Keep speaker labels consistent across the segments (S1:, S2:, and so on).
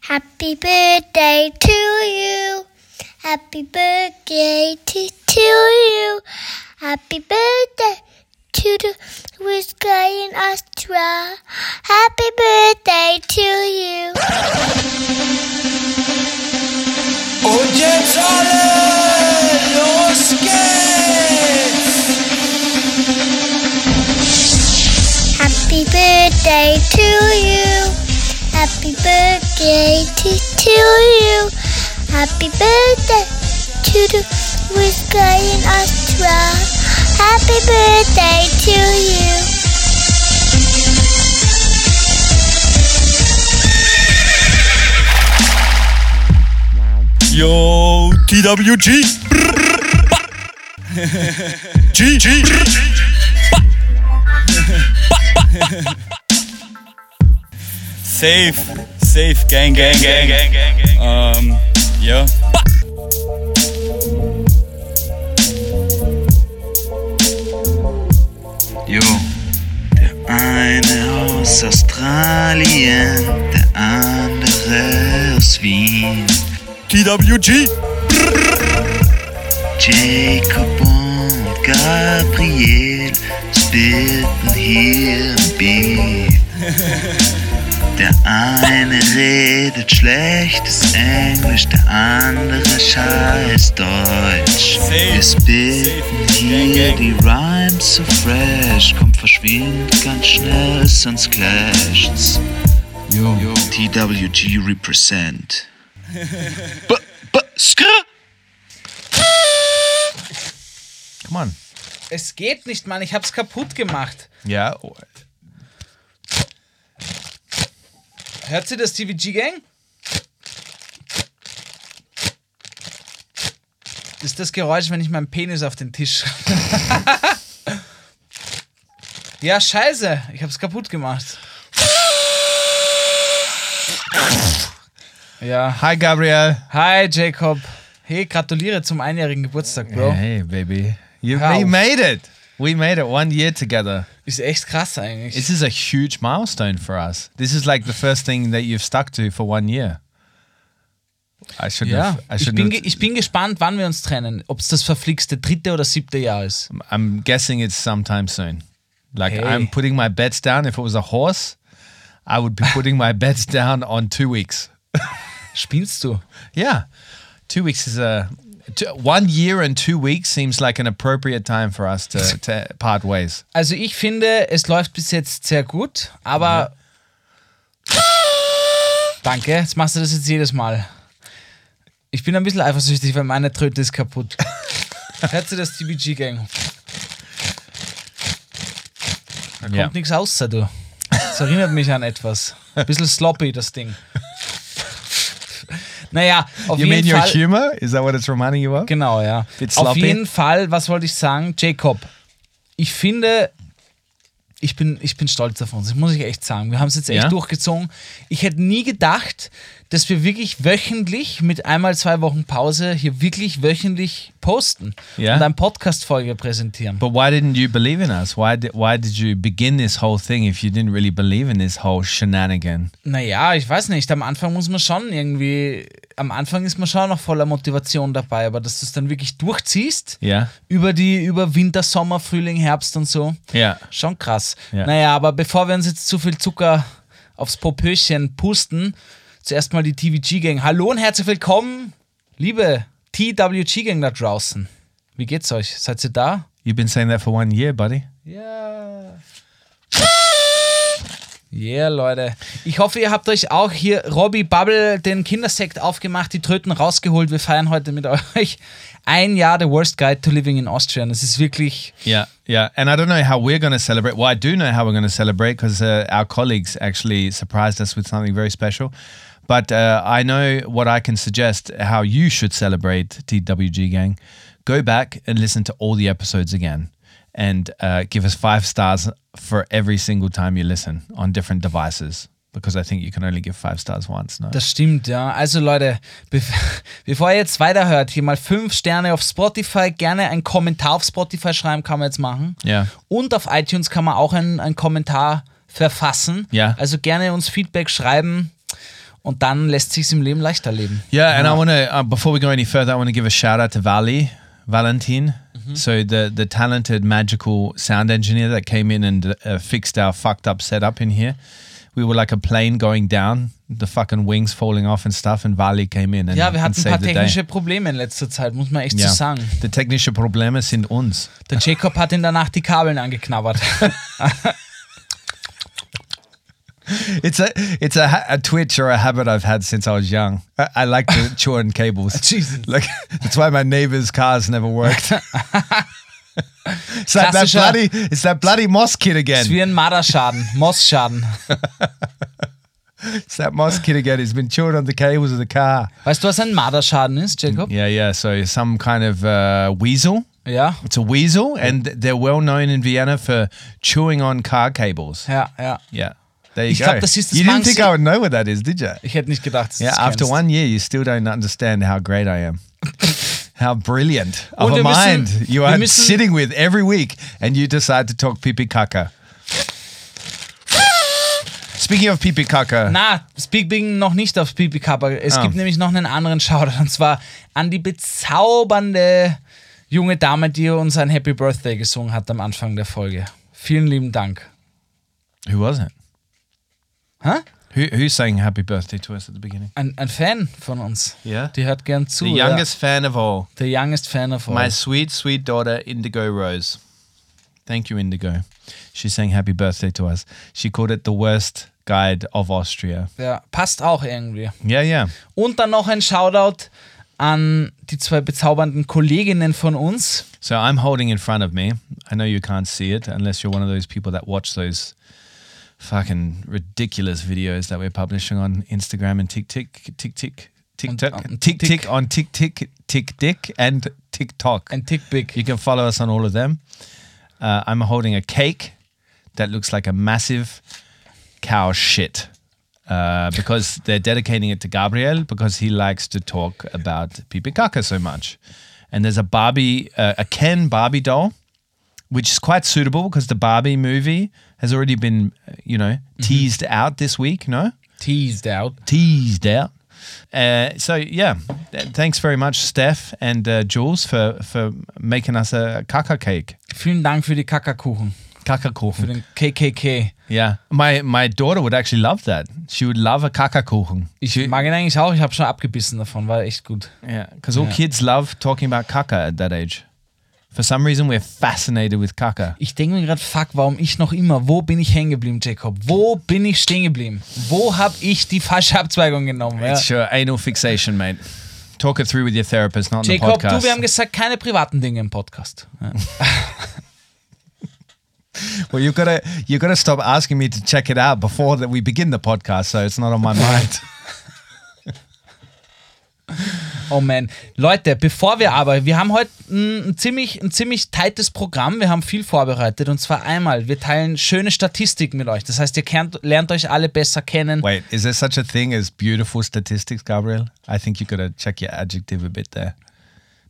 S1: Happy birthday to you. Happy birthday to, to you. Happy birthday to the Swiss guy in Austria. Happy birthday to you.
S2: Und jetzt alle, los geht's!
S1: Happy birthday to you. Happy birthday to, to you. Happy birthday to the Swiss guy in Austria. Happy birthday to you.
S3: Yo, TWG. Brr, brr, ba. G, G, brr, ba. Ba, ba, ba. Safe, safe, gang, gang, gang, gang, gang, gang. Um, yeah. Ba.
S4: Jo, der eine aus Australien, der andere aus Wien.
S3: TWG.
S4: Jacob und Gabriel spitten hier im Beat. Der eine redet schlechtes Englisch, der andere scheiß Deutsch. Wir spitten hier die Rhymes so fresh, kommt verschwind ganz schnell, sonst clasht's. Yo. TWG represent. B b skr.
S5: Come on.
S6: Es geht nicht, Mann. Ich hab's kaputt gemacht.
S5: Ja. oh,
S6: Hört sie das TVG Gang? Das ist das Geräusch, wenn ich meinen Penis auf den Tisch schreibe. ja, scheiße. Ich hab's kaputt gemacht. Ja.
S5: Hi, Gabriel.
S6: Hi, Jacob. Hey, gratuliere zum einjährigen Geburtstag, Bro.
S5: Hey, baby. You,
S6: How?
S5: we made it. We made it one year together.
S6: Ist echt krass eigentlich.
S5: This is a huge milestone for us. This is like the first thing that you've stuck to for one year. I shouldn't
S6: ja.
S5: have. I
S6: Ich
S5: shouldn't
S6: bin, also ge-
S5: have-
S6: ich bin gespannt, wann wir uns trennen. Ob es das verflixte dritte oder siebte Jahr ist.
S5: I'm guessing it's sometime soon. Like
S6: Hey.
S5: I'm putting my bets down. If it was a horse, I would be putting my bets down on two weeks.
S6: Spielst du?
S5: Yeah, two weeks is a two, one year and two weeks seems like an appropriate time for us to, to part ways.
S6: Also ich finde, es läuft bis jetzt sehr gut, aber danke, jetzt machst du das jetzt jedes Mal. Ich bin ein bisschen eifersüchtig, weil meine Tröte ist kaputt. Hört ihr das TBG Gang?
S5: Da
S6: Kommt nichts aus, du. Das erinnert mich an etwas. Ein bisschen sloppy, das Ding. Naja, auf
S5: You mean
S6: jeden
S5: your
S6: Fall.
S5: humor? Is that what it's reminding you of?
S6: Genau, ja.
S5: Bit
S6: Auf
S5: sloppy.
S6: jeden Fall, was wollte ich sagen? Jacob, ich finde, ich bin, ich bin stolz auf uns, das muss ich echt sagen. Wir haben es jetzt echt
S5: Ja?
S6: durchgezogen. Ich hätte nie gedacht, dass wir wirklich wöchentlich mit einmal zwei Wochen Pause hier wirklich wöchentlich posten
S5: Ja?
S6: und eine Podcast-Folge präsentieren.
S5: But why didn't you believe in us? Why did why did you begin this whole thing if you didn't really believe in this whole shenanigan?
S6: Naja, ich weiß nicht. Am Anfang muss man schon irgendwie, am Anfang ist man schon noch voller Motivation dabei, aber dass du es dann wirklich durchziehst,
S5: Yeah,
S6: über die, über Winter, Sommer, Frühling, Herbst und so.
S5: yeah.
S6: Schon krass.
S5: Ja.
S6: Naja, aber bevor wir uns jetzt zu viel Zucker aufs Popöchen pusten, zuerst mal die TVG-Gang. Hallo und herzlich willkommen, liebe TWG-Gang da draußen. Wie geht's euch? Seid ihr da?
S5: You've been saying that for one year, buddy.
S6: Ja. Yeah, Leute. Ich hoffe, ihr habt euch auch hier Robbie Bubble den Kindersekt aufgemacht, die Tröten rausgeholt. Wir feiern heute mit euch ein Jahr The Worst Guide to Living in Austria. Und Es ist wirklich
S5: Yeah, yeah. And I don't know how we're going to celebrate. Well, I do know how we're going to celebrate because uh, our colleagues actually surprised us with something very special. But uh, I know what I can suggest how you should celebrate TWG Gang. Go back and listen to all the episodes again and uh, give us five stars for every single time you listen on different devices because I think you can only give five stars once. No?
S6: Das stimmt, ja. Also Leute, bev bevor ihr jetzt weiterhört, hier mal fünf Sterne auf Spotify, gerne einen Kommentar auf Spotify schreiben, kann man jetzt machen.
S5: Ja.
S6: Und auf iTunes kann man auch einen, einen Kommentar verfassen.
S5: Ja.
S6: Also gerne uns Feedback schreiben. Und dann lässt sich im Leben leichter leben.
S5: Yeah, and I want to uh, before we go any further, I want to give a shout out to Vali Valentin. So the the talented magical sound engineer that came in and uh, fixed our fucked up setup in here. We were like a plane going down, the fucking wings falling off and stuff, and Vali came in and,
S6: Ja, wir
S5: Genau.
S6: hatten
S5: and
S6: ein paar
S5: saved the day.
S6: technische Probleme in letzter Zeit, muss man echt
S5: Yeah.
S6: so sagen.
S5: The technische Probleme sind uns.
S6: Der Jacob hat ihn danach die Kabeln angeknabbert.
S5: It's a it's a, ha- a twitch or a habit I've had since I was young. I, I like to chew on cables.
S6: Jesus.
S5: Like that's why my neighbor's cars never worked. it's like that
S6: Klassischer-
S5: bloody it's that bloody Moss kid
S6: Das ist
S5: again.
S6: wie ein Marderschaden, Mossschaden.
S5: It's that Moss kid again. He's been chewing on the cables of the car.
S6: Weißt du, was ein Marderschaden ist, Jacob?
S5: Yeah, yeah. So some kind of uh, weasel.
S6: Ja,
S5: It's a weasel, and they're well known in Vienna for chewing on car cables.
S6: ja, ja.
S5: Yeah, there you
S6: Ich
S5: go.
S6: glaub, das ist das
S5: you didn't think
S6: Mangs-
S5: I would know what that is, did you?
S6: Ich hätte nicht gedacht, dass
S5: Yeah,
S6: du's
S5: after
S6: kennst.
S5: one year, you still don't understand how great I am. how brilliant
S6: Und
S5: of a
S6: wir müssen-
S5: mind you
S6: wir
S5: are
S6: müssen-
S5: sitting with every week, and you decide to talk pipi kaka. Speaking of pipi kaka,
S6: Na, Speak Bing noch nicht auf PPK, aber es
S5: Ah.
S6: gibt nämlich noch einen anderen Shoutout und zwar an die bezaubernde junge Dame, die uns ein Happy Birthday gesungen hat am Anfang der Folge. Vielen lieben Dank.
S5: who was it?
S6: Hä?
S5: Who, who sang happy birthday to us at the beginning?
S6: Ein, ein Fan von uns.
S5: Ja?
S6: Die hört gern zu.
S5: The
S6: ja.
S5: youngest fan of all,
S6: The youngest fan of all.
S5: my sweet, sweet daughter, Indigo Rose. Thank you, Indigo. She sang happy birthday to us. She called it the worst guide of Austria.
S6: ja, passt auch irgendwie.
S5: Yeah, yeah.
S6: Und dann noch ein Shoutout an die zwei bezaubernden Kolleginnen von uns.
S5: So I'm holding in front of me. I know you can't see it unless you're one of those people that watch those fucking ridiculous videos that we're publishing on Instagram and Tick Tick Tick Tick Tick
S6: Und-
S5: Tick
S6: und
S5: Tick
S6: Tick.
S5: Tick on Tick Tick Tick Dick and TikTok.
S6: Ein Tick
S5: You
S6: Big.
S5: can follow us on all of them. Uh, I'm holding a cake that looks like a massive cow shit. Uh, because they're dedicating it to Gabriel because he likes to talk about Pipikaka so much. And there's a Barbie, uh, a Ken Barbie doll, which is quite suitable because the Barbie movie has already been, uh, you know, teased out this week, no?
S6: Teased out.
S5: teased out. Uh, so yeah, Th- thanks very much, Steph and uh, Jules for for making us a kaka cake,
S6: Vielen Dank für die Kakakuchen.
S5: kaka
S6: Für den KKK.
S5: Yeah, my my daughter would actually love that. She would love a kaka kuchen.
S6: Ich mag ihn eigentlich auch. Ich habe schon abgebissen davon. War echt gut.
S5: Yeah, because all
S6: Yeah.
S5: kids love talking about kaka at that age. For some reason, we're fascinated with kaka.
S6: Ich denke mir gerade, fuck, warum ich noch immer? Wo bin ich hängen geblieben, Jacob? Wo bin ich stehen geblieben? Wo habe ich die falsche Abzweigung genommen? Ja.
S5: It's your anal fixation, mate. Talk it through with your therapist, not in the
S6: Jacob,
S5: podcast.
S6: du, wir haben gesagt, keine privaten Dinge im Podcast. Ja.
S5: Well, you've got to you got to stop asking me to check it out before that we begin the podcast, so it's not on my mind.
S6: Oh man. Leute, bevor wir aber, wir haben heute ein, ein, ziemlich, ein ziemlich tightes Programm, wir haben viel vorbereitet und zwar einmal, wir teilen schöne Statistiken mit euch. Das heißt, ihr kennt, lernt euch alle besser kennen.
S5: Wait, is there such a thing as beautiful statistics, Gabriel? I think you gotta check your adjective a bit there.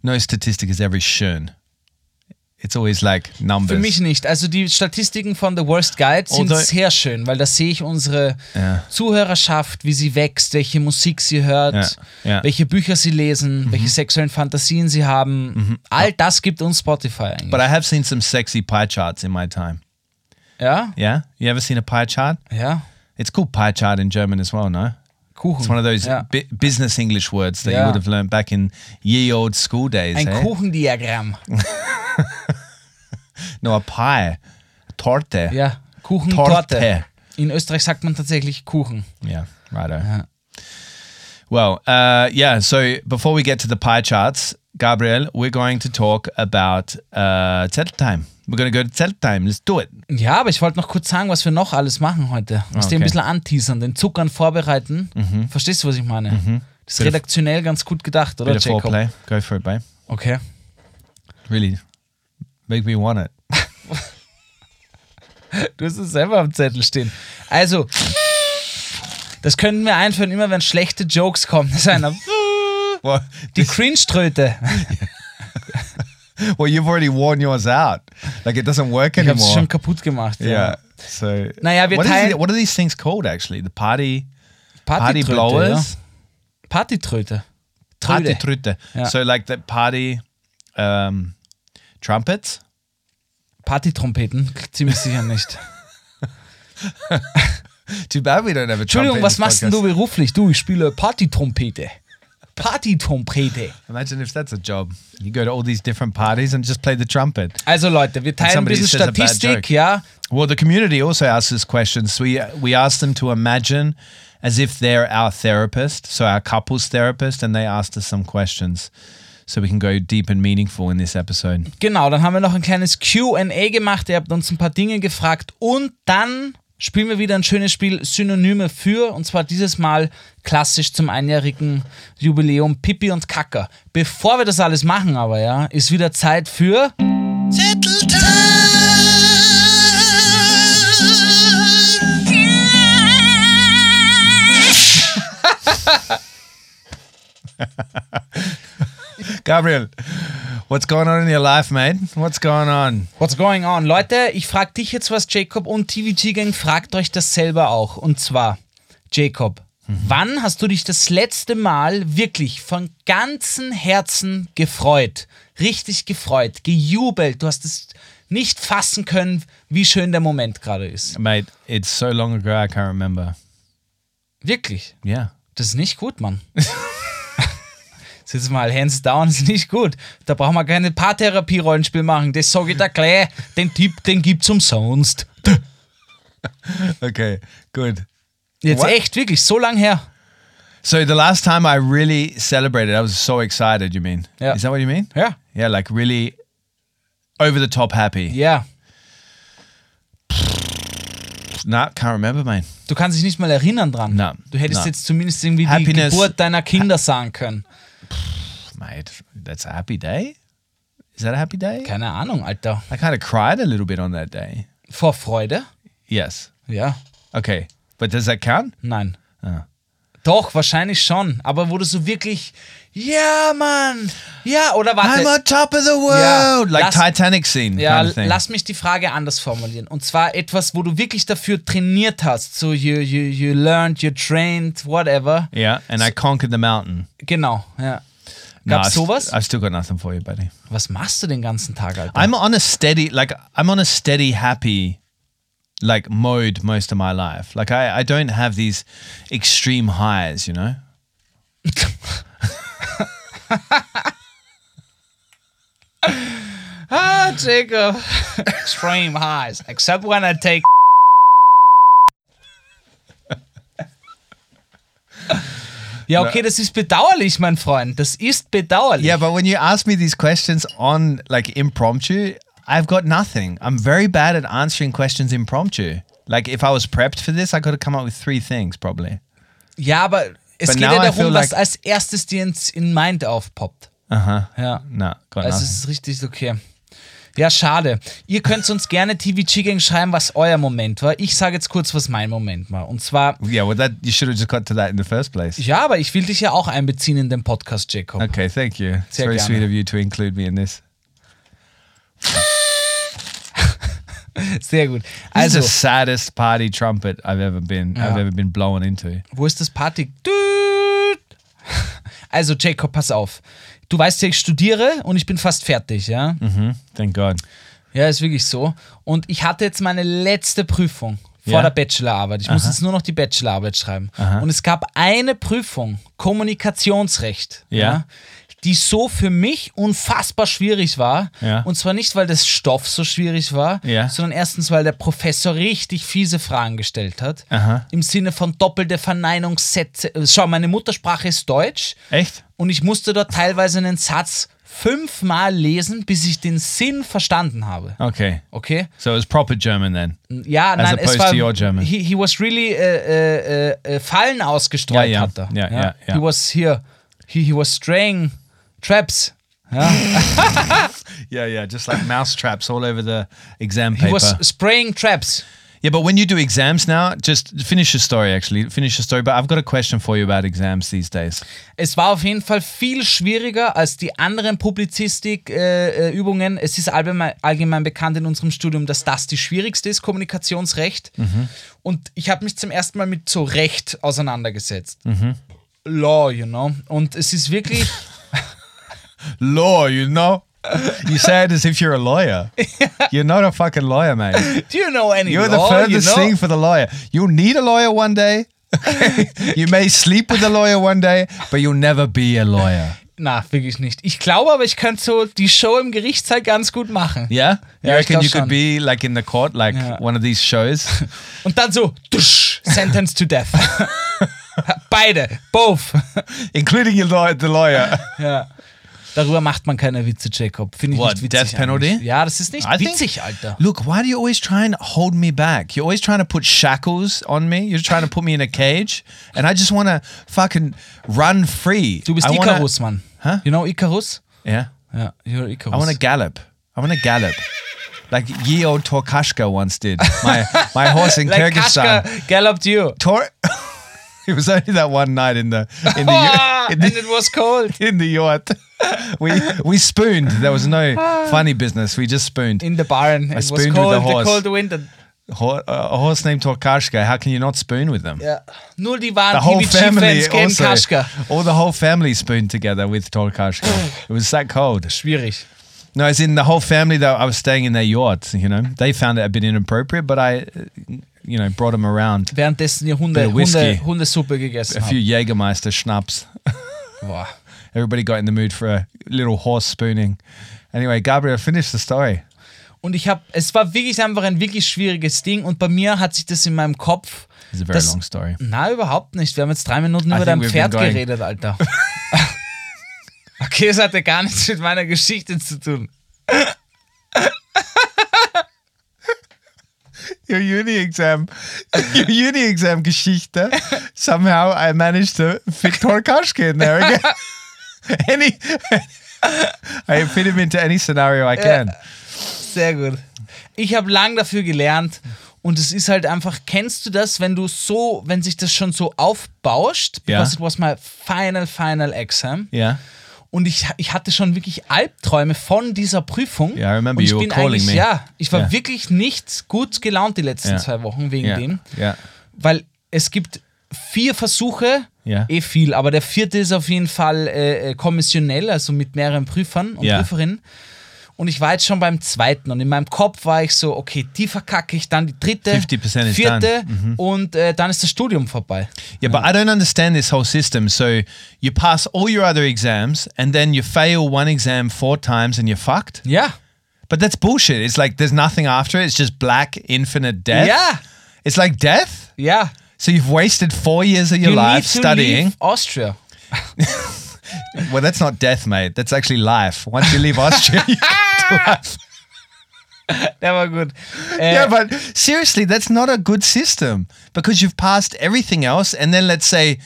S5: No statistic is every schön. It's always like numbers.
S6: Für mich nicht. Also die Statistiken von The Worst Guide sind
S5: Although-
S6: sehr schön, weil da sehe ich unsere
S5: Ja.
S6: Zuhörerschaft, wie sie wächst, welche Musik sie hört,
S5: Ja, Mhm. ja.
S6: welche Bücher sie lesen, welche sexuellen Fantasien sie haben. All das gibt uns Spotify eigentlich.
S5: Mhm. But I have seen some sexy pie charts in my time.
S6: ja?
S5: Yeah? You ever seen a pie chart?
S6: Ja.
S5: It's called pie chart in German as well, no?
S6: Kuchen.
S5: It's one of those
S6: ja.
S5: bu- business English words that
S6: Yeah.
S5: you would have learned back in ye old school days.
S6: Ein
S5: eh?
S6: Kuchendiagramm.
S5: No, a pie. Torte.
S6: Ja. Kuchentorte.
S5: Torte.
S6: In Österreich sagt man tatsächlich Kuchen.
S5: Yeah, righto. Well, uh, yeah. So before we get to the pie charts, Gabriel, we're going to talk about uh, Zettel time. We're going to go to Zettel time. Let's do it.
S6: Ja, aber ich wollte noch kurz sagen, was wir noch alles machen heute. Was okay. ein
S5: Ah, Okay. Mhm.
S6: bisschen anteasern, den Zuckern vorbereiten. Verstehst du, was ich meine? Das ist
S5: Bit of-
S6: redaktionell ganz gut gedacht, oder
S5: Bit of
S6: Jacob?
S5: Mhm. foreplay. Go for it, babe.
S6: Okay.
S5: Really, make me want it.
S6: Du hast es selber am Zettel stehen. Also, das könnten wir einführen, immer wenn schlechte Jokes kommen. Das ist einer.
S5: Well,
S6: Die Cringe-Tröte.
S5: well, you've already worn yours out. Like it doesn't work
S6: Ich hab's
S5: anymore.
S6: schon kaputt gemacht.
S5: yeah. So.
S6: Naja, wir
S5: what, is
S6: teilen-
S5: it- what are these things called? Actually, the party. Party
S6: Partytröte.
S5: blowers.
S6: Ja. Partytröte.
S5: Party
S6: Tröte.
S5: trüte.
S6: Yeah.
S5: So like the party um, trumpets.
S6: Partytrompeten? Ziemlich sicher nicht.
S5: Too bad we don't have a trumpet.
S6: Entschuldigung,
S5: in
S6: was
S5: this
S6: machst denn du
S5: podcast.
S6: beruflich? Du, ich spiele Partytrompete. Partytrompete.
S5: Imagine if that's a job. You go to all these different parties and just play the trumpet.
S6: Also Leute, wir teilen ein
S5: somebody
S6: bisschen
S5: says a bad
S6: Statistik,
S5: joke.
S6: ja.
S5: Well, the community also asks us questions. We we ask them to imagine as if they're our therapist, so our couples therapist, and they asked us some questions, so we can go deep and meaningful in this episode.
S6: Genau, dann haben wir noch ein kleines QA gemacht. Ihr habt uns ein paar Dinge gefragt und dann spielen wir wieder ein schönes Spiel Synonyme für und zwar dieses Mal klassisch zum einjährigen Jubiläum Pipi und Kacker. Bevor wir das alles machen, aber ja, ist wieder Zeit für
S5: Gabriel, what's going on in your life, mate? What's going on?
S6: What's going on? Leute, ich frage dich jetzt was, Jacob und TVG Gang, fragt euch das selber auch. Und zwar, Jacob, wann hast du dich das letzte Mal wirklich von ganzem Herzen gefreut? Richtig gefreut, gejubelt. Du hast es nicht fassen können, wie schön der Moment gerade ist.
S5: Mate, it's so long ago I can't remember.
S6: Wirklich.
S5: Yeah.
S6: Das ist nicht gut, Mann. Das ist jetzt mal hands down, ist nicht gut. Da brauchen wir keine Paartherapie-Rollenspiel machen. Das sage ich da gleich. Den Tipp, den gibt's umsonst.
S5: Okay, good.
S6: Jetzt
S5: What?
S6: echt, wirklich, so lang her.
S5: So the last time I really celebrated, I was so excited, you mean?
S6: Yeah.
S5: Is that what you mean?
S6: Ja.
S5: Yeah, like really over the top happy.
S6: Ja.
S5: Nah, can't remember, mate.
S6: Du kannst dich nicht mal erinnern dran.
S5: Na,
S6: du hättest
S5: na.
S6: jetzt zumindest irgendwie
S5: Happiness-
S6: die Geburt deiner Kinder sagen können.
S5: Mate, that's a happy day. Is that a happy day?
S6: Keine Ahnung, Alter.
S5: I kind of cried a little bit on that day.
S6: Vor Freude?
S5: Yes.
S6: Ja.
S5: Okay. But does that count?
S6: Nein.
S5: Ah.
S6: Doch, wahrscheinlich schon. Aber wo du so wirklich, ja, Mann. Ja, oder warte.
S5: I'm on top of the world,
S6: Yeah. Lass-
S5: like Titanic scene
S6: ja,
S5: kind of thing.
S6: lass mich die Frage anders formulieren. Und zwar etwas, wo du wirklich dafür trainiert hast. So, you, you, you learned, you trained, whatever.
S5: yeah, and I conquered the mountain.
S6: Genau, ja.
S5: No,
S6: Gab's
S5: I've st-
S6: sowas?
S5: I've still got nothing for you, buddy.
S6: Was machst du den ganzen Tag, Alter?
S5: I'm on a steady, like I'm on a steady happy, like mode most of my life. Like I, I don't have these extreme highs, you know.
S6: Ah, Jacob. Extreme highs. Except when I take. Ja, okay, das ist bedauerlich, mein Freund. Das ist bedauerlich.
S5: Yeah, but when you ask me these questions on like impromptu, I've got nothing. I'm very bad at answering questions impromptu. Like if I was prepped for this, I could have come up with three things probably.
S6: ja aber es
S5: But
S6: geht
S5: now
S6: ja
S5: I
S6: darum,
S5: feel
S6: was
S5: like-
S6: als erstes dir ins, in Mind aufpoppt.
S5: Uh huh.
S6: Ja.
S5: No, got
S6: Also
S5: nothing.
S6: es ist richtig okay. Ja, schade. Ihr könnt uns gerne TVG Gang schreiben, was euer Moment war. Ich sage jetzt kurz, was mein Moment war. Und zwar,
S5: yeah, well, that you should have just got to that in the first place.
S6: ja, aber ich will dich ja auch einbeziehen in den Podcast, Jacob.
S5: Okay, thank you. It's
S6: Sehr
S5: very
S6: gerne.
S5: sweet of you to include me in this.
S6: Sehr gut.
S5: This
S6: Also,
S5: is the saddest party trumpet I've ever been. I've
S6: Yeah.
S5: ever been blown into.
S6: Wo ist das Party? Düt. Also, Jacob, pass auf. Du weißt ja, ich studiere und ich bin fast fertig, ja?
S5: Thank God.
S6: Ja, ist wirklich so. Und ich hatte jetzt meine letzte Prüfung vor
S5: Ja.
S6: der Bachelorarbeit. Ich muss jetzt nur noch die Bachelorarbeit schreiben. Und es gab eine Prüfung, Kommunikationsrecht,
S5: Ja.
S6: die so für mich unfassbar schwierig war.
S5: Ja.
S6: Und zwar nicht, weil das Stoff so schwierig war,
S5: Ja.
S6: sondern erstens, weil der Professor richtig fiese Fragen gestellt hat. Im Sinne von doppelte Verneinungssätze. Äh, Schau, meine Muttersprache ist Deutsch.
S5: Echt?
S6: Und ich musste dort teilweise einen Satz fünfmal lesen, bis ich den Sinn verstanden habe.
S5: Okay.
S6: Okay?
S5: So it was proper German then.
S6: Ja, nein, es
S5: opposed
S6: war.
S5: to your German.
S6: He, he was really äh, äh, äh, Fallen ausgestreut,
S5: Ja, ja.
S6: hat er.
S5: Ja, ja, ja.
S6: He was here. He, he was straying traps.
S5: Yeah, yeah. Just like mouse traps all over the exam
S6: He
S5: paper.
S6: was spraying traps.
S5: Yeah, but when you do exams now, just finish your story. Actually, finish your story. But I've got a question for you about exams these days.
S6: Es war auf jeden Fall viel schwieriger als die anderen Publizistikübungen. Äh, Übungen. es ist allgemein, allgemein bekannt in unserem Studium, dass das die schwierigste ist, Kommunikationsrecht.
S5: Mhm.
S6: Und ich habe mich zum ersten Mal mit so Recht auseinandergesetzt.
S5: Mhm.
S6: Law, you know. Und es ist wirklich,
S5: Law, you know. You say it as if you're a lawyer. You're not a fucking lawyer, mate.
S6: do you know any
S5: You're the
S6: law,
S5: furthest
S6: you know?
S5: thing for the lawyer. You'll need a lawyer one day. you may sleep with a lawyer one day, but you'll never be a lawyer.
S6: Na, wirklich nicht. Ich glaube aber, ich könnte so die Show im Gerichtssaal ganz gut machen.
S5: Yeah? You
S6: Yeah, I
S5: reckon
S6: guess
S5: you could
S6: so.
S5: be like in the court, like
S6: Yeah.
S5: one of these shows?
S6: Und dann so, tusch, sentence to death. Beide, both.
S5: Including your law- the lawyer.
S6: Ja. Darüber macht man keine Witze, Jacob. Finde ich
S5: What,
S6: nicht witzig.
S5: Death Penalty?
S6: eigentlich. Ja, das ist nicht
S5: I think-
S6: witzig, Alter.
S5: Look, why do you always try and hold me back? You're always trying to put shackles on me. You're trying to put me in a cage, and I just want to fucking run free.
S6: Du bist
S5: I wanna-
S6: Icarus, Mann.
S5: Hä?
S6: You know Icarus?
S5: Yeah.
S6: Ja, you're Icarus.
S5: I want to gallop. I want to gallop. Like ye old Torkashka once did. My my horse in
S6: like
S5: Kyrgyzstan.
S6: Kashka galloped you.
S5: Tor. it was only that one night in the in the
S6: Ah,
S5: yo- in
S6: and
S5: the,
S6: it was cold.
S5: in the yacht. We we spooned. There was no funny business. We just spooned.
S6: In the barn. It was
S5: spooned with
S6: cold,
S5: the
S6: the
S5: horse.
S6: cold winter.
S5: Hor- uh, a horse named Torkashka. How can you not spoon with them?
S6: Ja. Nur die
S5: the
S6: wahren
S5: whole family
S6: TVG-Fans kennen
S5: also,
S6: Kashka.
S5: all the whole family spooned together with Torkashka. it was that cold.
S6: Schwierig.
S5: No, as in the whole family that I was staying in their yacht. You know, they found it a bit inappropriate, but I, uh, you know, brought them around
S6: Währenddessen ihr Hunde,
S5: Bit of whiskey.
S6: Hunde, Hundesuppe
S5: a
S6: gegessen
S5: few
S6: habt.
S5: Jägermeister schnapps.
S6: Boah.
S5: Everybody got in the mood for a little horse spooning. Anyway, Gabriel, finish the story.
S6: Und ich habe, es war wirklich einfach ein wirklich schwieriges Ding und bei mir hat sich das in meinem Kopf.
S5: It's a very
S6: das-
S5: long story.
S6: Na, überhaupt nicht. Wir haben jetzt drei Minuten
S5: I
S6: über dein
S5: think we've
S6: Pferd
S5: been going.
S6: geredet, Alter. okay, es hatte gar nichts mit meiner Geschichte zu tun.
S5: Your uni exam, your uni exam Geschichte. Somehow I managed to fit Torkashka in there again. any, I fit him into any scenario I can.
S6: Sehr gut. Ich habe lang dafür gelernt und es ist halt einfach, kennst du das, wenn du so, wenn sich das schon so aufbauscht?
S5: Ja.
S6: Because it was my final, final exam.
S5: Yeah.
S6: Und ich, ich hatte schon wirklich Albträume von dieser Prüfung.
S5: Yeah, I remember
S6: und ich
S5: you were
S6: bin
S5: calling
S6: eigentlich-
S5: me.
S6: Ja, ich war
S5: Yeah.
S6: wirklich nicht gut gelaunt die letzten
S5: Yeah.
S6: zwei Wochen wegen
S5: yeah.
S6: dem.
S5: Yeah.
S6: Weil es gibt vier Versuche,
S5: Ja.
S6: eh viel, aber der vierte ist auf jeden Fall äh, äh, kommissionell, also mit mehreren Prüfern und
S5: Ja.
S6: Prüferinnen. Und ich war jetzt schon beim zweiten und in meinem Kopf war ich so, okay, die verkacke ich, dann die dritte,
S5: 50% ist Mhm.
S6: vierte und äh, dann ist das Studium vorbei.
S5: Yeah, but I don't understand this whole system. So you pass all your other exams and then you fail one exam four times and you're fucked.
S6: Ja,
S5: But that's bullshit. It's like there's nothing after it. It's just black infinite death.
S6: ja,
S5: It's like death.
S6: ja.
S5: So you've wasted four years of your
S6: You
S5: life
S6: need to
S5: studying.
S6: leave Austria.
S5: Well, that's not death, mate. That's actually life. Once you leave Austria, you
S6: Der war gut. Äh,
S5: yeah, but seriously, that's not a good system because you've passed everything else, and then let's say,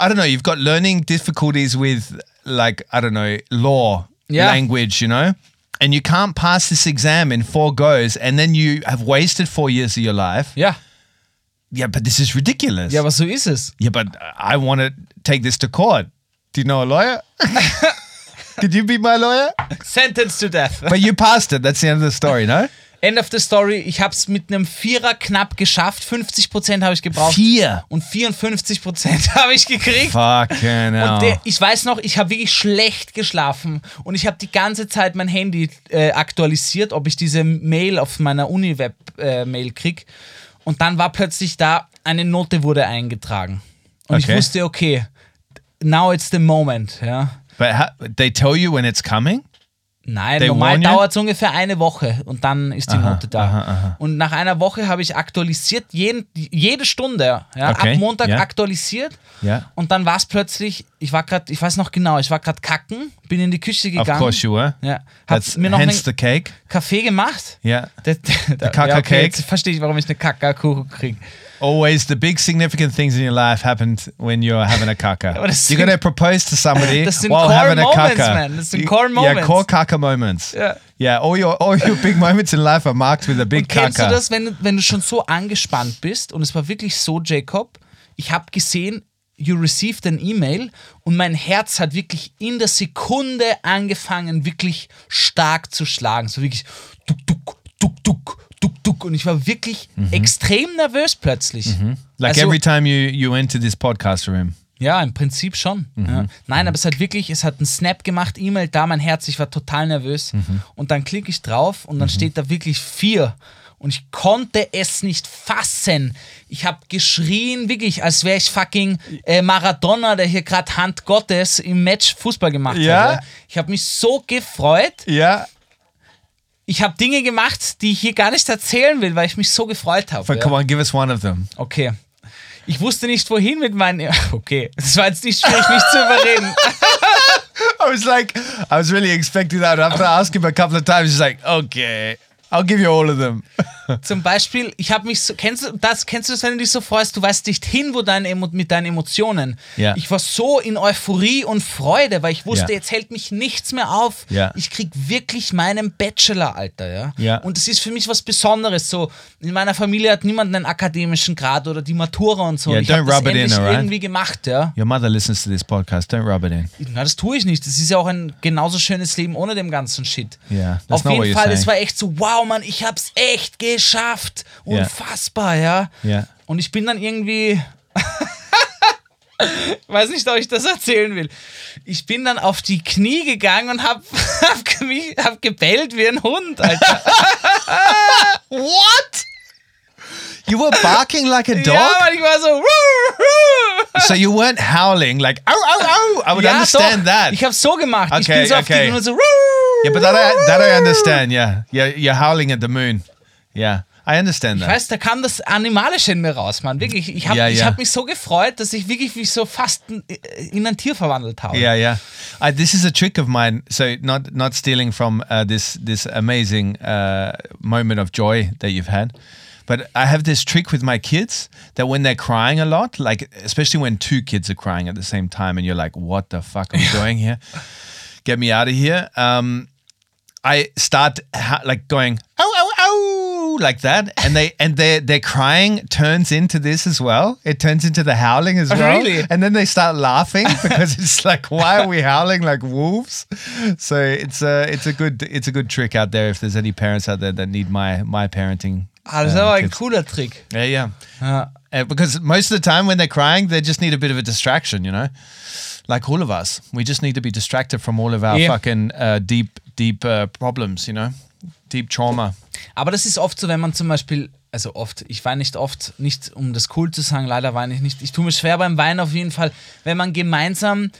S5: I don't know, you've got learning difficulties with like I don't know law,
S6: Yeah.
S5: language, you know, and you can't pass this exam in four goes, and then you have wasted four years of your life.
S6: ja.
S5: Yeah, but this is ridiculous.
S6: ja, aber so ist es.
S5: yeah, but I want to take this to court. Do you know a lawyer? Could you be my lawyer?
S6: Sentence to death.
S5: But you passed it. That's the end of the story, no?
S6: End of the story. Ich habe es mit einem Vierer knapp geschafft. 50% habe ich gebraucht.
S5: Fear.
S6: und 54% habe ich gekriegt.
S5: Fucking hell.
S6: Und der, ich weiß noch, ich habe wirklich schlecht geschlafen und ich habe die ganze Zeit mein Handy äh, aktualisiert, ob ich diese Mail auf meiner Uni-Web-Mail krieg. Und dann war plötzlich da, eine Note wurde eingetragen. Und ich
S5: Okay.
S6: wusste, okay, now it's the moment. Ja.
S5: But how, they tell you when it's coming?
S6: Nein,
S5: They
S6: normal
S5: warn you?
S6: dauert es ungefähr eine Woche und dann ist die Note da.
S5: aha, aha.
S6: Und nach einer Woche habe ich aktualisiert, jeden, jede Stunde, ja,
S5: Okay,
S6: ab Montag
S5: ja.
S6: aktualisiert.
S5: Ja.
S6: Und dann war es plötzlich, ich war gerade, ich weiß noch genau, ich war gerade kacken, bin in die Küche
S5: Of
S6: gegangen.
S5: course you were.
S6: Ja, hab
S5: That's
S6: mir noch einen
S5: hence the cake.
S6: Kaffee gemacht.
S5: Yeah.
S6: Der, der, der
S5: Kaka-Cake.
S6: jetzt verstehe ich, warum ich eine Kaka-Kuchen kriege.
S5: Always the big significant things in your life happened when you're having a kaka.
S6: aber das
S5: you're
S6: sind-
S5: going to propose to somebody
S6: das sind
S5: while
S6: core
S5: having a
S6: moments,
S5: kaka.
S6: man. Das sind
S5: You-
S6: core
S5: Yeah,
S6: moments.
S5: core kaka moments.
S6: Ja.
S5: Yeah, all your all your big moments in life are marked with a big
S6: Und kennst
S5: kaka.
S6: du das, wenn, du- wenn du schon so angespannt bist? Und es war wirklich so, Jacob, ich habe gesehen, you received an E-Mail und mein Herz hat wirklich in der Sekunde angefangen, wirklich stark zu schlagen. So wirklich duck, duck, duck, duck, duck, duck. Und ich war wirklich extrem nervös plötzlich.
S5: Mhm. Like
S6: Also-
S5: every time you you enter this podcast room.
S6: Ja, im Prinzip schon. Ja. Nein, aber es hat wirklich, es hat einen Snap gemacht, E-Mail da, mein Herz, ich war total nervös. Und dann klicke ich drauf und dann steht da wirklich vier. Und ich konnte es nicht fassen. Ich habe geschrien, wirklich, als wäre ich fucking äh, Maradona, der hier gerade Hand Gottes im Match Fußball gemacht
S5: Ja.
S6: hat. Ich habe mich so gefreut.
S5: Yeah.
S6: Ich habe Dinge gemacht, die ich hier gar nicht erzählen will, weil ich mich so gefreut habe.
S5: But come on, give us one of them.
S6: Okay. Ich wusste nicht, wohin mit meinen. Okay, es war jetzt nicht schwierig, mich zu überreden.
S5: I was like, I was really expecting that. After asking him a couple of times, he's like, okay, I'll give you all of them.
S6: Zum Beispiel, ich habe mich so. Kennst du das? Kennst du das, wenn du dich so freust? Du weißt nicht hin, wo deine Emo mit deinen Emotionen.
S5: Ja.
S6: Ich war so in Euphorie und Freude, weil ich wusste,
S5: Ja.
S6: jetzt hält mich nichts mehr auf.
S5: Ja.
S6: Ich krieg wirklich meinen Bachelor, Alter, ja.
S5: Ja.
S6: Und es ist für mich was Besonderes. So in meiner Familie hat niemand einen akademischen Grad oder die Matura und so.
S5: Ja,
S6: und ich hab
S5: don't
S6: das
S5: rub it in,
S6: endlich
S5: alright?
S6: irgendwie gemacht, ja.
S5: Your mother listens to this podcast. Don't rub it in.
S6: Na, das tue ich nicht. Das ist ja auch ein genauso schönes Leben ohne dem ganzen Shit.
S5: Yeah, that's
S6: Auf
S5: not what
S6: jeden
S5: you're
S6: Fall, es
S5: saying.
S6: war echt so, wow, Mann, ich hab's echt geschafft.
S5: Yeah.
S6: Unfassbar, ja.
S5: Yeah.
S6: Und ich bin dann irgendwie. Weiß nicht, ob ich das erzählen will. Ich bin dann auf die Knie gegangen und hab, hab, gemi- hab gebellt wie ein Hund, Alter. What?
S5: You were barking like a dog?
S6: Ja, Mann, ich war so. "Wuh, wuh."
S5: so you weren't howling like, ow, ow, ow. I would
S6: ja,
S5: understand
S6: doch.
S5: that.
S6: Ich hab's so gemacht. ich
S5: Okay,
S6: bin so auf die
S5: okay.
S6: Knie und so. "Wuh,
S5: yeah, but that I, that I
S6: wuh."
S5: understand. Yeah. yeah. You're howling at the moon. Yeah. I understand that.
S6: Weißt, da kam das Animalische in mir raus, Mann. Wirklich, ich habe
S5: Ja,
S6: ich
S5: ja.
S6: hab mich so gefreut, dass ich wirklich mich so fast in ein Tier verwandelt habe.
S5: Yeah, yeah. I, this is a trick of mine. So not not stealing from uh, this this amazing uh, moment of joy that you've had, but I have this trick with my kids that when they're crying a lot, like especially when two kids are crying at the same time, and you're like, "What the fuck am I doing here? Get me out of here!" Um, I start ha- like going, "Oh, oh, oh!" like that, and they and their their crying turns into this as well. It turns into the howling as well.
S6: Really?
S5: And then they start laughing because it's like, why are we howling like wolves? So it's a it's a good it's a good trick out there if there's any parents out there that need my my parenting.
S6: Ah, das ist
S5: uh,
S6: aber ein
S5: tips.
S6: cooler Trick.
S5: Yeah, yeah.
S6: Ja.
S5: Uh, because most of the time when they're crying, they just need a bit of a distraction, you know. Like all of us, we just need to be distracted from all of our
S6: Yeah.
S5: fucking uh, deep deep uh, problems, you know, deep trauma.
S6: Aber das ist oft so, wenn man zum Beispiel, also oft, ich weine nicht oft, nicht um das cool zu sagen, leider weine ich nicht. Ich tue mir schwer beim Weinen auf jeden Fall. Wenn man gemeinsam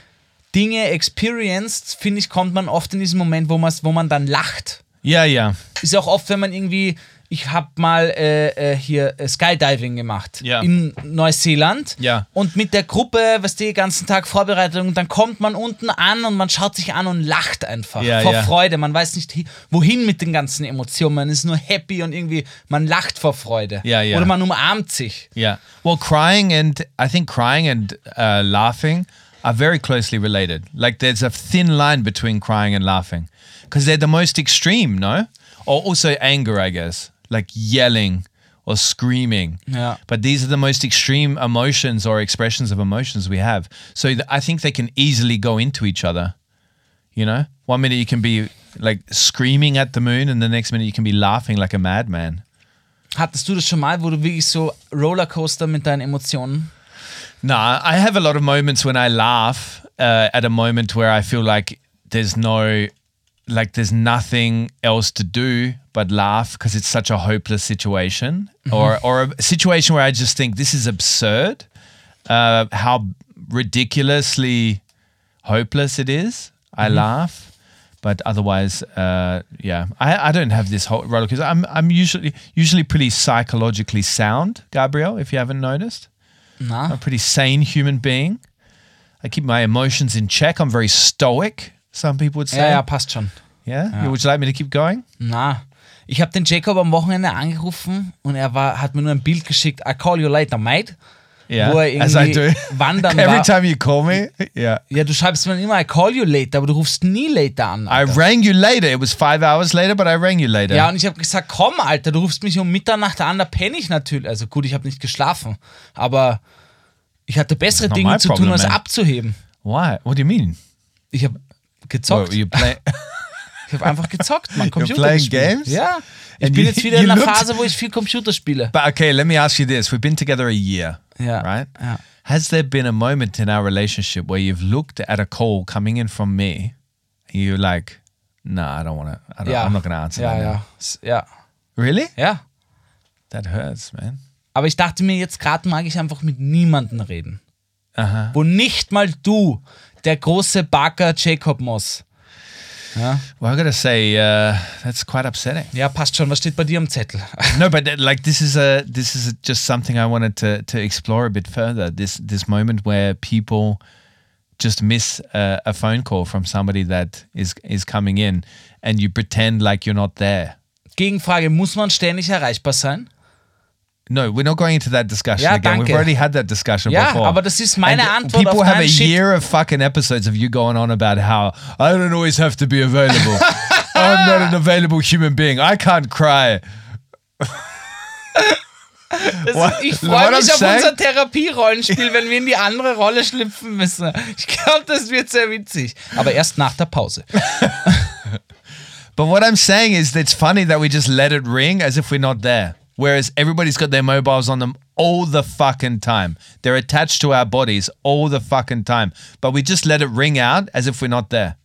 S6: Dinge experienced, finde ich, kommt man oft in diesen Moment, wo, man's- wo man dann lacht.
S5: Yeah, yeah,
S6: ist ja auch oft, wenn man irgendwie, ich habe mal äh, äh, hier äh, Skydiving gemacht
S5: Ja.
S6: in Neuseeland
S5: Ja.
S6: und mit der Gruppe, was die ganzen Tag Vorbereitung, dann kommt man unten an und man schaut sich an und lacht einfach
S5: Ja,
S6: vor
S5: ja.
S6: Freude. Man weiß nicht hi- wohin mit den ganzen Emotionen, man ist nur happy und irgendwie man lacht vor Freude
S5: Ja, ja.
S6: oder man umarmt sich.
S5: yeah. Well, crying and I think crying and uh, laughing are very closely related. Like there's a thin line between crying and laughing because they're the most extreme, no? Or also anger, I guess, like yelling or screaming.
S6: Yeah.
S5: But these are the most extreme emotions or expressions of emotions we have. So th- I think they can easily go into each other. You know, one minute you can be like screaming at the moon, and the next minute you can be laughing like a madman.
S6: Hattest du das schon mal, wo du wirklich so Rollercoaster mit deinen Emotionen?
S5: Nah, I have a lot of moments when I laugh uh, at a moment where I feel like there's no, like there's nothing else to do but laugh because it's such a hopeless situation or or a situation where I just think this is absurd, uh, how ridiculously hopeless it is. I laugh. But otherwise, uh, yeah, I, I don't have this whole roller because I'm I'm usually usually pretty psychologically sound, Gabriel. If you haven't noticed,
S6: Na?
S5: I'm a pretty sane human being. I keep my emotions in check. I'm very stoic, some people would say.
S6: Ja, ja, passt schon.
S5: Yeah? Would you like me to keep going?
S6: Na, Ich habe den Jacob am Wochenende angerufen und er war, hat mir nur ein Bild geschickt, I call you later, mate.
S5: Yeah,
S6: Wo er irgendwie
S5: as I do.
S6: wandern
S5: Every
S6: war.
S5: time you call me, yeah.
S6: Ja, du schreibst mir immer I call you later, aber du rufst nie later an.
S5: I
S6: Alter.
S5: rang you later. It was five hours later, but I rang you later.
S6: Ja, und ich habe gesagt, komm, Alter, du rufst mich um Mitternacht an, da penne ich natürlich. Also gut, ich habe nicht geschlafen, aber ich hatte bessere
S5: not
S6: Dinge
S5: my
S6: zu
S5: problem,
S6: tun, als
S5: man.
S6: abzuheben.
S5: Why? What do you mean?
S6: Ich habe
S5: Well,
S6: gezockt.
S5: you play.
S6: ich habe einfach gezockt, man. Computer
S5: playing
S6: gespielt.
S5: games?
S6: Ja. Ich
S5: And
S6: bin
S5: you-
S6: jetzt wieder
S5: you
S6: in einer
S5: looked-
S6: Phase, wo ich viel Computer spiele.
S5: but okay, let me ask you this: We've been together a year,
S6: Yeah,
S5: right?
S6: yeah.
S5: Has there been a moment in our relationship where you've looked at a call coming in from me, and you're like, "Nah, I don't want to. I don't,
S6: Ja.
S5: I'm not going to answer
S6: ja,
S5: that." now.
S6: ja. S- ja,
S5: Really?
S6: ja.
S5: That hurts, man.
S6: Aber ich dachte mir, jetzt gerade mag ich einfach mit niemandem reden. Wo nicht mal du, der große Barker Jacob Moss.
S5: Well, I gotta say, uh, that's quite upsetting.
S6: Ja, passt schon, was steht bei dir am Zettel?
S5: No, but that- like this is a this is just something I wanted to to explore a bit further. This this moment where people just miss a, a phone call from somebody that is is coming in, and you pretend like you're not there.
S6: Gegenfrage, muss man ständig erreichbar sein?
S5: No, we're not going into that discussion
S6: Ja,
S5: again. We've
S6: danke.
S5: already had that discussion
S6: Ja,
S5: before.
S6: aber das ist meine
S5: And
S6: Antwort
S5: People
S6: auf
S5: have
S6: deinen
S5: a
S6: Shit.
S5: year of fucking episodes of you going on about how I don't always have to be available. I'm not an available human being. I can't cry.
S6: Das,
S5: What-
S6: ich
S5: what
S6: freue
S5: I'm
S6: mich auf
S5: saying?
S6: unser Therapierollenspiel, wenn wir in die andere Rolle schlüpfen müssen. Ich glaube, das wird sehr witzig. Aber erst nach der Pause.
S5: But what I'm saying is that it's funny that we just let it ring as if we're not there. Whereas everybody's got their mobiles on them all the fucking time. They're attached to our bodies all the fucking time. But we just let it ring out as if we're not there.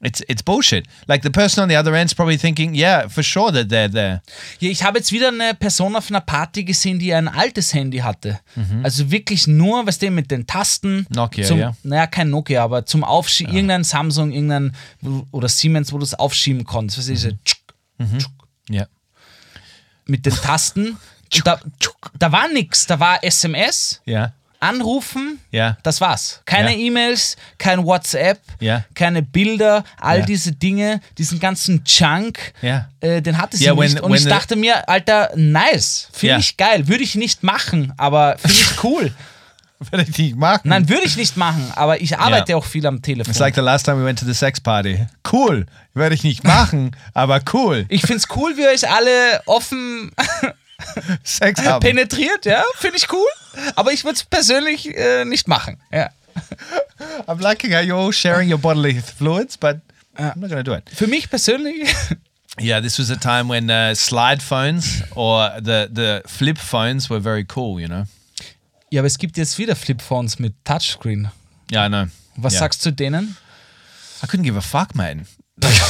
S5: It's it's bullshit. Like the person on the other end's probably thinking, yeah, for sure that they're there.
S6: Ja, ich habe jetzt wieder eine Person auf einer Party gesehen, die ein altes Handy hatte. Also wirklich nur, was dem mit den Tasten.
S5: Nokia,
S6: zum,
S5: ja.
S6: Naja, kein Nokia, aber zum Aufschieben, irgendein Samsung, irgendein wo- oder Siemens, wo du es aufschieben konntest. Was ist mhm.
S5: Yeah.
S6: Mit den Tasten. Und da, da war nichts. Da war SMS,
S5: Yeah.
S6: Anrufen,
S5: Ja.
S6: das war's. Keine
S5: Ja.
S6: E-Mails, kein WhatsApp,
S5: Ja.
S6: keine Bilder, all
S5: Ja.
S6: diese Dinge, diesen ganzen Junk,
S5: Ja.
S6: äh, den hatte sie
S5: Ja,
S6: nicht.
S5: when-
S6: Und
S5: when
S6: ich
S5: the-
S6: dachte mir, Alter, nice, finde
S5: Ja.
S6: ich geil, würde ich nicht machen, aber finde ich cool.
S5: Nein,
S6: Nein, würde ich nicht machen, aber ich arbeite auch viel am Telefon.
S5: it's like the last time we went to the sex party. Cool. Werde ich nicht machen, aber cool.
S6: ich find's cool, wie ihr euch alle offen
S5: Sex haben.
S6: penetriert, ja, finde ich cool, aber ich würde es persönlich äh, nicht machen, ja.
S5: I'm liking how you're all sharing your bodily fluids, but I'm not going to do it.
S6: Für mich persönlich
S5: Uh, Yeah, this was a time when uh, slide phones or the, the flip phones were very cool, you know?
S6: Ja, aber es gibt jetzt wieder Flipphones mit Touchscreen.
S5: Yeah, I know.
S6: Was
S5: yeah.
S6: sagst du denen?
S5: I couldn't give a fuck, man. Like,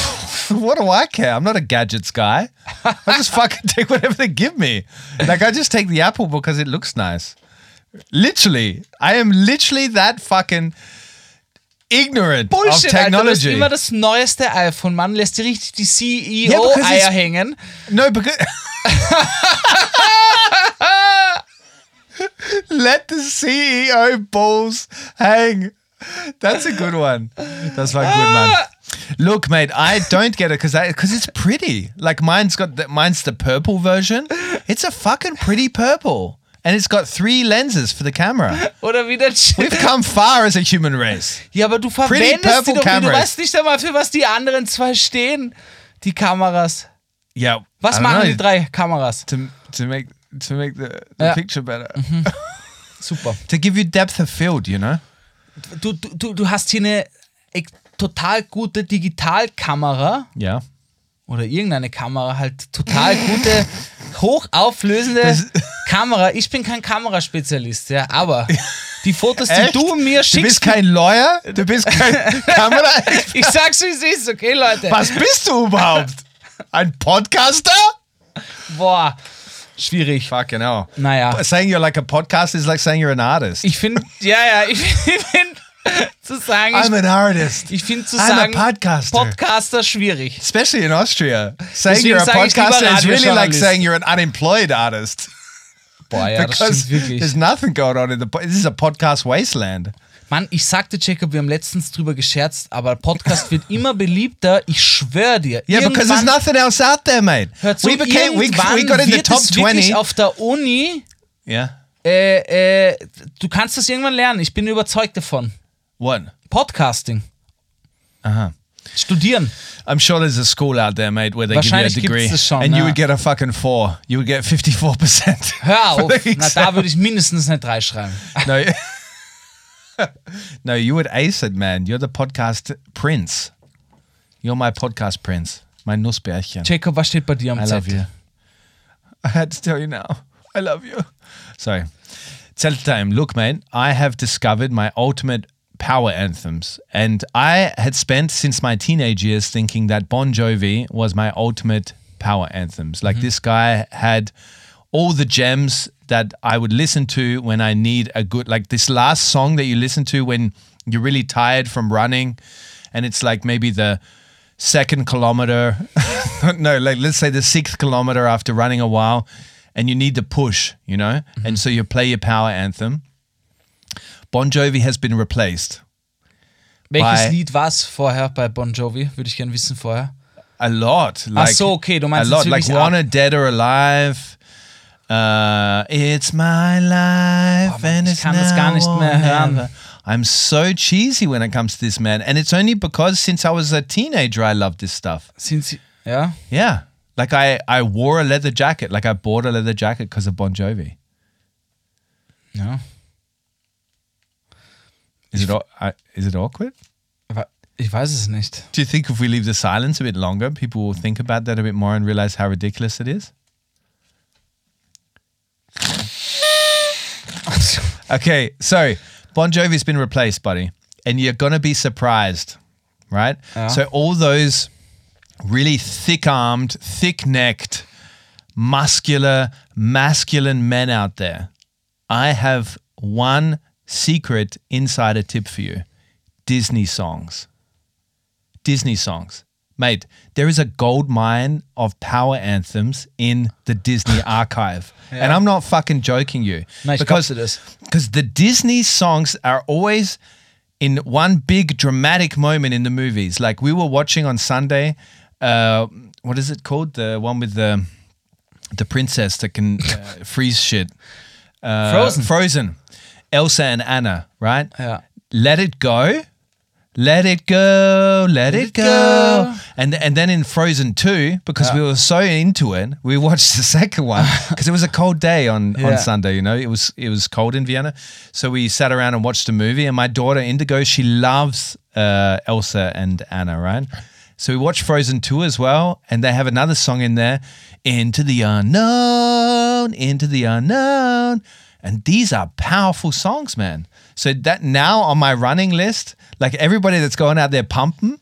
S5: what do I care? I'm not a gadgets guy. I just fucking take whatever they give me. Like, I just take the Apple because it looks nice. Literally, I am literally that fucking ignorant of
S6: Bullshit, Alter, du hast
S5: technology.
S6: immer das neueste iPhone, Mann, lässt dir richtig die
S5: Ja, because
S6: CEO-Eier
S5: it's-
S6: hängen.
S5: No, because. Let the CEO balls hang. That's a good one. That's my good man. Look, mate, I don't get it because because it's pretty. Like mine's got the, mine's the purple version. It's a fucking pretty purple, and it's got three lenses for the camera.
S6: Oder wieder
S5: We've come far as a human race.
S6: Ja, aber du
S5: Pretty
S6: verwendest die
S5: purple
S6: doch, wie, du
S5: cameras.
S6: weißt nicht einmal, für was die anderen zwei stehen, die Kameras.
S5: Yeah.
S6: Was
S5: I don't
S6: machen
S5: know,
S6: die drei Kameras?
S5: to to make to make the, the
S6: Yeah.
S5: picture better?
S6: Mhm. Super.
S5: To give you depth of field, you know.
S6: Du, du, du- du hast hier eine e- total gute Digitalkamera
S5: Yeah.
S6: oder irgendeine Kamera, halt total gute, hochauflösende Kamera. Ich bin kein Kameraspezialist, ja, aber die Fotos, die
S5: Echt?
S6: du mir
S5: Du bist
S6: schickst,
S5: kein Lawyer, du bist kein Kamera.
S6: ich sag's, wie es ist, okay, Leute?
S5: Was bist du überhaupt? Ein Podcaster?
S6: Boah, schwierig.
S5: Fucking hell.
S6: Naja.
S5: Saying you're like a podcast is like saying you're an artist.
S6: Ich finde, ja, ja, ich finde, zu sagen,
S5: I'm
S6: ich,
S5: an artist.
S6: ich finde zu
S5: I'm a
S6: sagen,
S5: podcaster.
S6: Podcaster schwierig.
S5: Especially in Austria. Saying
S6: Deswegen
S5: you're a
S6: sag ich lieber
S5: podcaster is really like
S6: Radiojournalist.
S5: saying you're an unemployed artist.
S6: Boah, ja, das
S5: because
S6: stimmt wirklich.
S5: there's nothing going on in the po- This is a podcast wasteland.
S6: Mann, ich sagte Jacob, wir haben letztens drüber gescherzt, aber Podcast wird immer beliebter. Ich schwöre dir.
S5: Yeah, because there's
S6: irgendwann-
S5: nothing else out there, mate.
S6: Hör zu,
S5: we became we,
S6: irgendwann
S5: we got in the
S6: wird
S5: top
S6: es wirklich
S5: 20.
S6: auf der Uni.
S5: Yeah.
S6: Äh, äh, du kannst das irgendwann lernen. Ich bin überzeugt davon.
S5: What?
S6: Podcasting.
S5: Aha.
S6: Studieren.
S5: I'm sure there's a school out there, mate, where they give you a
S6: Wahrscheinlich gibt's
S5: degree,
S6: das schon,
S5: and you
S6: ja.
S5: would get a fucking four. You would get 54 percent.
S6: Hör auf. Na, da würde ich mindestens eine 3 schreiben.
S5: no, no, you would ace it, man. You're the podcast prince. You're my podcast prince. Mein Nussbärchen.
S6: Jacob, was steht bei dir am
S5: I love you.
S6: Zettel?
S5: I had to tell you now. I love you. Sorry. Tell time. Look, man, I have discovered my ultimate power anthems. And I had spent since my teenage years thinking that Bon Jovi was my ultimate power anthems. Like this guy had all the gems that I would listen to when I need a good, like this last song that you listen to when you're really tired from running. And it's like maybe the second kilometer, no, like let's say the sixth kilometer after running a while, and you need the push, you know? And so you play your power anthem. Bon Jovi has been replaced.
S6: Welches
S5: Bei-
S6: Lied war es vorher bei Bon Jovi? Würde ich gerne wissen vorher.
S5: A lot. Like,
S6: so, okay, du meinst
S5: a lot.
S6: jetzt
S5: Like
S6: wirklich
S5: Wanted, Dead or Alive. Uh, it's my life
S6: Boah, Mann,
S5: and
S6: ich
S5: Oh, it's
S6: kann
S5: now
S6: das gar nicht
S5: or
S6: mehr hören.
S5: never. I'm so cheesy when it comes to this, man. And it's only because since I was a teenager, I loved this stuff.
S6: Sind sie. Ja?
S5: Yeah. Like I, I wore a leather jacket. Like I bought a leather jacket because of Bon Jovi.
S6: Ja.
S5: Is it, au- I- is it awkward?
S6: Wa- Ich weiß es nicht.
S5: Do you think if we leave the silence a bit longer, people will think about that a bit more and realize how ridiculous it is? Okay, so Bon Jovi's been replaced, buddy, and you're gonna be surprised, right?
S6: Yeah.
S5: So all those really thick-armed, thick-necked, muscular, masculine men out there, I have one secret insider tip for you: Disney songs. Disney songs. Mate, there is a gold mine of power anthems in the Disney archive. And I'm not fucking joking you.
S6: Nein, ich glaub's
S5: because
S6: dir das.
S5: because the Disney songs are always in one big dramatic moment in the movies. Like we were watching on Sunday, uh, what is it called? The one with the the princess that can uh, freeze shit. Uh,
S6: Frozen.
S5: Frozen. Elsa and Anna, right?
S6: Ja.
S5: Let it go. Let it go, let, it
S6: it
S5: go.
S6: go.
S5: And and then in Frozen 2, because we were so into it, we watched the second one because it was a cold day on,
S6: Yeah.
S5: on Sunday, you know. It was it was cold in Vienna. So we sat around and watched a movie and my daughter Indigo, she loves uh, Elsa and Anna, right? So we watched Frozen 2 as well and they have another song in there, Into the Unknown, Into the Unknown. And these are powerful songs, man. So that now on my running list, like everybody that's going out there pumping,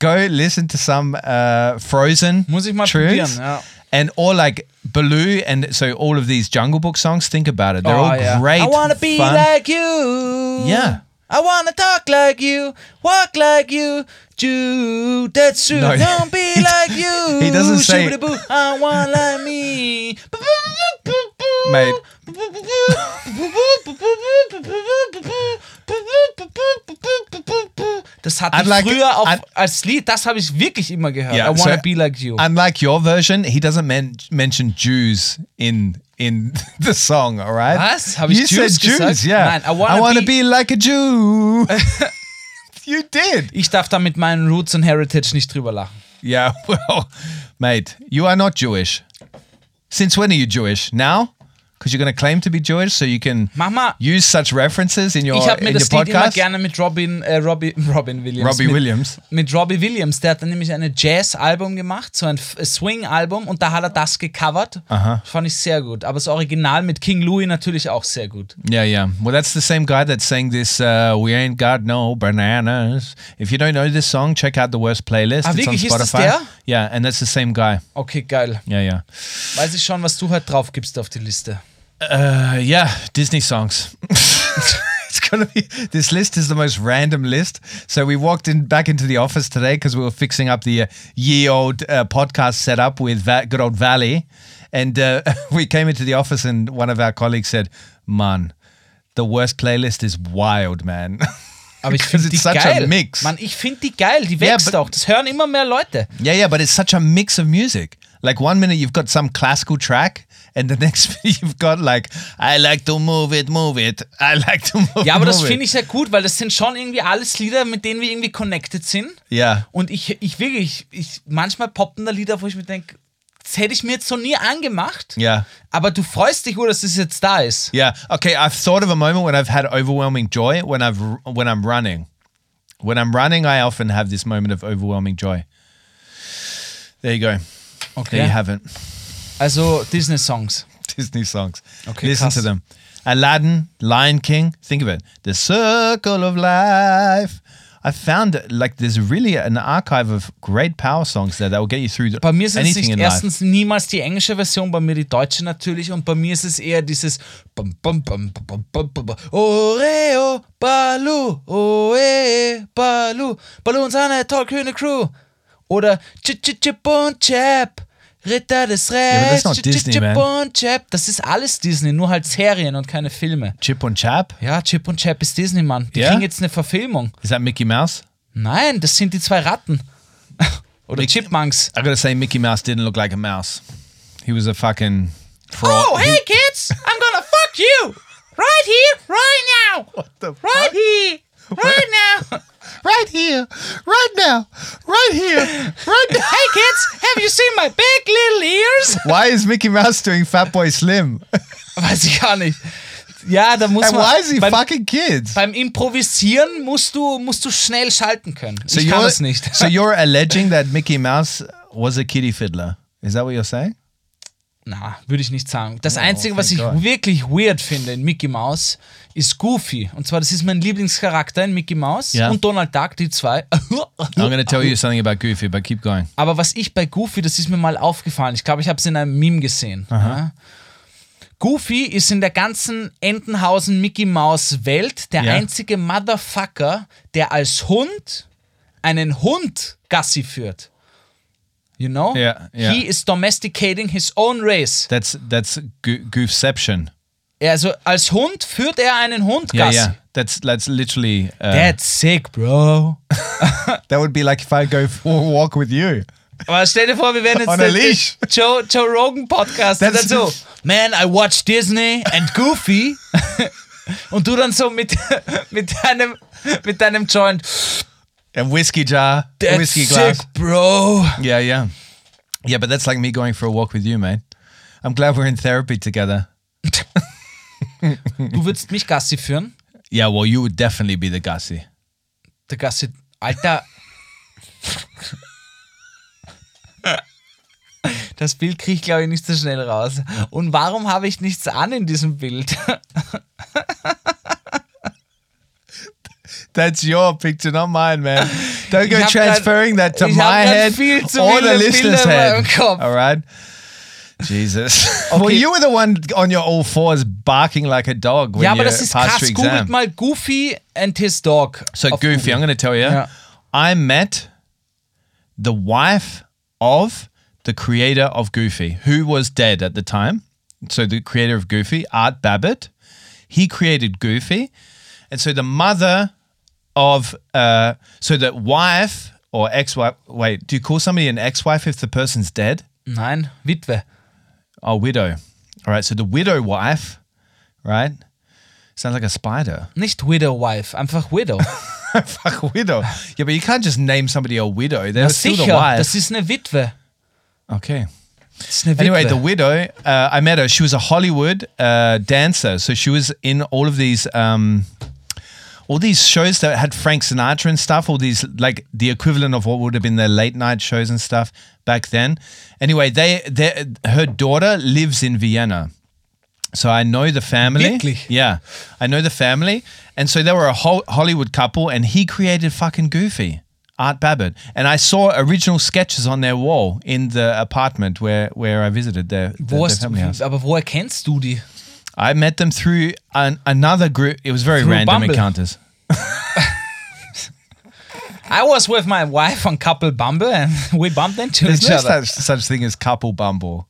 S5: go listen to some uh, Frozen
S6: Muss ich mal
S5: tunes.
S6: probieren, ja.
S5: And or like Baloo and so all of these Jungle Book songs. Think about it; they're
S6: Oh,
S5: all
S6: ja.
S5: great.
S6: I wanna be
S5: fun.
S6: like you.
S5: Yeah.
S6: I wanna talk like you, walk like you, do that's true.
S5: No,
S6: Don't be
S5: he-
S6: like you.
S5: he doesn't say-
S6: Shoo-ba-da-boo, I want like me.
S5: Mate.
S6: Das hatte
S5: I'd
S6: ich
S5: like-
S6: früher auf,
S5: I'd-
S6: als Lied, das habe ich wirklich immer gehört.
S5: Yeah,
S6: I wanna
S5: so-
S6: be like you.
S5: Unlike your version, he doesn't men- mention Jews in in the song. All right,
S6: Was? Hab ich
S5: you
S6: Jews
S5: said Jews?
S6: gesagt?
S5: Yeah,
S6: Nein, I wanna
S5: be-,
S6: be-
S5: like a Jew. you did.
S6: ich darf da mit meinen Roots und Heritage nicht drüber lachen.
S5: Yeah. Well, mate, you are not Jewish. Since when are you Jewish? Now? Because you're going to claim to be Jewish, so you can
S6: Mach mal
S5: use such references in your
S6: Ich habe mir
S5: in
S6: das
S5: your
S6: Lied immer
S5: podcast.
S6: gerne mit Robin, äh, Robbie, Robin Williams.
S5: Robbie
S6: mit,
S5: Williams.
S6: Mit Robbie Williams. Der hat dann nämlich ein Jazz-Album gemacht, so ein F- äh, Swing-Album, und da hat er das gecovert.
S5: Aha.
S6: Fand ich sehr gut. Aber das Original mit King Louis natürlich auch sehr gut.
S5: Yeah, yeah. Well, that's the same guy that sang this. Uh, we ain't got no bananas. If you don't know this song, check out the worst playlist.
S6: Ah,
S5: it's on
S6: wirklich? Ist das
S5: Spotify.
S6: der?
S5: Yeah, and that's the same guy.
S6: Okay, geil.
S5: Yeah, yeah.
S6: Weiß ich schon, was du heute drauf gibst auf die Liste.
S5: Uh, yeah, Disney songs. it's gonna be this list is the most random list. So we walked in back into the office today because we were fixing up the uh, ye old uh, podcast setup with Va- good old Valley, and uh, we came into the office and one of our colleagues said, "Man, the worst playlist is wild, man.
S6: Aber ich
S5: 'Cause
S6: finde die
S5: it's such a
S6: geil.
S5: mix.
S6: Mann, ich finde die geil. Die
S5: Yeah,
S6: wächst
S5: but-
S6: auch. Das hören immer mehr Leute.
S5: yeah, yeah, but it's such a mix of music. Like one minute you've got some classical track, and the next minute you've got like I like to move it, move it. I like to move.
S6: Ja, aber das
S5: move
S6: finde
S5: it.
S6: ich sehr gut, weil das sind schon irgendwie alles Lieder, mit denen wir irgendwie connected sind.
S5: Yeah.
S6: Und ich, ich wirklich, ich, ich, manchmal poppen da Lieder, wo ich mir denke, das hätte ich mir jetzt so nie angemacht.
S5: Yeah.
S6: Aber du freust dich, oh, dass das jetzt da ist.
S5: Yeah. Okay. I've thought of a moment when I've had overwhelming joy when I've when I'm running. When I'm running, I often have this moment of overwhelming joy. There you go.
S6: Okay.
S5: There you have it.
S6: Also Disney-Songs.
S5: Disney songs.
S6: Okay,
S5: Listen
S6: krass.
S5: to them. Aladdin, Lion King. Think of it. The Circle of Life. I found that, like there's really an archive of great power songs there that will get you through the,
S6: Bei mir sind es
S5: anything
S6: nicht
S5: in life.
S6: erstens niemals die englische Version, bei mir die deutsche natürlich und bei mir ist es eher dieses bum, bum, bum, bum, bum, bum, bum, bum. Oreo, Balu, Oe, Balu, Balu und seine tollkühne Crew oder Chip Chip Chip und Chap, Ritter des
S5: aber das
S6: Rechts,
S5: ist noch
S6: Chip
S5: Disney,
S6: Chip Chip
S5: man.
S6: und Chap, das ist alles Disney, nur halt Serien und keine Filme.
S5: Chip und Chap.
S6: Ja, Chip und Chap ist Disney, Mann. Die
S5: Ja?
S6: kriegen jetzt eine Verfilmung.
S5: Is that Mickey Mouse?
S6: Nein, das sind die zwei Ratten. Oder Chipmunks.
S5: I gotta say, Mickey Mouse didn't look like a mouse. He was a fucking fraud.
S6: Oh, hey kids, I'm gonna fuck you right here, right now,
S5: the
S6: right here, right now.
S5: right here, right now, right here, right now.
S6: Hey kids, have you seen my big little ears?
S5: Why is Mickey Mouse doing Fat Boy Slim?
S6: Weiß ich gar nicht. Ja, da muss
S5: And
S6: man.
S5: why is he
S6: beim,
S5: fucking kids?
S6: beim Improvisieren musst du musst du schnell schalten können. ich kann
S5: you're-
S6: es nicht.
S5: so you're alleging that Mickey Mouse was a kitty fiddler. Is that what you're saying?
S6: Na, würde ich nicht sagen. Das Einzige, was ich
S5: thank God.
S6: wirklich weird finde in Mickey Mouse, ist Goofy. Und zwar, das ist mein Lieblingscharakter in Mickey Mouse
S5: Ja.
S6: und Donald Duck, die zwei.
S5: I'm going to tell you something about Goofy, but keep going.
S6: Aber was ich bei Goofy, das ist mir mal aufgefallen, ich glaube, ich habe es in einem Meme gesehen. Ja. Goofy ist in der ganzen Entenhausen Mickey Maus Welt der
S5: Ja.
S6: einzige Motherfucker, der als Hund einen Hund Gassi führt. You know?
S5: Ja, ja.
S6: He is domesticating his own race.
S5: That's that's go- goofception.
S6: Also als Hund führt er einen Hund
S5: Yeah,
S6: Gassi.
S5: yeah. That's that's literally uh,
S6: That's sick, bro.
S5: that would be like if I go for a walk with you.
S6: Aber stell dir vor, wir werden jetzt
S5: On a
S6: den- den
S5: leash.
S6: Joe, Joe Rogan Podcast und dann
S5: That's-
S6: so, man, I watch Disney and Goofy. und du dann so mit, mit, deinem, mit deinem Joint,
S5: A whiskey jar,
S6: that's
S5: whiskey glass.
S6: sick, bro.
S5: Yeah, yeah. Yeah, but that's like me going for a walk with you, man. I'm glad we're in therapy together.
S6: Du würdest mich Gassi führen?
S5: Yeah, well, you would definitely be the gussy.
S6: Der Gassi, Alter. Das Bild kriege ich, glaube ich, nicht so schnell raus. Und warum habe ich nichts an in diesem Bild?
S5: That's your picture, not mine, man. Don't go
S6: Ich hab
S5: transferring
S6: grad-
S5: that to
S6: ich hab
S5: my
S6: grad
S5: head
S6: viel zu
S5: or
S6: viele
S5: the listener's
S6: Bilder in
S5: head.
S6: meinem Kopf.
S5: All right. Jesus. Well, you were the one on your all fours barking like a dog when
S6: ja,
S5: you
S6: aber das ist
S5: passed your
S6: krass. Googelt
S5: exam.
S6: mal Goofy and his dog.
S5: so
S6: auf
S5: goofy,
S6: Google.
S5: I'm going to tell you.
S6: Yeah.
S5: I met the wife of the creator of Goofy, who was dead at the time. So the creator of Goofy, Art Babbitt, he created Goofy, and so the mother of uh, so the wife or ex-wife. Wait, do you call somebody an ex-wife if the person's dead?
S6: Nein, Witwe.
S5: Oh, widow. All right, so the widow wife, right? Sounds like a spider.
S6: Nicht Widow Wife, einfach Widow.
S5: Fuck widow. Yeah, but you can't just name somebody a widow. They're
S6: Ja,
S5: still
S6: sicher,
S5: the wife.
S6: das ist eine Witwe.
S5: Okay.
S6: Das ist eine Witwe.
S5: Anyway, the widow, uh, I met her. She was a Hollywood uh, dancer, so she was in all of these, um, all these shows that had Frank Sinatra and stuff. All these like the equivalent of what would have been their late night shows and stuff back then. Anyway, they, they her daughter lives in Vienna. So I know the family.
S6: Wirklich?
S5: Yeah, I know the family, and so they were a ho- Hollywood couple, and he created fucking Goofy, Art Babbitt, and I saw original sketches on their wall in the apartment where where I visited their, their,
S6: wo
S5: their
S6: hast,
S5: family house.
S6: aber woher kennst du die?
S5: I met them through an, another group. It was very
S6: Through
S5: random
S6: Bumble.
S5: encounters.
S6: I was with my wife on Couple Bumble and we bumped into
S5: There's
S6: each
S5: no
S6: other. Ah,
S5: such, such thing as couple bumble.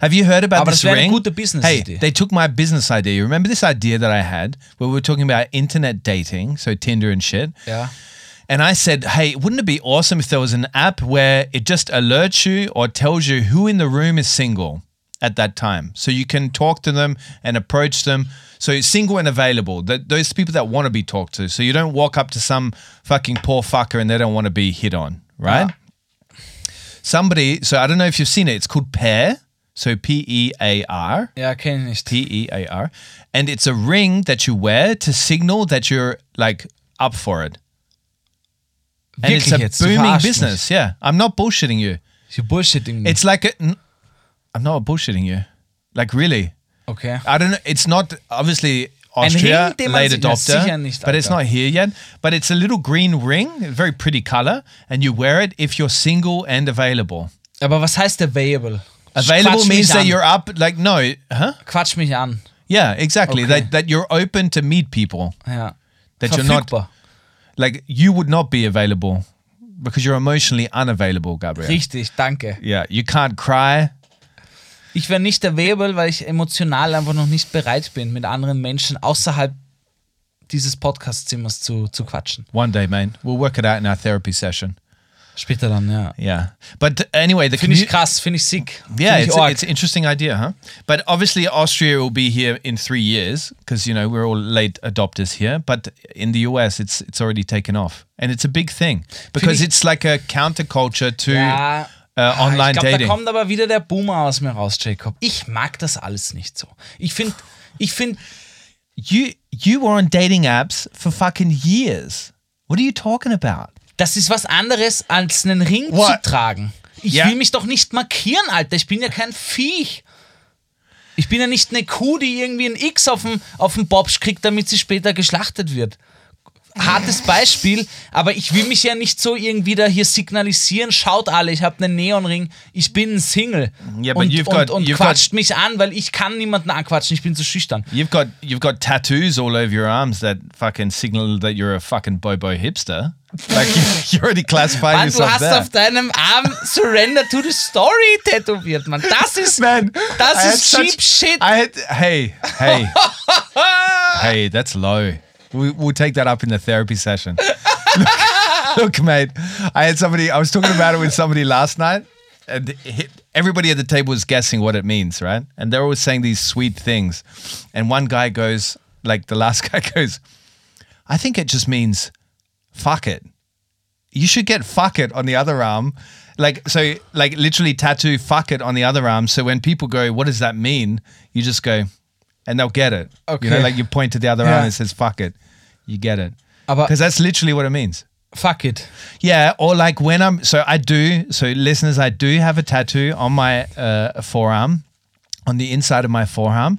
S5: Have you heard about
S6: Aber
S5: this
S6: das wäre eine
S5: ring?
S6: gute business
S5: hey,
S6: idea.
S5: they took my business idea. You remember this idea that I had where we were talking about internet dating, so Tinder and shit?
S6: Ja.
S5: And I said, hey, wouldn't it be awesome if there was an app where it just alerts you or tells you who in the room is single at that time? So you can talk to them and approach them. So it's single and available, that those people that want to be talked to. So you don't walk up to some fucking poor fucker and they don't want to be hit on, right? Somebody, so I don't know if you've seen it, it's called Pair. So P E A R.
S6: Ja, kenne ich nicht.
S5: P E A R. And it's a ring that you wear to signal that you're like up for it. And
S6: Wirklich
S5: it's a
S6: jetzt? Du
S5: booming
S6: verarschst
S5: business. Yeah, I'm not bullshitting you.
S6: Mich. You're bullshitting me.
S5: It's like a, n- I'm not bullshitting you. Like really,
S6: okay.
S5: I don't know. It's not obviously
S6: ring,
S5: Austria
S6: den man
S5: late
S6: sich- na, sicher
S5: adopter,
S6: nicht,
S5: but it's
S6: Alter.
S5: not here yet. But it's a little green ring, a very pretty color, and you wear it if you're single and available.
S6: Aber was heißt available?
S5: Available
S6: Quatsch mich
S5: means that
S6: an.
S5: you're up. Like no, huh?
S6: Quatsch mich an.
S5: Yeah, exactly.
S6: Okay.
S5: That that you're open to meet people.
S6: Ja.
S5: That you're not-
S6: Verfügbar.
S5: Like you would not be available because you're emotionally unavailable, Gabriel.
S6: Richtig, danke.
S5: Yeah, you can't cry.
S6: Ich wäre nicht available, weil ich emotional einfach noch nicht bereit bin, mit anderen Menschen außerhalb dieses Podcast-Zimmers zu, zu quatschen.
S5: One day, man. We'll work it out in our therapy session.
S6: Später dann, ja.
S5: Yeah. But th- anyway, the
S6: Finde ich
S5: commu-
S6: krass, finde ich sick.
S5: Yeah,
S6: Finde ich
S5: it's,
S6: arg.
S5: it's an interesting idea, huh? But obviously, Austria will be here in three years because you know we're all late adopters here. But in the US, it's it's already taken off, and it's a big thing because
S6: ich-
S5: it's like a counterculture to
S6: Ja.
S5: uh, online
S6: ich glaub,
S5: dating.
S6: Ah, Da kommt aber wieder der Boomer aus mir raus, Jacob. Ich mag das alles nicht so. Ich finde, ich finde,
S5: You you were on dating apps for fucking years. What are you talking about?
S6: das ist was anderes, als einen Ring
S5: What?
S6: zu tragen. Ich
S5: Ja.
S6: will mich doch nicht markieren, Alter. Ich bin ja kein Viech. Ich bin ja nicht eine Kuh, die irgendwie ein X auf dem, auf dem Bobsch kriegt, damit sie später geschlachtet wird. Hartes Beispiel, aber ich will mich ja nicht so irgendwie da hier signalisieren, schaut alle, ich habe einen Neonring, ich bin ein Single.
S5: Ja, but
S6: und
S5: you've
S6: und,
S5: got-
S6: und
S5: you've got-
S6: quatscht mich an, weil ich kann niemanden anquatschen, ich bin zu schüchtern.
S5: You've got you've got tattoos all over your arms that fucking signal that you're a fucking bobo hipster. Like you, you already classify
S6: Mann, du
S5: yourself
S6: hast
S5: there.
S6: auf deinem Arm Surrender to the Story tätowiert, Mann. Das ist,
S5: Man,
S6: das
S5: I had
S6: ist cheap
S5: such-
S6: shit.
S5: I had hey hey hey that's low. We, we'll take that up in the therapy session. look, look, mate, I had somebody. I was talking about it with somebody last night, and he- everybody at the table was guessing what it means, right? And they're always saying these sweet things, and one guy goes, like the last guy goes, I think it just means fuck it. You should get fuck it on the other arm. Like so like literally tattoo fuck it on the other arm. So when people go, what does that mean? You just go and they'll get it. You know,
S6: Okay.
S5: like you point to the other
S6: Yeah.
S5: arm and it says fuck it. You get it.
S6: Aber-
S5: Because that's literally what it means.
S6: Fuck it.
S5: Yeah, or like when I'm so I do so listeners, I do have a tattoo on my uh, forearm, on the inside of my forearm,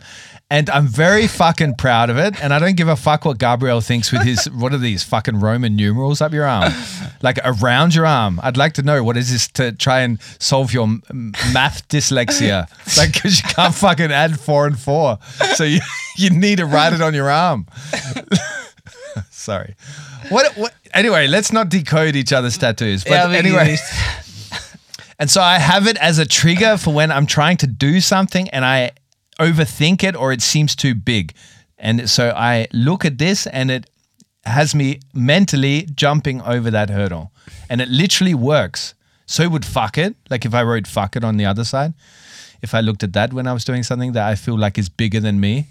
S5: and I'm very fucking proud of it. And I don't give a fuck what Gabriel thinks with his what are these fucking Roman numerals up your arm, like around your arm. I'd like to know what is this to try and solve your m- math dyslexia, like because you can't fucking add four and four, so you you need to write it on your arm. Sorry. What, what? Anyway, let's not decode each other's tattoos. But
S6: Ja, wirklich
S5: anyway,
S6: nicht.
S5: and so I have it as a trigger for when I'm trying to do something and I overthink it or it seems too big, and so I look at this and it has me mentally jumping over that hurdle, and it literally works. So would fuck it. Like if I wrote fuck it on the other side, if I looked at that when I was doing something that I feel like is bigger than me.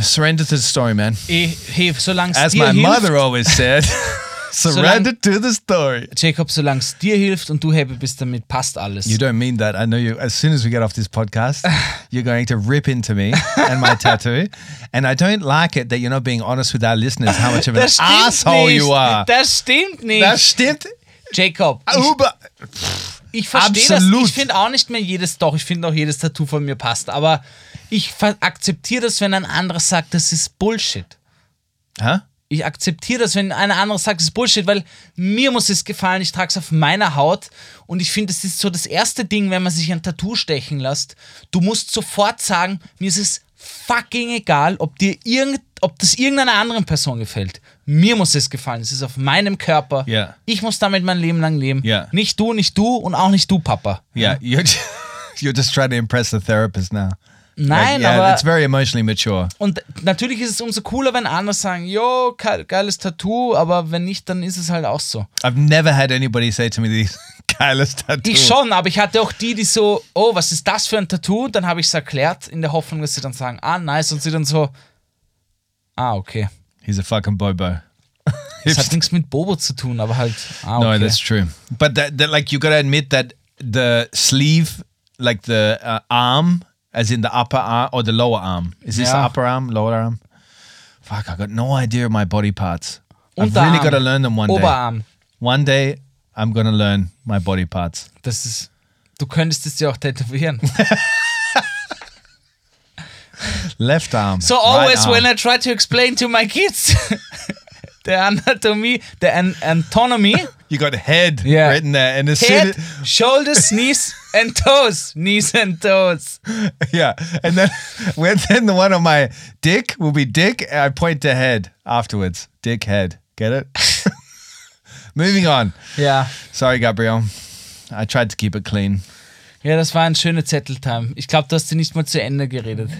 S5: Surrender to the story, man.
S6: Eh, Hey, solange es
S5: As
S6: dir
S5: my
S6: hilft,
S5: mother always said, surrender to the story.
S6: Jacob, solange es dir hilft und du happy bist damit, passt alles.
S5: You don't mean that. I know you. As soon as we get off this podcast, you're going to rip into me and my tattoo. And I don't like it that you're not being honest with our listeners how much of an
S6: das stimmt
S5: asshole
S6: nicht.
S5: you are.
S6: Das stimmt nicht.
S5: That stimmt.
S6: Jacob, ich,
S5: Uber.
S6: ich verstehe das.
S5: absolut.
S6: Ich finde auch nicht mehr jedes, doch, ich finde auch jedes Tattoo von mir passt. Aber ich ver- akzeptiere das, wenn ein anderer sagt, das ist Bullshit.
S5: Huh?
S6: ich akzeptiere das, wenn einer andere sagt, es ist Bullshit, weil mir muss es gefallen, ich trage es auf meiner Haut und ich finde, das ist so das erste Ding, wenn man sich ein Tattoo stechen lässt. Du musst sofort sagen, mir ist es fucking egal, ob dir irgend, ob das irgendeiner anderen Person gefällt. Mir muss es gefallen, es ist auf meinem Körper.
S5: Ja.
S6: Ich muss damit mein Leben lang leben.
S5: Ja.
S6: Nicht du, nicht du und auch nicht du, Papa.
S5: Yeah. You're You're just trying to impress the therapist now.
S6: Nein,
S5: Like, yeah,
S6: aber
S5: it's very emotionally mature.
S6: Und natürlich ist es umso cooler, wenn andere sagen, jo, ge- geiles Tattoo, aber wenn nicht, dann ist es halt auch so.
S5: I've never had anybody say to me these geiles Tattoo.
S6: Ich schon, aber ich hatte auch die, die so, oh, was ist das für ein Tattoo? Dann habe ich es erklärt, in der Hoffnung, dass sie dann sagen, ah, nice, und sie dann so, ah, okay.
S5: He's a fucking bobo.
S6: Das hat nichts mit Bobo zu tun, aber halt, ah,
S5: No,
S6: okay.
S5: that's true. But that, that like you gotta admit that the sleeve, like the uh, arm, as in the upper arm or the lower arm. Is this the
S6: Yeah.
S5: upper arm, lower arm? Fuck, I got no idea of my body parts. I've
S6: Unterarm,
S5: really gotta learn them one day.
S6: Oberarm.
S5: One day, I'm gonna learn my body parts.
S6: Das ist, du könntest es dir auch tätowieren.
S5: Left arm.
S6: So
S5: right
S6: always
S5: arm.
S6: when I try to explain to my kids the anatomy, the an anatomy,
S5: you got head
S6: Yeah.
S5: written there, and as soon
S6: head,
S5: as,
S6: shoulders, knees and toes, knees and toes.
S5: Yeah, and then when then the one on my dick will be dick. And I point to head afterwards. Dick head. Get it? Moving on.
S6: Ja.
S5: Sorry, Gabriel. I tried to keep it clean.
S6: Ja, das war ein schöner Zetteltime. Ich glaube, du hast dir nicht mal zu Ende geredet.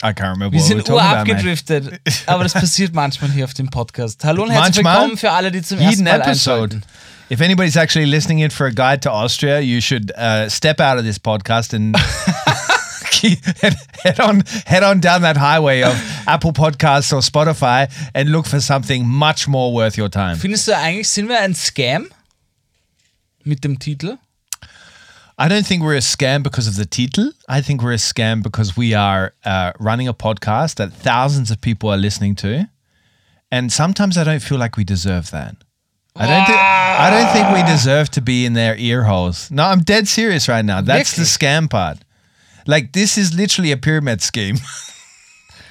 S5: I can't remember
S6: Wir
S5: what we were
S6: sind
S5: talking about. man.
S6: urabgedriftet. Aber das passiert manchmal hier auf dem Podcast. Hallo und herzlich
S5: Manchmal.
S6: willkommen für alle, die zum ersten
S5: Jeden
S6: Mal
S5: episode.
S6: einschalten.
S5: If anybody's actually listening in for a guide to Austria, you should uh, step out of this podcast and. head, head on head on down that highway of Apple Podcasts or Spotify and look for something much more worth your time.
S6: Findest du eigentlich, sind wir ein Scam? Mit dem Titel?
S5: I don't think we're a scam because of the title. I think we're a scam because we are uh, running a podcast that thousands of people are listening to, and sometimes I don't feel like we deserve that. I don't think I don't think we deserve to be in their ear holes. No, I'm dead serious right now. That's the scam part. Like this is literally a pyramid scheme.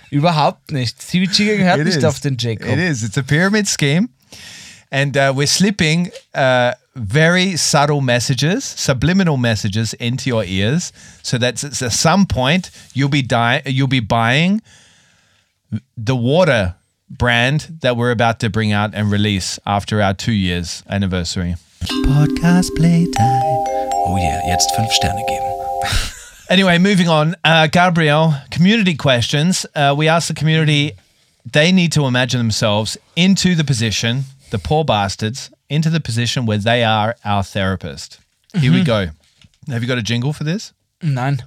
S6: Überhaupt nicht. CBG gehört nicht auf den Jacob.
S5: It is. It's a pyramid scheme. And uh, we're slipping uh, very subtle messages, subliminal messages into your ears, so that s- at some point you'll be di- you'll be buying the water brand that we're about to bring out and release after our two years anniversary.
S4: Podcast Playtime.
S7: Oh yeah, jetzt fünf Sterne geben.
S5: Anyway, moving on. Uh, Gabriel, community questions. Uh, we asked the community, they need to imagine themselves into the position, the poor bastards, into the position where they are our therapist. Here we go. Have you got a jingle for this?
S6: Nein,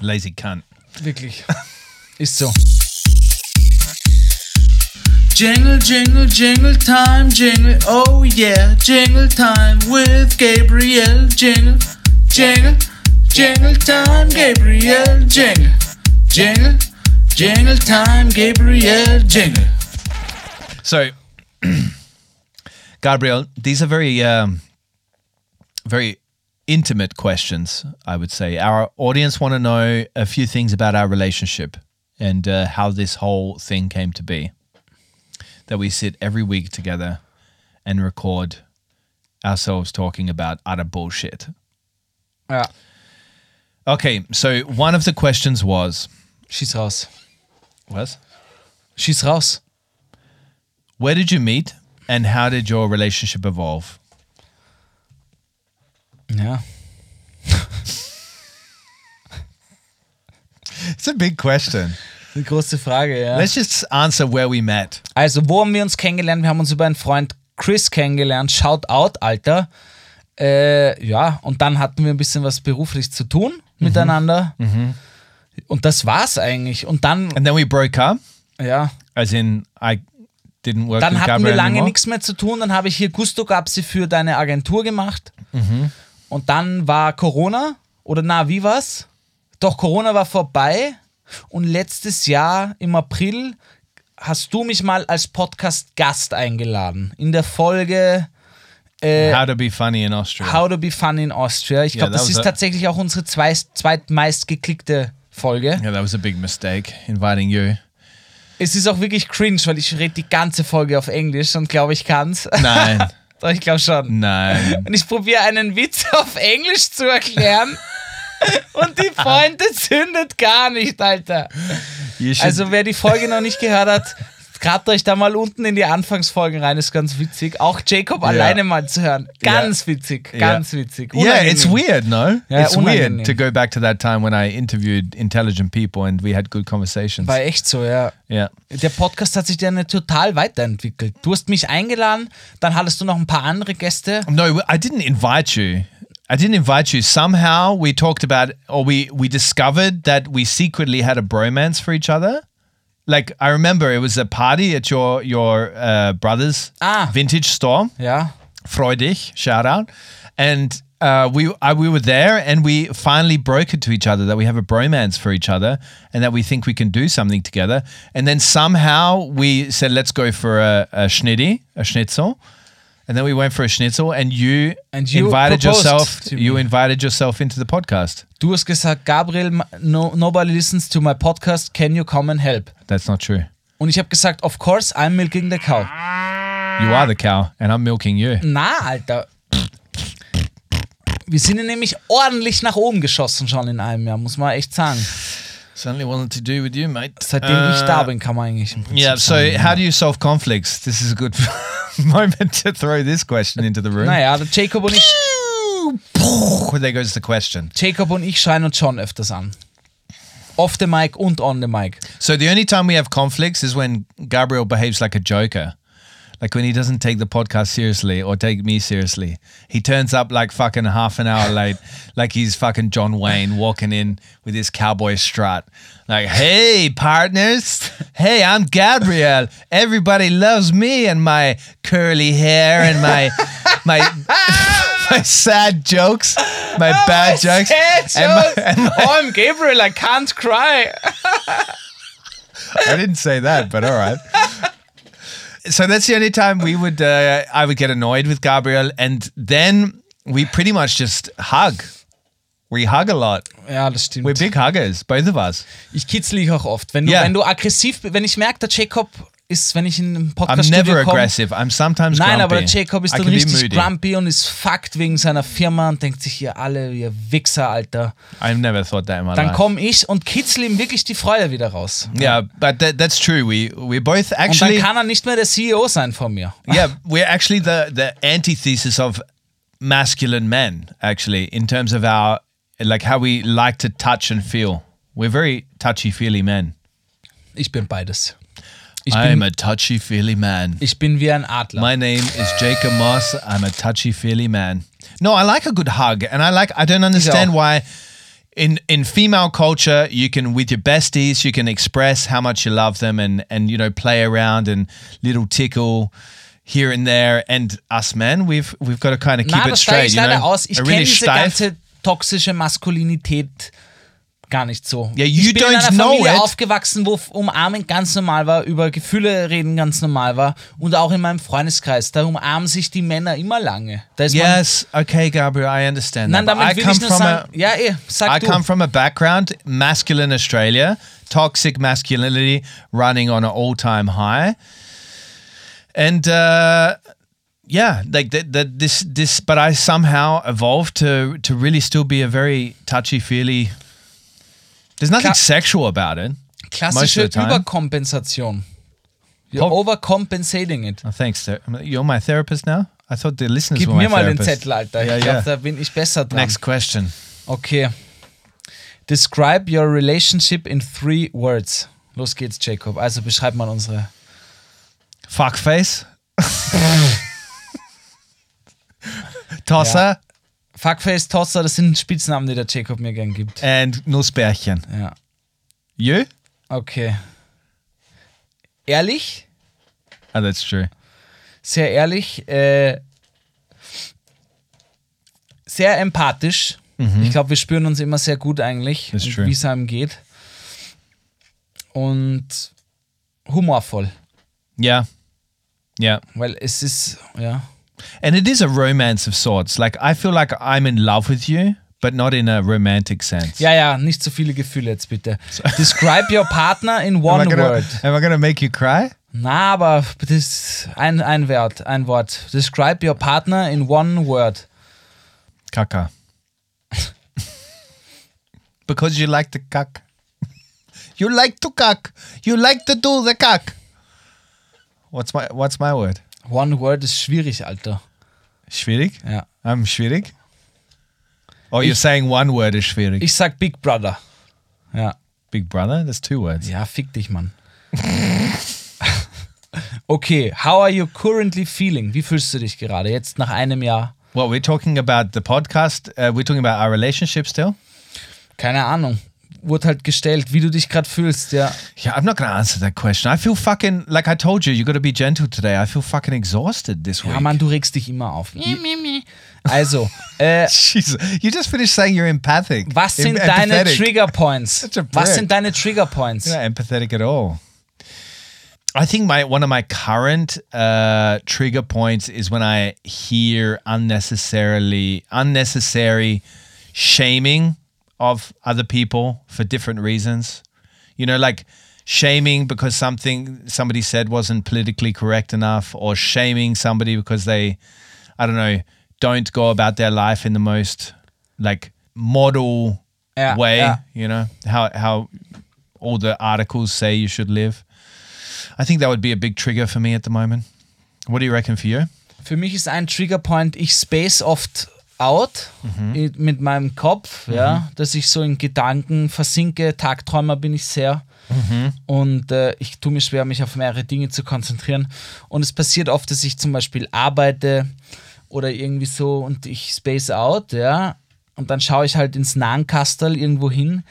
S5: Lazy cunt.
S6: wirklich. Ist so.
S7: Jingle, jingle, jingle time, jingle, oh yeah, jingle time with Gabriel, jingle, jingle, jingle time, Gabriel, jingle, jingle, jingle time, Gabriel, jingle.
S5: So, Gabriel, these are very, um, very intimate questions. I would say our audience want to know a few things about our relationship and uh, how this whole thing came to be. That we sit every week together and record ourselves talking about utter bullshit.
S6: Ja,
S5: Okay, so one of the questions was,
S6: schieß raus.
S5: was,
S6: Schieß raus.
S5: where did you meet and how did your relationship evolve?
S6: Ja.
S5: It's a big question.
S6: Eine große Frage, ja.
S5: Let's just answer where we met.
S6: Also, wo haben wir uns kennengelernt? Wir haben uns über einen Freund Chris kennengelernt. Shout out, Alter. Äh, ja, und dann hatten wir ein bisschen was beruflich zu tun miteinander. Und das war's eigentlich. Und dann,
S5: And then we broke up,
S6: ja,
S5: as in I didn't work
S6: dann hatten
S5: with
S6: wir
S5: Gabriel
S6: lange
S5: anymore.
S6: nichts mehr zu tun. Dann habe ich hier Gusto Gapsi für deine Agentur gemacht.
S5: Mhm.
S6: Und dann war Corona. Oder na, wie war's? Doch, Corona war vorbei. Und letztes Jahr im April hast du mich mal als Podcast-Gast eingeladen. In der Folge äh,
S5: How to be funny in Austria.
S6: How to be fun in Austria. Ich
S5: Ja,
S6: glaube,
S5: that
S6: das
S5: was
S6: ist
S5: a-
S6: tatsächlich auch unsere zwei, zweitmeist geklickte Folge.
S5: yeah, that was a big mistake inviting you.
S6: Es ist auch wirklich cringe, weil ich rede die ganze Folge auf Englisch und glaube, ich kann's.
S5: Nein,
S6: Doch, ich glaube schon.
S5: nein.
S6: Und ich probiere einen Witz auf Englisch zu erklären. Und die Freunde zündet gar nicht, Alter.
S5: You should,
S6: Also wer die Folge noch nicht gehört hat, Grabt euch da mal unten in die Anfangsfolgen rein, ist ganz witzig. Auch Jacob alleine mal zu hören. Ganz witzig, ganz witzig.
S5: Yeah,
S6: Unangenehm.
S5: it's weird, no?
S6: Yeah,
S5: it's weird
S6: unangenehm.
S5: to go back to that time when I interviewed intelligent people and we had good conversations.
S6: War echt so, ja.
S5: Yeah.
S6: Der Podcast hat sich dann total weiterentwickelt. Du hast mich eingeladen, dann hattest du noch ein paar andere Gäste.
S5: No, I didn't invite you. I didn't invite you. Somehow we talked about, or we we discovered that we secretly had a bromance for each other. Like I remember, it was a party at your your uh, brother's
S6: Ah.
S5: vintage store.
S6: Ja.
S5: Freudig, shout out. And uh, we I, we were there, and we finally brokered to each other that we have a bromance for each other, and that we think we can do something together. And then somehow we said, let's go for a, a schnitty, a schnitzel. And then we went for a schnitzel, and you,
S6: And you
S5: invited
S6: proposed
S5: yourself.
S6: to
S5: You
S6: me.
S5: invited yourself into the podcast.
S6: Du hast gesagt, Gabriel, m- no, nobody listens to my podcast, can you come and help?
S5: That's not true.
S6: Und ich habe gesagt, of course, I'm milking the cow.
S5: You are the cow, and I'm milking you.
S6: Na, Alter. Wir sind ja nämlich ordentlich nach oben geschossen schon in einem Jahr, muss man echt sagen.
S5: Certainly wasn't to do with you, mate. Uh,
S6: Seitdem
S5: Äh,
S6: ich da bin, kann man eigentlich. Im Prinzip
S5: Yeah. So,
S6: sagen,
S5: how do you solve conflicts? This is a good moment to throw this question into the room.
S6: Naja, der Jacob und ich,
S5: Well, there goes the question.
S6: Jacob und ich schreien uns schon öfters an. Off the mic und on the mic.
S5: So the only time we have conflicts is when Gabriel behaves like a joker. Like when he doesn't take the podcast seriously or take me seriously. He turns up like fucking half an hour late, like he's fucking John Wayne walking in with his cowboy strut. Like, hey, partners. Hey, I'm Gabriel. Everybody loves me and my curly hair and my my my sad jokes, my bad jokes. and my- and my-
S6: Oh, I'm Gabriel, I can't cry.
S5: I didn't say that, but all right. So that's the only time we would uh, I would get annoyed with Gabriel, and then we pretty much just hug. We hug a lot.
S6: Ja, das stimmt.
S5: We're big huggers, both of us.
S6: Ich kitzle dich auch oft. Wenn du,
S5: Ja.
S6: wenn du aggressiv bist, wenn ich merke, der Jacob ist, wenn ich in einem
S5: I'm
S6: Podcast
S5: never
S6: komme,
S5: aggressive. I'm sometimes
S6: Nein,
S5: grumpy.
S6: aber der Jacob ist
S5: I
S6: dann
S5: can be
S6: richtig
S5: moody.
S6: grumpy und ist fucked wegen seiner Firma und denkt sich, ihr alle, ihr Wichser, Alter.
S5: I've never thought that in my
S6: Dann
S5: life.
S6: komme ich und kitzel ihm wirklich die Freude wieder raus.
S5: yeah, but that, that's true. We we're both
S6: Und dann
S5: actually
S6: kann er nicht mehr der CEO sein von mir.
S5: yeah, we're actually the the antithesis of masculine men, actually, in terms of our like how we like to touch and feel. We're very touchy feely men.
S6: Ich bin beides. Ich
S5: I'm
S6: bin,
S5: a touchy feely man.
S6: ich bin wie ein Adler.
S5: My name is Jacob Moss. I'm a touchy feely man. No, I like a good hug, and I like. I don't understand
S6: auch.
S5: why. In, in female culture, you can with your besties, you can express how much you love them, and and you know play around and little tickle here and there. And us men, we've we've got to kind of keep
S6: Na,
S5: it
S6: das steige
S5: straight.
S6: ich
S5: You
S6: leider
S5: know,
S6: aus. Ich
S5: A
S6: kenne
S5: really
S6: diese
S5: steif-
S6: ganze toxische Maskulinität gar nicht so.
S5: Yeah, you
S6: ich bin in
S5: don't
S6: einer
S5: know
S6: Familie
S5: it.
S6: aufgewachsen, wo Umarmen ganz normal war, über Gefühle reden ganz normal war und auch in meinem Freundeskreis. Da umarmen sich die Männer immer lange. Da ist man
S5: Yes, okay, Gabriel, I understand.
S6: Nein,
S5: that, but
S6: damit
S5: I
S6: will
S5: come
S6: ich nur
S5: from
S6: sagen,
S5: a
S6: ja, eh, sag
S5: I
S6: du.
S5: come from a background, masculine Australia, toxic masculinity running on an all time high. And uh, yeah, like that, that this, this, but I somehow evolved to, to really still be a very touchy feely. There's nothing
S6: Ca-
S5: sexual about it. Most
S6: Klassische
S5: of the time.
S6: Überkompensation. You're
S5: ne? Pop-
S6: overcompensating it.
S5: Oh, thanks. Sir. You're my therapist now? I thought the listeners
S6: Gib
S5: were my
S6: mir mal den
S5: therapist.
S6: Zettel, Alter.
S5: Yeah,
S6: ich glaube,
S5: yeah.
S6: da bin ich besser dran.
S5: Next question.
S6: Okay. Describe your relationship in three words. Los geht's, Jacob. Also beschreib mal unsere.
S5: Fuckface. Tosser
S6: Fuckface, Tosser, das sind Spitznamen, die der Jacob mir gern gibt.
S5: and Nussbärchen.
S6: Ja.
S5: You?
S6: Okay. Ehrlich?
S5: Oh, that's true.
S6: Sehr ehrlich. Äh, sehr empathisch. Ich glaube, wir spüren uns immer sehr gut eigentlich,
S5: That's
S6: und
S5: true.
S6: wie es einem geht. Und humorvoll.
S5: Yeah. Yeah.
S6: Weil es ist, ja.
S5: And it is a romance of sorts. Like, I feel like I'm in love with you, but not in a romantic sense.
S6: Ja, ja, nicht so viele Gefühle jetzt bitte. Describe your partner in
S5: Am I
S6: one
S5: gonna-
S6: word.
S5: Am I going to make you cry?
S6: Na, aber das ein, ein Wort, ein Wort. Describe your partner in one word.
S5: Kaka. because you like the kak. You like to kak. You like to do the kak. What's my What's my word?
S6: One Word ist schwierig, Alter.
S5: Schwierig?
S6: Ja.
S5: I'm schwierig. Oh, you're
S6: Ich-
S5: saying one word is schwierig.
S6: Ich sag Big Brother. Ja.
S5: Big brother? That's two words.
S6: Ja, fick dich, Mann. okay, how are you currently feeling? Wie fühlst du dich gerade jetzt nach einem Jahr?
S5: Well, we're talking about the podcast. Uh, we're talking about our relationship still.
S6: Keine Ahnung. Wurde halt gestellt, wie du dich gerade fühlst, ja.
S5: Yeah, I'm not gonna answer that question. I feel fucking like I told you. You got to be gentle today. I feel fucking exhausted this week.
S6: Ja, Mann, du regst dich immer auf. Also, äh,
S5: Jesus, you just finished saying you're empathic.
S6: was sind
S5: Em-
S6: deine
S5: empathetic.
S6: Trigger Points?
S5: Such a
S6: Was
S5: prick.
S6: sind deine Trigger Points?
S5: You're not empathetic at all. I think my one of my current uh, trigger points is when I hear unnecessarily unnecessary shaming of other people for different reasons. You know, like shaming because something somebody said wasn't politically correct enough, or shaming somebody because they, I don't know, don't go about their life in the most like model
S6: Yeah,
S5: way.
S6: yeah.
S5: You know how how all the articles say you should live. I think that would be a big trigger for me at the moment. What do you reckon for you?
S6: Für mich ist ein Triggerpoint, ich space oft out i- mit meinem Kopf, ja, dass ich so in Gedanken versinke. Tagträumer bin ich sehr. Und äh, ich tue mir schwer, mich auf mehrere Dinge zu konzentrieren. Und es passiert oft, dass ich zum Beispiel arbeite oder irgendwie so und ich space out, ja. Und dann schaue ich halt ins Nahenkastel irgendwo hin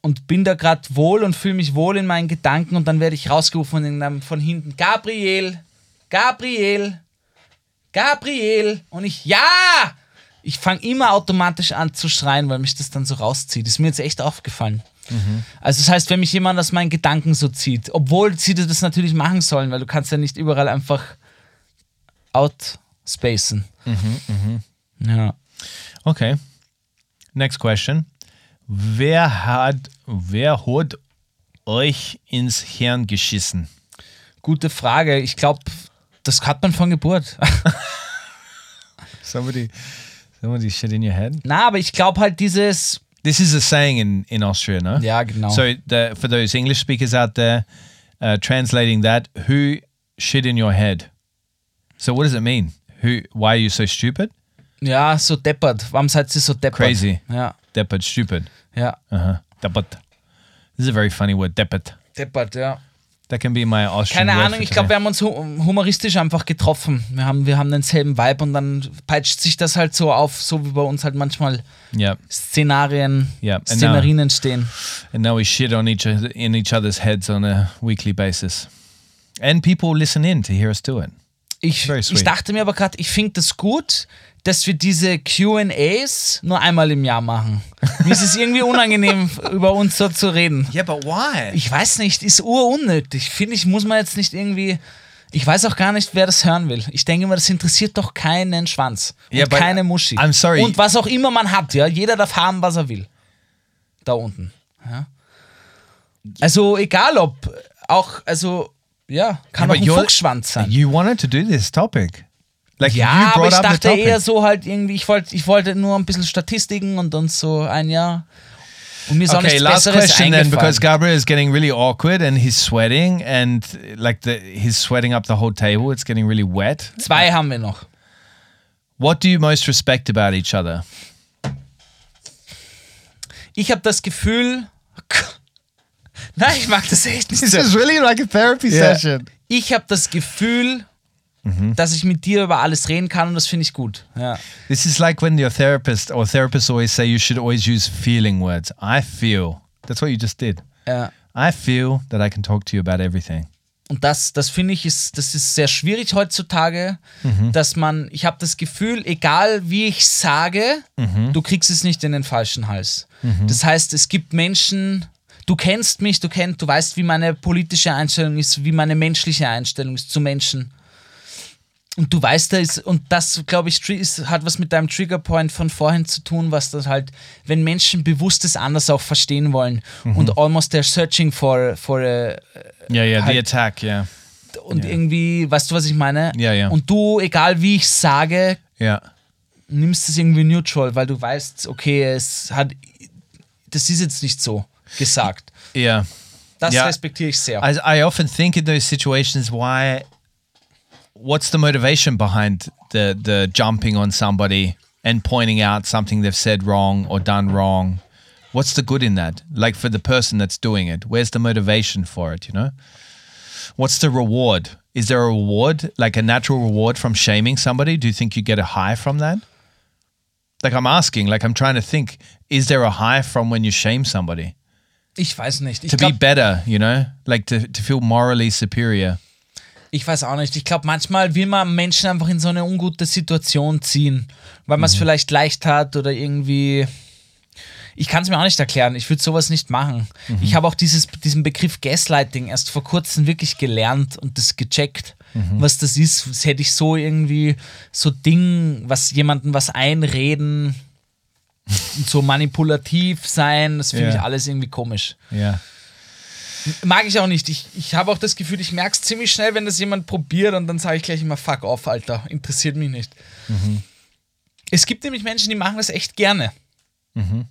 S6: und bin da gerade wohl und fühle mich wohl in meinen Gedanken und dann werde ich rausgerufen von, einem- von hinten, Gabriel, Gabriel, Gabriel und ich, ja! Ich fange immer automatisch an zu schreien, weil mich das dann so rauszieht. Ist mir jetzt echt aufgefallen. Also das heißt, wenn mich jemand aus meinen Gedanken so zieht, obwohl sie das natürlich machen sollen, weil du kannst ja nicht überall einfach outspacen. Ja.
S5: Okay. Next question. Wer hat, wer hat euch ins Hirn geschissen?
S6: Gute Frage. Ich glaube, das hat man von Geburt.
S5: Somebody, somebody shit in your head.
S6: Na, aber ich glaube halt dieses.
S5: This is a saying in in Austria, no?
S6: Ja, genau.
S5: So the, for those English speakers out there, uh, translating that, who shit in your head? So what does it mean? Who? Why are you so stupid?
S6: Ja, so deppert. Warum seid ihr so deppert?
S5: Crazy.
S6: Ja,
S5: Deppert, stupid.
S6: ja.
S5: Uh huh. Deppert. This is a very funny word. Deppert.
S6: Deppert, ja.
S5: That can be my Austrian.
S6: Keine
S5: word
S6: Ahnung,
S5: for
S6: ich glaube,
S5: today.
S6: wir haben uns hu- humoristisch einfach getroffen. Wir haben, wir haben denselben Vibe und dann peitscht sich das halt so auf, so wie bei uns halt manchmal
S5: Yeah.
S6: Szenarien,
S5: Ja, and now-
S6: Szenarien entstehen.
S5: And now we shit on each other, in each other's heads on a weekly basis. And people listen in to hear us do it.
S6: Ich,
S5: Very
S6: ich
S5: sweet.
S6: dachte mir aber gerade, ich finde das gut, dass wir diese QAs nur einmal im Jahr machen. Mir ist es irgendwie unangenehm, über uns so zu reden.
S5: Yeah, but why?
S6: Ich weiß nicht, ist urunnötig. Finde ich, muss man jetzt nicht irgendwie. Ich weiß auch gar nicht, wer das hören will. Ich denke immer, das interessiert doch keinen Schwanz. Und
S5: Ja, but
S6: keine Muschi.
S5: I'm sorry.
S6: Und was auch immer man hat, ja. Jeder darf haben, was er will. Da unten. Ja. Also, egal ob. Auch, also, ja, kann
S5: Ja,
S6: auch ein
S5: but you're-
S6: Fuchsschwanz sein.
S5: You wanted to do this topic. Like
S6: Ja,
S5: you
S6: aber
S5: brought
S6: ich
S5: up the
S6: dachte
S5: topic.
S6: eher so halt irgendwie, ich wollte ich wollte nur ein bisschen Statistiken und dann so ein Jahr. Und mir ist auch
S5: okay,
S6: nichts
S5: last
S6: Besseres
S5: question then,
S6: eingefallen.
S5: because Gabriel is getting really awkward and he's sweating and like the he's sweating up the whole table. It's getting really wet.
S6: Zwei haben wir noch.
S5: What do you most respect about each other?
S6: ich habe das Gefühl, nein, ich mag das echt nicht. so.
S5: really like a therapy
S6: session. Ich habe das Gefühl, dass ich mit dir über alles reden kann und das finde ich gut. Ja.
S5: This is like when your therapist or therapists always say you should always use feeling words. I feel. That's what you just did.
S6: Ja.
S5: I feel that I can talk to you about everything.
S6: Und das, das finde ich, ist, das ist sehr schwierig heutzutage, dass man, ich habe das Gefühl, egal wie ich sage, du kriegst es nicht in den falschen Hals. Das heißt, es gibt Menschen, du kennst mich, du kennst, du weißt, wie meine politische Einstellung ist, wie meine menschliche Einstellung ist zu Menschen. Und du weißt, da ist, und das, glaube ich, tri- ist, hat was mit deinem Triggerpoint von vorhin zu tun, was das halt, wenn Menschen bewusstes anders auch verstehen wollen und almost they're searching for, for a,
S5: Yeah, yeah,
S6: Halt.
S5: the attack, yeah.
S6: und irgendwie, weißt du, was ich meine?
S5: Ja, ja.
S6: Und du, egal wie ich sage,
S5: Yeah.
S6: nimmst es irgendwie neutral, weil du weißt, okay, es hat, das ist jetzt nicht so gesagt.
S5: Yeah.
S6: Das
S5: Ja. Also
S6: respektiere ich sehr.
S5: I, I often think in those situations, why? What's the motivation behind the the jumping on somebody and pointing out something they've said wrong or done wrong? What's the good in that? Like for the person that's doing it, where's the motivation for it? You know, what's the reward? Is there a reward, like a natural reward from shaming somebody? Do you think you get a high from that? Like I'm asking, like I'm trying to think, is there a high from when you shame somebody?
S6: ich weiß nicht. Ich
S5: to
S6: glaub,
S5: be better, you know, like to, to feel morally superior.
S6: Ich weiß auch nicht. Ich glaube, manchmal will man Menschen einfach in so eine ungute Situation ziehen, weil man es vielleicht leicht hat oder irgendwie. Ich kann es mir auch nicht erklären. Ich würde sowas nicht machen. Ich habe auch dieses, diesen Begriff Gaslighting erst vor kurzem wirklich gelernt und das gecheckt, was das ist. Das hätte ich so irgendwie so Ding, was jemanden was einreden, und so manipulativ sein. Das finde
S5: Ja.
S6: ich alles irgendwie komisch.
S5: Yeah.
S6: Mag ich auch nicht. Ich, ich habe auch das Gefühl, ich merke es ziemlich schnell, wenn das jemand probiert und dann sage ich gleich immer, fuck off, Alter, interessiert mich nicht. Mhm. Es gibt nämlich Menschen, die machen das echt gerne. Mhm.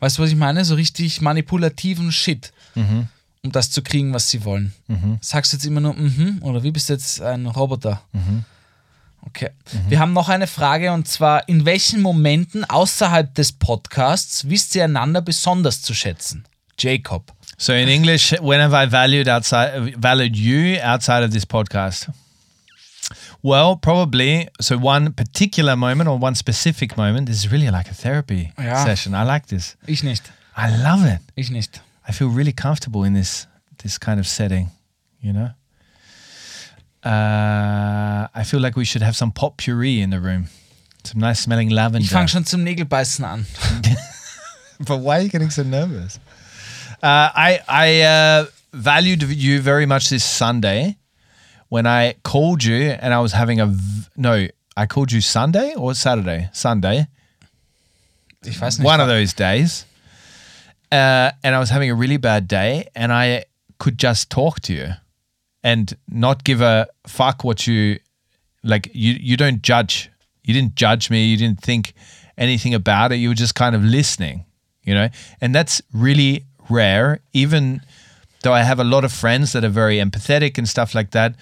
S6: Weißt du, was ich meine? So richtig manipulativen Shit, um das zu kriegen, was sie wollen. Sagst du jetzt immer nur, mhm, oder wie bist du jetzt ein Roboter? Okay. Wir haben noch eine Frage und zwar: In welchen Momenten außerhalb des Podcasts wisst ihr einander besonders zu schätzen? Jacob.
S5: So in English, when have I valued outside valued you outside of this podcast? Well, probably so one particular moment or one specific moment this is really like a therapy
S6: Yeah.
S5: session. I like this.
S6: Ich nicht.
S5: I love it.
S6: Ich nicht.
S5: I feel really comfortable in this this kind of setting, you know. Uh, I feel like we should have some pot puree in the room. Some nice smelling lavender.
S6: Ich fange schon zum Nägelbeißen an.
S5: But why are you getting so nervous? Uh, I I uh, valued you very much this Sunday when I called you and I was having a v- no. I called you Sunday or Saturday? Sunday,
S6: Ich weiß nicht.
S5: one of those days. Uh, and I was having a really bad day, and I could just talk to you and not give a fuck what you like. You you don't judge. You didn't judge me. You didn't think anything about it. You were just kind of listening, you know. And that's really rare. Even though I have a lot of friends that are very empathetic and stuff like that,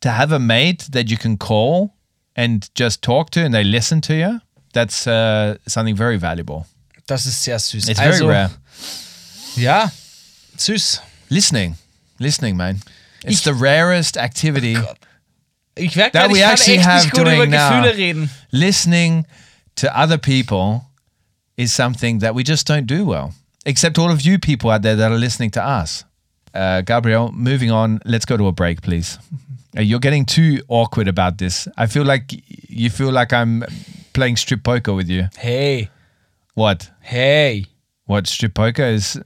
S5: to have a mate that you can call and just talk to and they listen to you, that's uh, something very valuable.
S6: Das ist sehr süß.
S5: It's very rare.
S6: Ja, süß.
S5: Listening, listening, man. It's the rarest activity.
S6: Ich merke
S5: That
S6: gerade, ich
S5: we
S6: kann echt
S5: actually have uh,
S6: nicht gut über
S5: doing now.
S6: Gefühle reden.
S5: listening to other people is something that we just don't do well. Except all of you people out there that are listening to us. Uh, Gabriel, moving on. Let's go to a break, please. Uh, You're getting too awkward about this. I feel like you feel like I'm playing strip poker with you.
S6: Hey,
S5: What?
S6: hey.
S5: What strip poker is?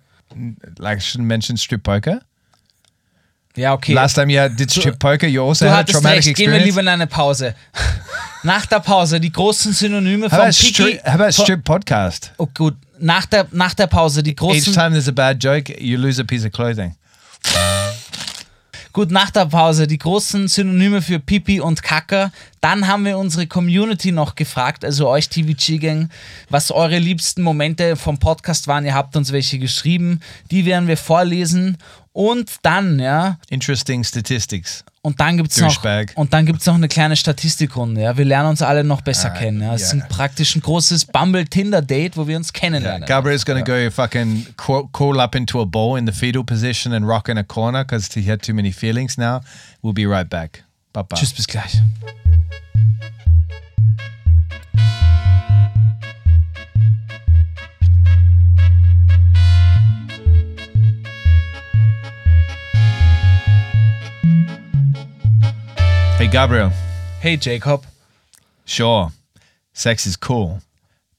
S5: Like I shouldn't mention strip poker.
S6: Ja, okay.
S5: Last time you had, did strip poker, you also
S6: du
S5: had a
S6: hattest
S5: traumatic
S6: recht. Gehen wir
S5: experience.
S6: lieber in eine Pause. Nach der Pause, die großen Synonyme
S5: how
S6: von
S5: about,
S6: Piki.
S5: strip, how about
S6: von-
S5: strip podcast?
S6: Oh gut, nach der, nach der Pause, die
S5: Each
S6: großen...
S5: time there's a bad joke, you lose a piece of clothing.
S6: Gut, nach der Pause die großen Synonyme für Pipi und Kacker. Dann haben wir unsere Community noch gefragt, also euch TVG-Gang, was eure liebsten Momente vom Podcast waren. Ihr habt uns welche geschrieben, die werden wir vorlesen. Und dann, ja,
S5: Interesting statistics.
S6: und dann gibt's noch,
S5: Douchebag.
S6: und dann gibt's noch eine kleine Statistikrunde. Ja, wir lernen uns alle noch besser kennen. Ja, es
S5: ja.
S6: ist ein praktisch ein großes Bumble-Tinder-Date, wo wir uns kennenlernen.
S5: Gabriel's going to go fucking crawl, crawl up into a ball in the fetal position and rock in a corner because he had too many feelings now. We'll be right back. Bye bye.
S6: Tschüss, bis gleich.
S5: Hey, Gabriel.
S6: Hey Jacob.
S5: Sure, sex is cool,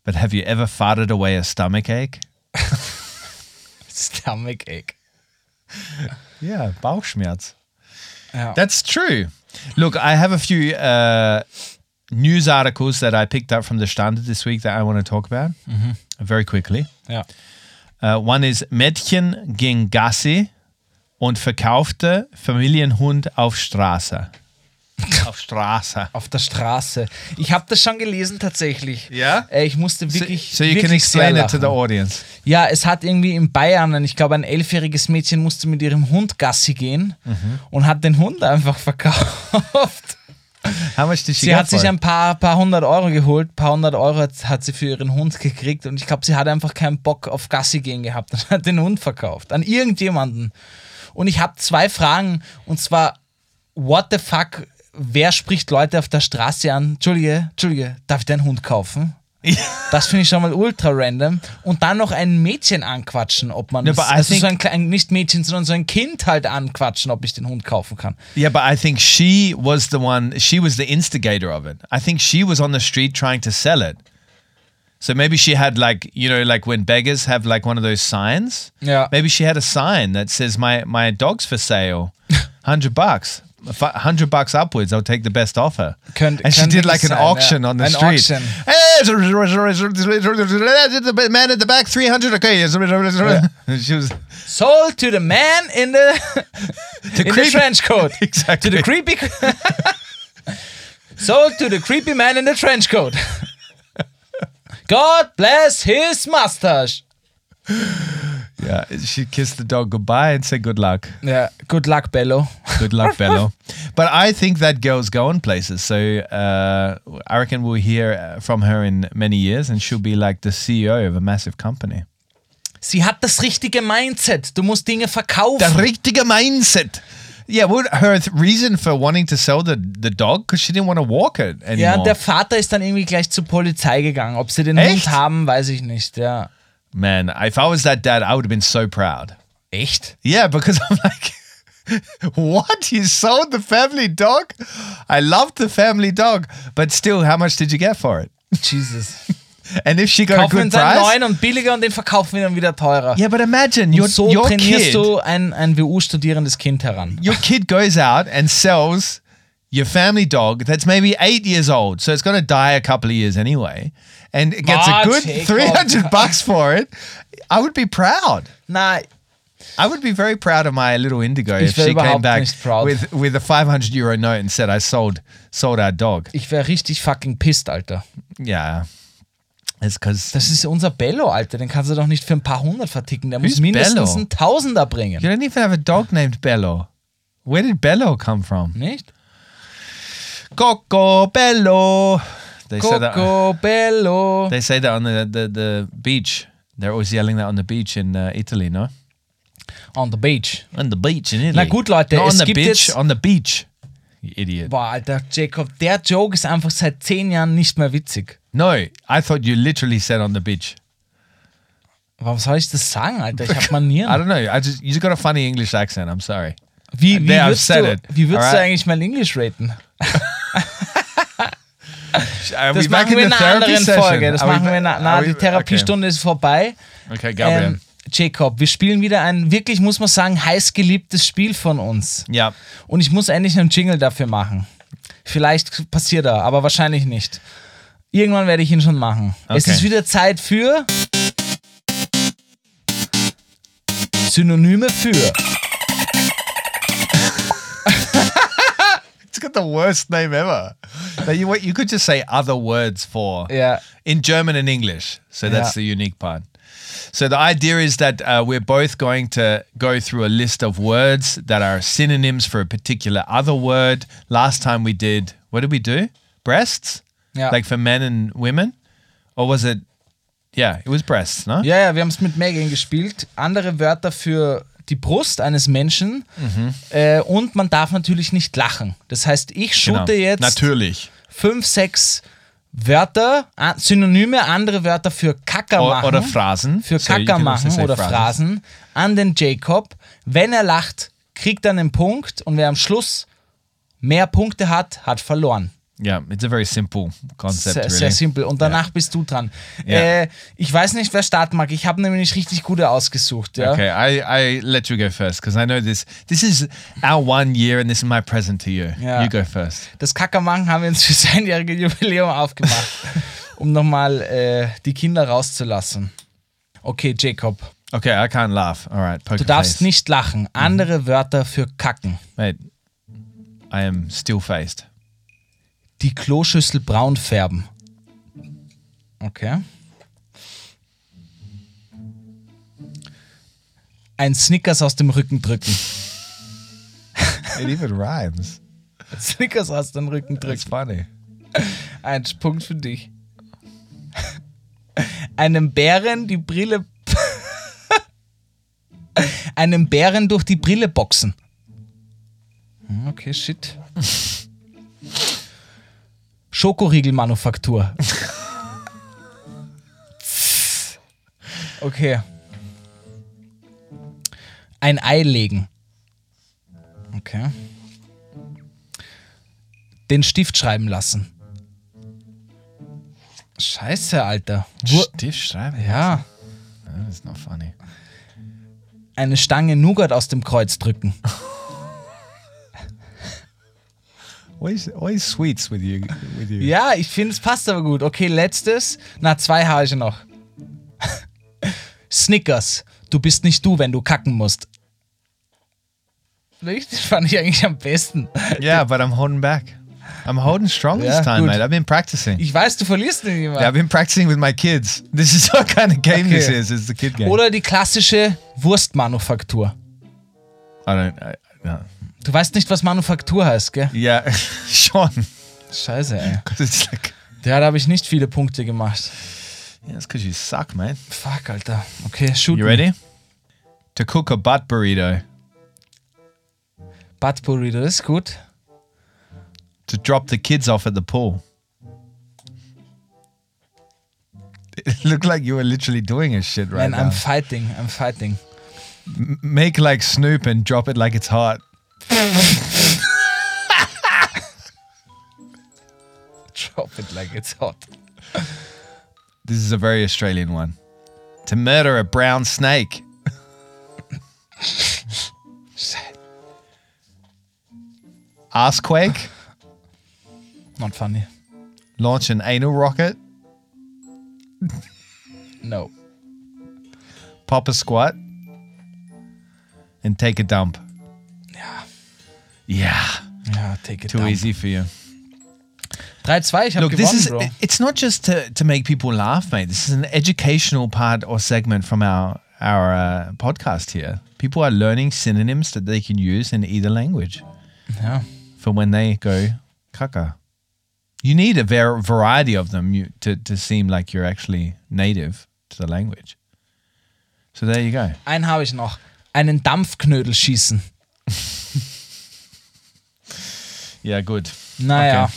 S5: but have you ever farted away a stomach ache?
S6: Stomach ache.
S5: Yeah, Bauchschmerz.
S6: Ja.
S5: That's true. Look, I have a few uh, news articles that I picked up from the Standard this week that I want to talk about
S6: Mm-hmm.
S5: very quickly.
S6: ja.
S5: Uh, one is Mädchen ging Gassi und verkaufte Familienhund auf Straße. Auf Straße.
S6: auf der Straße. Ich habe das schon gelesen tatsächlich.
S5: Ja?
S6: Äh, ich musste
S5: So,
S6: wirklich.
S5: so you
S6: wirklich
S5: can
S6: sehr
S5: explain it to
S6: lachen.
S5: the audience.
S6: Ja, es hat irgendwie in Bayern, ein- ich glaube, ein elfjähriges Mädchen musste mit ihrem Hund Gassi gehen
S5: Mhm.
S6: und hat den Hund einfach verkauft.
S5: How much did she,
S6: Sie
S5: get
S6: hat
S5: for
S6: sich
S5: it?
S6: ein paar, paar hundert Euro geholt, paar hundert Euro hat- hat sie für ihren Hund gekriegt und ich glaube, sie hatte einfach keinen Bock auf Gassi gehen gehabt und hat den Hund verkauft an irgendjemanden. Und ich habe zwei Fragen und zwar, what the fuck, wer spricht Leute auf der Straße an? Entschuldige, Entschuldige, darf ich deinen Hund kaufen? Das finde ich schon mal ultra random. Und dann noch ein Mädchen anquatschen, ob man
S5: Ja,
S6: es,
S5: but I
S6: also so
S5: think-
S6: ein klein, nicht Mädchen, sondern so ein Kind halt anquatschen, ob ich den Hund kaufen kann.
S5: Yeah, but I think she was the one, she was the instigator of it. I think she was on the street trying to sell it. So maybe she had like, you know, like when beggars have like one of those signs.
S6: Yeah.
S5: Maybe she had a sign that says, my, my dog's for sale, 100 bucks. F- 100 bucks upwards, I'll take the best offer.
S6: Könnt-
S5: and she
S6: könnte
S5: did like an
S6: sein,
S5: auction
S6: ja.
S5: on the
S6: Ein
S5: street.
S6: Auction.
S5: Hey, the man at the back, 300. Okay. she was
S6: Sold to the man in the
S5: the
S6: in the trench coat.
S5: Exactly.
S6: To the creepy. Sold to the creepy man in the trench coat. God bless his mustache.
S5: Yeah, she kissed the dog goodbye and said good luck.
S6: Ja, good luck, Bello.
S5: Good luck, Bello. But I think that girl's going places. So uh, I reckon we'll hear uh, from her in many years and she'll be like the CEO of a massive company.
S6: Sie hat das richtige Mindset. Du musst Dinge verkaufen.
S5: The richtige mindset. Yeah, what her th- reason for wanting to sell the, the dog? Because she didn't want to walk it anymore.
S6: ja, und der Vater ist dann irgendwie gleich zur Polizei gegangen. Ob sie den
S5: Echt?
S6: Hund haben, weiß ich nicht. Ja.
S5: Man, if I was that dad, I would have been so proud.
S6: Echt?
S5: Yeah, because I'm like, what? You sold the family dog? I loved the family dog. But still, how much did you get for it?
S6: Jesus.
S5: And if she got
S6: Kaufen wir
S5: a good
S6: uns einen
S5: price,
S6: neuen und billiger und den verkaufen wir dann wieder teurer.
S5: Yeah, but imagine
S6: und
S5: your
S6: so
S5: your
S6: trainierst
S5: kid,
S6: du ein, ein WU-studierendes Kind heran.
S5: your kid goes out and sells your family dog that's maybe eight years old, so it's gonna die a couple of years anyway, and it gets
S6: Ah,
S5: a good
S6: Jacob.
S5: three hundred bucks for it. I would be proud.
S6: Na,
S5: I would be very proud of my little indigo
S6: Ich
S5: if
S6: wär
S5: she
S6: überhaupt
S5: came back
S6: nicht proud.
S5: with with a five hundred euro note and said, "I sold sold our dog."
S6: ich wäre richtig fucking pissed, Alter.
S5: Yeah, it's because
S6: Das ist unser Bello, Alter. Den kannst du doch nicht für ein paar hundert verticken. Der muss
S5: Who's
S6: mindestens
S5: Bello?
S6: einen Tausender bringen.
S5: you don't even have a dog named Bello. Where did Bello come from?
S6: Nicht?
S5: Coco Bello. They said that-
S6: Mm. Coco Bello.
S5: They say that on the, the, the beach. They're always yelling that on the beach in uh, Italy, no?
S6: On the beach.
S5: On the beach in
S6: Na
S5: Italy.
S6: gut, Leute,
S5: Not
S6: es
S5: on the
S6: gibt
S5: beach,
S6: jetzt-
S5: on the beach. You idiot.
S6: Boah, Alter, Jacob, der Joke ist einfach seit zehn Jahren nicht mehr witzig.
S5: No, I thought you literally said on the beach.
S6: Warum soll ich das sagen, Alter? Ich hab
S5: I
S6: Manieren.
S5: don't know. I just you just got a funny English accent. I'm sorry.
S6: Wie, wie
S5: There, I've
S6: würdest,
S5: said
S6: du,
S5: it.
S6: wie würdest du
S5: Alright.
S6: eigentlich mein Englisch raten?
S5: Are
S6: Das
S5: we back
S6: machen
S5: in
S6: wir in
S5: the
S6: einer
S5: therapy
S6: anderen
S5: session?
S6: Folge. Das
S5: Are we
S6: machen wir in
S5: back-
S6: einer, na,
S5: are we-
S6: die Therapiestunde ist vorbei.
S5: Okay, okay Gabriel.
S6: Ähm, Jacob, wir spielen wieder ein, wirklich muss man sagen, heiß geliebtes Spiel von uns.
S5: yeah.
S6: Und ich muss endlich einen Jingle dafür machen. Vielleicht passiert er, aber wahrscheinlich nicht. Irgendwann werde ich ihn schon machen. Es
S5: Okay.
S6: ist wieder Zeit für Synonyme für.
S5: It's got the worst name ever. But you, you could just say other words for.
S6: Ja.
S5: in German and English. So that's
S6: Yeah.
S5: the unique part. So the idea is that uh, we're both going to go through a list of words that are synonyms for a particular other word. Last time we did, what did we do? Breasts?
S6: Ja.
S5: Like for men and women? Or was it, yeah, it was breasts, no?
S6: Ja, ja, wir haben es mit Megan gespielt. Andere Wörter für die Brust eines Menschen.
S5: Mhm.
S6: Äh, und man darf natürlich nicht lachen. Das heißt, ich
S5: Genau.
S6: shoote jetzt
S5: Natürlich.
S6: fünf, sechs Wörter, a- Synonyme, andere Wörter für Kacker
S5: O-
S6: machen.
S5: oder Phrasen.
S6: Für
S5: So, you
S6: Kacker
S5: can also
S6: machen
S5: say
S6: oder
S5: Phrasen.
S6: Phrasen an den Jacob. Wenn er lacht, kriegt er einen Punkt und wer am Schluss mehr Punkte hat, hat verloren.
S5: Yeah, it's a very simple concept,
S6: Sehr,
S5: really.
S6: sehr simpel. Und danach bist du dran.
S5: Ja.
S6: Äh, ich weiß nicht, wer starten mag. Ich habe nämlich richtig gute ausgesucht. Ja?
S5: Okay, I, I let you go first because I know this. This is our one year and this is my present to you.
S6: Yeah.
S5: You go first.
S6: Das Kackermann haben wir uns für sein jähriges Jubiläum aufgemacht, um nochmal äh, die Kinder rauszulassen. Okay, Jacob,
S5: Okay, I can't laugh. All right, poker
S6: du darfst
S5: face.
S6: nicht lachen. Andere Wörter für Kacken.
S5: Mate, I am still faced.
S6: Die Kloschüssel braun färben. Okay. Ein Snickers aus dem Rücken drücken.
S5: It even rhymes.
S6: Snickers aus dem Rücken drücken.
S5: funny.
S6: Ein Punkt für dich. Einem Bären die Brille. Einem Bären durch die Brille boxen. Hm, Okay, shit. Schokoriegelmanufaktur. Okay. Ein Ei legen. Okay. Den Stift schreiben lassen. Scheiße, Alter. Wur
S5: Stift schreiben?
S6: ja.
S5: That's not funny.
S6: Eine Stange Nougat aus dem Kreuz drücken.
S5: Always, always sweets with you. With you.
S6: Ja, ich finde, es passt aber gut. Okay, letztes. Na, zwei habe ich noch. Snickers. Du bist nicht du, wenn du kacken musst. Nicht? Das fand ich eigentlich am besten.
S5: Yeah, but I'm holding back. I'm holding strong
S6: Yeah,
S5: this time,
S6: good.
S5: mate. I've been practicing.
S6: Ich weiß, du verlierst nicht immer.
S5: Yeah, I've been practicing with my kids. This is what kind of game this
S6: Okay.
S5: is. It's the kid game.
S6: Oder die klassische Wurstmanufaktur.
S5: I don't. I, no.
S6: Du weißt nicht, was Manufaktur heißt, gell?
S5: Yeah, Sean.
S6: Scheiße, ey.
S5: 'Cause it's like.
S6: Ja, da habe ich nicht viele Punkte gemacht.
S5: Yeah, it's because you suck, man.
S6: Fuck, Alter. Okay, shoot.
S5: You
S6: me.
S5: ready? To cook a butt burrito,
S6: Butt Burrito, das ist gut.
S5: to drop the kids off at the pool. It looked like you were literally doing a shit right
S6: Man, I'm
S5: now.
S6: fighting, I'm fighting.
S5: Make like Snoop and drop it like it's hot.
S6: Drop it like it's hot.
S5: This is a very Australian one. To murder a brown snake. Arsequake.
S6: Not funny.
S5: Launch an anal rocket.
S6: No.
S5: Pop a squat. And take a dump. Yeah. Yeah.
S6: Ja, take it
S5: Too
S6: down.
S5: easy for you.
S6: 3-2, ich habe
S5: Look,
S6: gewonnen,
S5: this is
S6: Bro.
S5: it- it's not just to, to make people laugh, mate. This is an educational part or segment from our our uh, podcast here. People are learning synonyms that they can use in either language
S6: Ja.
S5: for when they go kaka. You need a ver- variety of them you, to to seem like you're actually native to the language. So there you go.
S6: Einen habe ich noch. Einen Dampfknödel schießen.
S5: Yeah, good.
S6: Naja.
S5: Okay.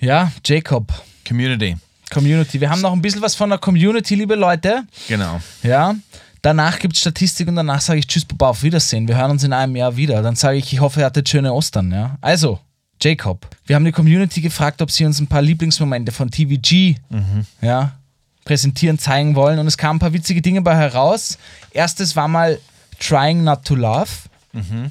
S6: Ja, Jacob.
S5: Community.
S6: Community. Wir haben noch ein bisschen was von der Community, liebe Leute.
S5: Genau.
S6: Ja. Danach gibt es Statistik und danach sage ich Tschüss, Baba, auf Wiedersehen. Wir hören uns in einem Jahr wieder. Dann sage ich, ich hoffe, ihr hattet schöne Ostern. Ja. Also, Jacob, wir haben die Community gefragt, ob sie uns ein paar Lieblingsmomente von TVG
S5: Mhm.
S6: ja, präsentieren, zeigen wollen. Und es kamen ein paar witzige Dinge bei heraus. Erstes war mal Trying Not to Love.
S5: Mhm.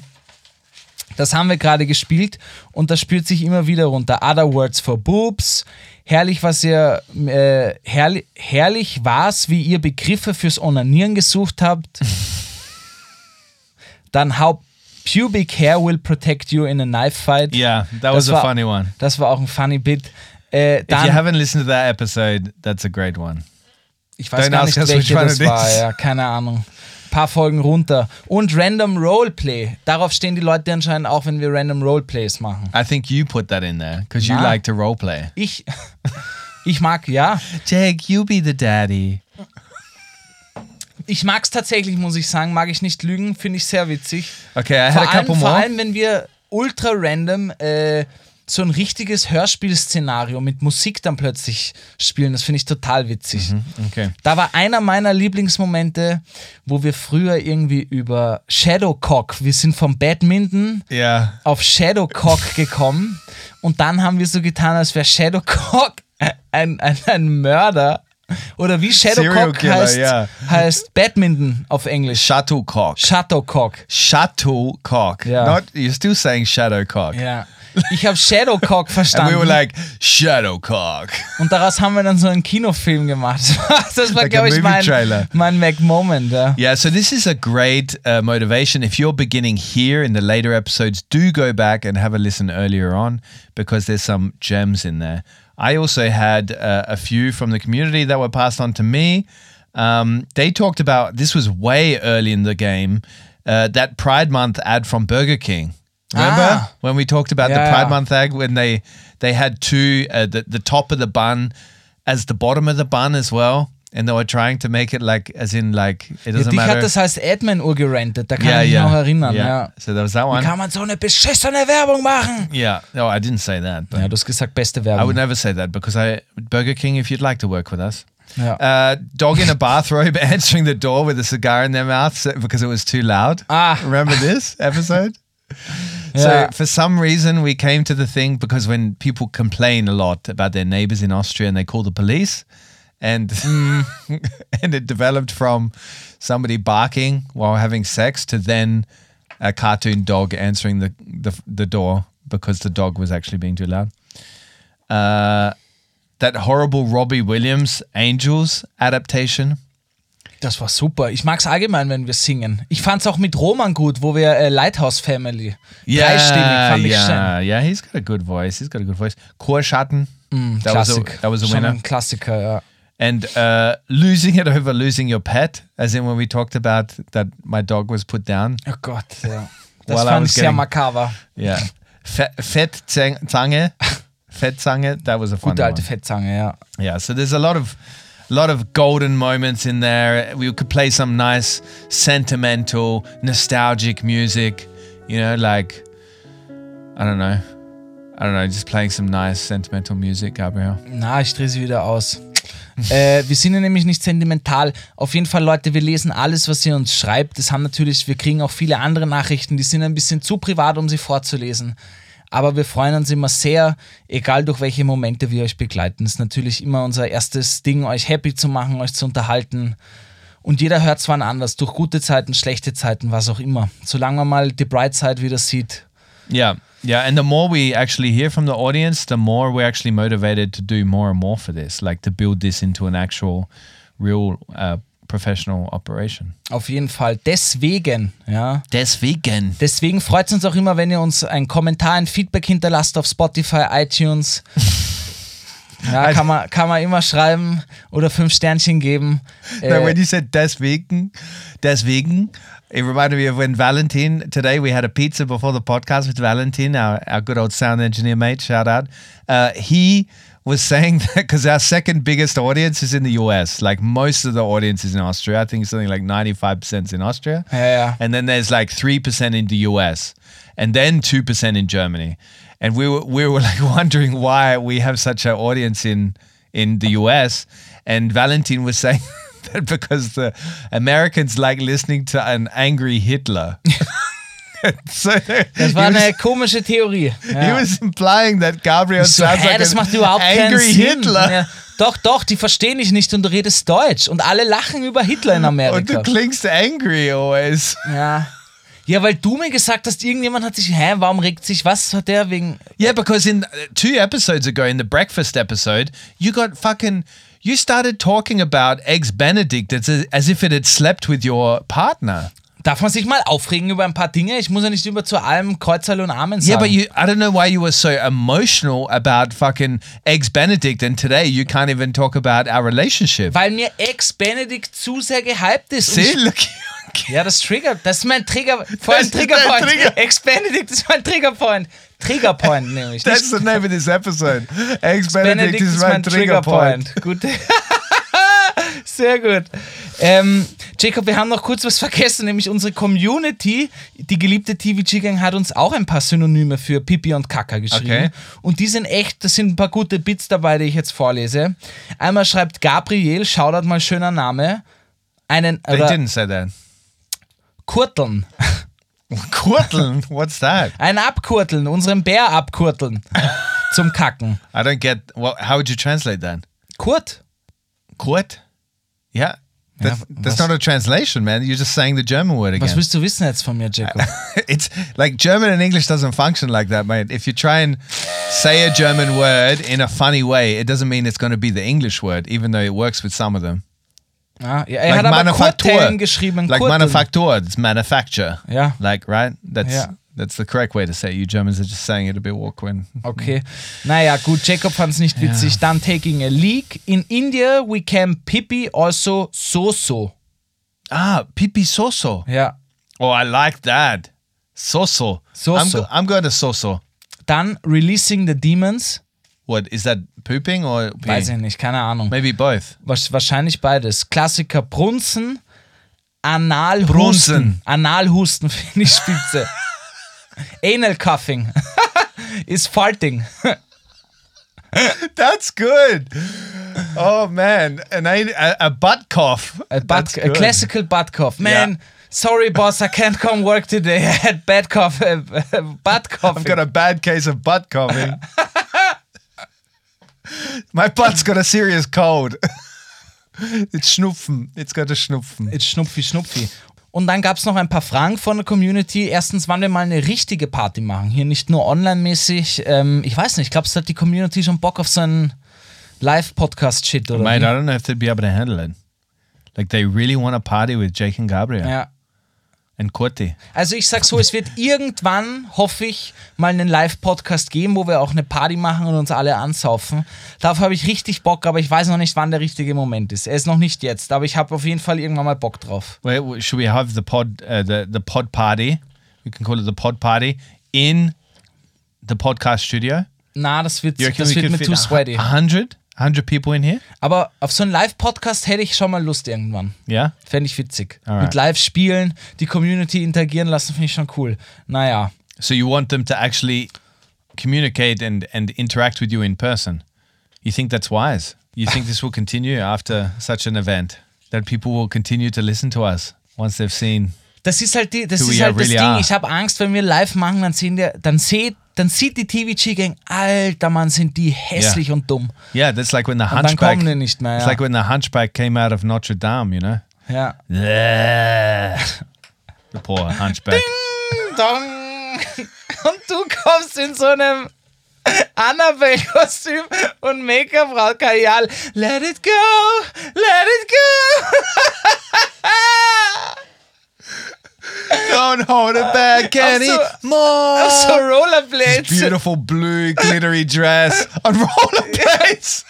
S6: Das haben wir gerade gespielt und das spürt sich immer wieder runter. Other Words for Boobs. Herrlich, was ihr, äh, herrli herrlich war's, wie ihr Begriffe fürs Onanieren gesucht habt. Dann how pubic hair will protect you in a knife fight.
S5: Yeah, that was
S6: Das
S5: a
S6: war-
S5: funny one.
S6: Das war auch ein funny Bit. Äh,
S5: If you
S6: dann,
S5: haven't listened to that episode, that's a great one.
S6: ich weiß
S5: don't
S6: gar
S5: ask
S6: nicht,
S5: us which
S6: welche
S5: one
S6: das
S5: it is.
S6: war, ja, keine Ahnung. Paar Folgen runter. Und Random Roleplay. Darauf stehen die Leute anscheinend auch, wenn wir Random Roleplays machen.
S5: I think you put that in there because you
S6: Nah.
S5: like to role play.
S6: Ich, ich mag, ja,
S5: Jake, you be the daddy.
S6: ich mag es tatsächlich, muss ich sagen, mag ich nicht lügen, finde ich sehr witzig.
S5: Okay, I
S6: Vor
S5: had a
S6: allem,
S5: couple
S6: vor
S5: more.
S6: allem, wenn wir ultra random äh, so ein richtiges Hörspielszenario mit Musik dann plötzlich spielen, das finde ich total witzig.
S5: Okay.
S6: Da war einer meiner Lieblingsmomente, wo wir früher irgendwie über Shadowcock, wir sind vom Badminton
S5: Yeah.
S6: auf Shadowcock gekommen und dann haben wir so getan, als wäre Shadowcock ein, ein, ein Mörder. Oder wie
S5: Serial
S6: Shadowcock
S5: Killer,
S6: heißt,
S5: ja.
S6: heißt Badminton auf Englisch.
S5: Shuttlecock.
S6: Shadowcock.
S5: Shuttlecock.
S6: Yeah.
S5: Not you're still saying shadowcock.
S6: Ja. Ich habe Shadowcock
S5: And
S6: verstanden.
S5: we were like, Shadowcock.
S6: und daraus haben wir dann so einen Kinofilm gemacht. das war,
S5: Like a
S6: glaube ich,
S5: movie
S6: mein,
S5: trailer.
S6: mein Mac-Moment. Ja.
S5: Yeah, so this is a great uh, motivation. If you're beginning here in the later episodes, do go back and have a listen earlier on because there's some gems in there. I also had uh, a few from the community that were passed on to me. Um, they talked about this was way early in the game uh, that Pride Month ad from Burger King. Remember
S6: Ah.
S5: when we talked about the
S6: Yeah.
S5: Pride Month ad when they they had two uh, the the top of the bun as the bottom of the bun as well, and they were trying to make it like as in like it
S6: Ja,
S5: doesn't
S6: dich hat
S5: matter.
S6: das als Admin-Uhr gerantet, da kann
S5: yeah,
S6: ich mich
S5: yeah,
S6: noch erinnern. Ja.
S5: So there was that
S6: Wie
S5: one.
S6: kann man so eine beschissene Werbung machen?
S5: Yeah. No, I didn't say that. But
S6: Ja, du hast gesagt, beste
S5: I would
S6: Werbung.
S5: never say that because I Burger King. If you'd like to work with us.
S6: Ja.
S5: Uh, dog in a bathrobe answering the door with a cigar in their mouth so- because it was too loud.
S6: Ah.
S5: Remember this episode?
S6: Yeah.
S5: So for some reason we came to the thing because when people complain a lot about their neighbors in Austria and they call the police and and it developed from somebody barking while having sex to then a cartoon dog answering the the, the door because the dog was actually being too loud. Uh, that horrible Robbie Williams Angels adaptation.
S6: Das war super. Ich mag es allgemein, wenn wir singen. Ich fand es auch mit Roman gut, wo wir äh, Lighthouse Family dreistimmig fand ich schön.
S5: yeah, yeah. He's got a good voice. He's got a good voice. Core Schatten.
S6: Mm,
S5: that was a,
S6: Klassik.
S5: that was a
S6: Schon
S5: winner.
S6: ein Klassiker, ja.
S5: And uh, losing it over losing your pet, as in when we talked about that my dog was put down.
S6: Oh Gott, ja. Das
S5: While I
S6: fand
S5: was
S6: ich sehr
S5: getting-
S6: makaber.
S5: Yeah, Fe- Fettzange, Fettzange. That was a fun
S6: Gute
S5: one.
S6: alte Fettzange, ja.
S5: Yeah, so there's a lot of lot of golden moments in there. We could play some nice sentimental, nostalgic music, you know, like I don't know. I don't know, just playing some nice sentimental music, Gabriel.
S6: Na, ich drehe sie wieder aus. äh, wir sind ja nämlich nicht sentimental. Auf jeden Fall, Leute, wir lesen alles, was ihr uns schreibt. Das haben natürlich, wir kriegen auch viele andere Nachrichten, die sind ein bisschen zu privat, um sie vorzulesen. Aber wir freuen uns immer sehr, egal durch welche Momente wir euch begleiten. Ist natürlich immer unser erstes Ding, euch happy zu machen, euch zu unterhalten. Und jeder hört zwar anders, durch gute Zeiten, schlechte Zeiten, was auch immer. Solange man mal die Bright Side wieder sieht.
S5: Yeah. Yeah, and the more we actually hear from the audience, the more we're actually motivated to do more and more for this, like to build this into an actual real uh, professional operation.
S6: Auf jeden Fall. Deswegen, ja,
S5: Deswegen.
S6: Deswegen freut es uns auch immer, wenn ihr uns einen Kommentar, ein Feedback hinterlasst auf Spotify, iTunes. Ja, kann man, kann man immer schreiben oder fünf Sternchen geben.
S5: No,
S6: Äh,
S5: when you said deswegen, deswegen, it reminded me of when Valentin, today we had a pizza before the podcast with Valentin, our, our good old sound engineer mate, shout out. Uh, he was saying that because our second biggest audience is in the US. Like most of the audience is in Austria. I think something like 95% is in Austria.
S6: Ja, ja.
S5: And then there's like 3% in the US and then 2% in Germany. And we were, we were like wondering why we have such an audience in, in the US. And Valentin was saying that because the Americans like listening to an angry Hitler. so
S6: das
S5: he
S6: war
S5: was-
S6: eine komische Theorie.
S5: He
S6: Ja.
S5: was implying that Gabriel
S6: so,
S5: sounds
S6: hä,
S5: like
S6: das
S5: an
S6: macht überhaupt keinen
S5: angry
S6: Sinn.
S5: Hitler.
S6: Ja. Doch, doch, die verstehen dich nicht und du redest Deutsch und alle lachen über Hitler in
S5: Und du
S6: Amerika.
S5: klingst angry always.
S6: Ja. ja, weil du mir gesagt hast, irgendjemand hat sich, hä, warum regt sich, was hat der wegen,
S5: Yeah, because in uh, two episodes ago, in the breakfast episode, you got fucking. You started talking about eggs Benedict as, as if it had slept with your partner.
S6: Darf man sich mal aufregen über ein paar Dinge? Ich muss ja nicht über zu allem Kreuzerl und Amen sagen.
S5: Yeah, but you. I don't know why you were so emotional about fucking eggs Benedict, and today you can't even talk about our relationship.
S6: Weil mir Ex-Benedict zu sehr gehypt ist. Und
S5: See, look.
S6: Ich, ja, das triggert. Das ist mein Trigger. Voll
S5: Das
S6: ein
S5: ist dein
S6: Triggerpoint.
S5: Trigger.
S6: Ex-Benedict ist mein Triggerpoint. Triggerpoint nämlich.
S5: That's the name of this episode. Eggs Benedict, is my trigger, point.
S6: Gut. Sehr gut. Ähm, Jacob, wir haben noch kurz was vergessen, nämlich unsere Community, die geliebte TVG-Gang, hat uns auch ein paar Synonyme für Pipi und Kaka geschrieben.
S5: Okay.
S6: Und die sind echt, da sind ein paar gute Bits dabei, die ich jetzt vorlese. Einmal schreibt Gabriel, Shoutout mal schöner Name, einen
S5: They
S6: oder
S5: didn't say that.
S6: Kurteln.
S5: Kurteln? What's that?
S6: Ein Abkurteln, unseren Bär abkurteln zum Kacken.
S5: I don't get. Well, how would you translate that?
S6: Kurt,
S5: Kurt? Yeah. That's,
S6: Ja, was-
S5: that's not a translation, man. You're just saying the German word
S6: Was
S5: again.
S6: willst du wissen jetzt von mir, Jaco?
S5: it's like German and English doesn't function like that, mate. If you try and say a German word in a funny way, it doesn't mean it's going to be the English word, even though it works with some of them.
S6: Ah, Ja, ja, er hat aber Kurteln geschrieben.
S5: like
S6: Kurteln.
S5: manufacture, it's manufacture.
S6: Ja.
S5: Like right? That's
S6: Yeah.
S5: that's the correct way to say it. You Germans are just saying it a bit awkward.
S6: Okay. Naja, gut, Jacob fand es nicht witzig. Dann taking a leak. In India we can pipi also so-so.
S5: Ah, pipi soso.
S6: Ja.
S5: Oh, I like that. Soso.
S6: Soso.
S5: I'm, go- I'm going to soso.
S6: Dann releasing the demons.
S5: What is that? Pooping or peeing?
S6: Weiß ich nicht, keine Ahnung.
S5: Maybe both.
S6: Wasch- Wahrscheinlich beides. Klassiker Brunzen, Analhusten.
S5: Brunzen.
S6: Analhusten finde ich spitze. Anal Cuffing ist Farting.
S5: That's good. Oh man, an a, a, a butt cough.
S6: A,
S5: That's
S6: butt, a
S5: good.
S6: classical butt cough. Man,
S5: Yeah.
S6: sorry boss, I can't come work today. I had bad cough, uh, butt cough.
S5: I've got a bad case of butt coughing. My butt's got a serious cold. it's schnupfen. It's got a schnupfen.
S6: Jetzt Schnupfi, Schnupfi. Und dann gab es noch ein paar Fragen von der Community. Erstens, wann wir mal eine richtige Party machen. Hier nicht nur online-mäßig. Ähm, ich weiß nicht, glaubst du, hat die Community schon Bock auf so einen Live-Podcast-Shit oder
S5: Mate,
S6: wie?
S5: I don't know if they'd be able to handle it. Like they really want to party with Jake and Gabriel
S6: Ja.
S5: and Corti.
S6: Also ich sag so, es wird irgendwann, hoffe ich, mal einen Live-Podcast geben, wo wir auch eine Party machen und uns alle ansaufen. Darauf habe ich richtig Bock, aber ich weiß noch nicht, wann der richtige Moment ist. Er ist noch nicht jetzt, aber ich habe auf jeden Fall irgendwann mal Bock drauf.
S5: Wait, w- should we have the pod uh, the the pod party? We can call it the pod party in the podcast studio.
S6: Na, das wird,
S5: You reckon
S6: das
S5: we
S6: wird
S5: could
S6: mir
S5: fit
S6: too
S5: a-
S6: sweaty.
S5: 100? 100 people in here?
S6: Aber auf so einen Live-Podcast hätte ich schon mal Lust irgendwann.
S5: Yeah.
S6: Fände ich witzig.
S5: Alright.
S6: Mit Live-Spielen, die Community interagieren lassen, finde ich schon cool. Naja,
S5: So you want them to actually communicate and, and interact with you in person. You think that's wise? You think this will continue after such an event? That people will continue to listen to us once they've seen.
S6: das ist halt, die, das,
S5: Du,
S6: ist
S5: ja,
S6: halt das
S5: really
S6: Ding.
S5: are.
S6: Ich habe Angst, wenn wir live machen, dann, sehen die, dann, seht, dann sieht die TVG-Gang, alter Mann, sind die hässlich und dumm.
S5: Yeah, that's like when the
S6: dann
S5: hunchback.
S6: kommen die nicht mehr,
S5: It's
S6: ja.
S5: like when the hunchback came out of Notre Dame, you know?
S6: Ja.
S5: the poor hunchback.
S6: Dong. Und du kommst in so einem Annabelle-Kostüm und Make-up raus, Kajal. Let it go, let it go.
S5: Ah. Don't hold it back
S6: Also-
S5: anymore.
S6: so Rollerblades.
S5: Beautiful blue glittery dress on rollerblades.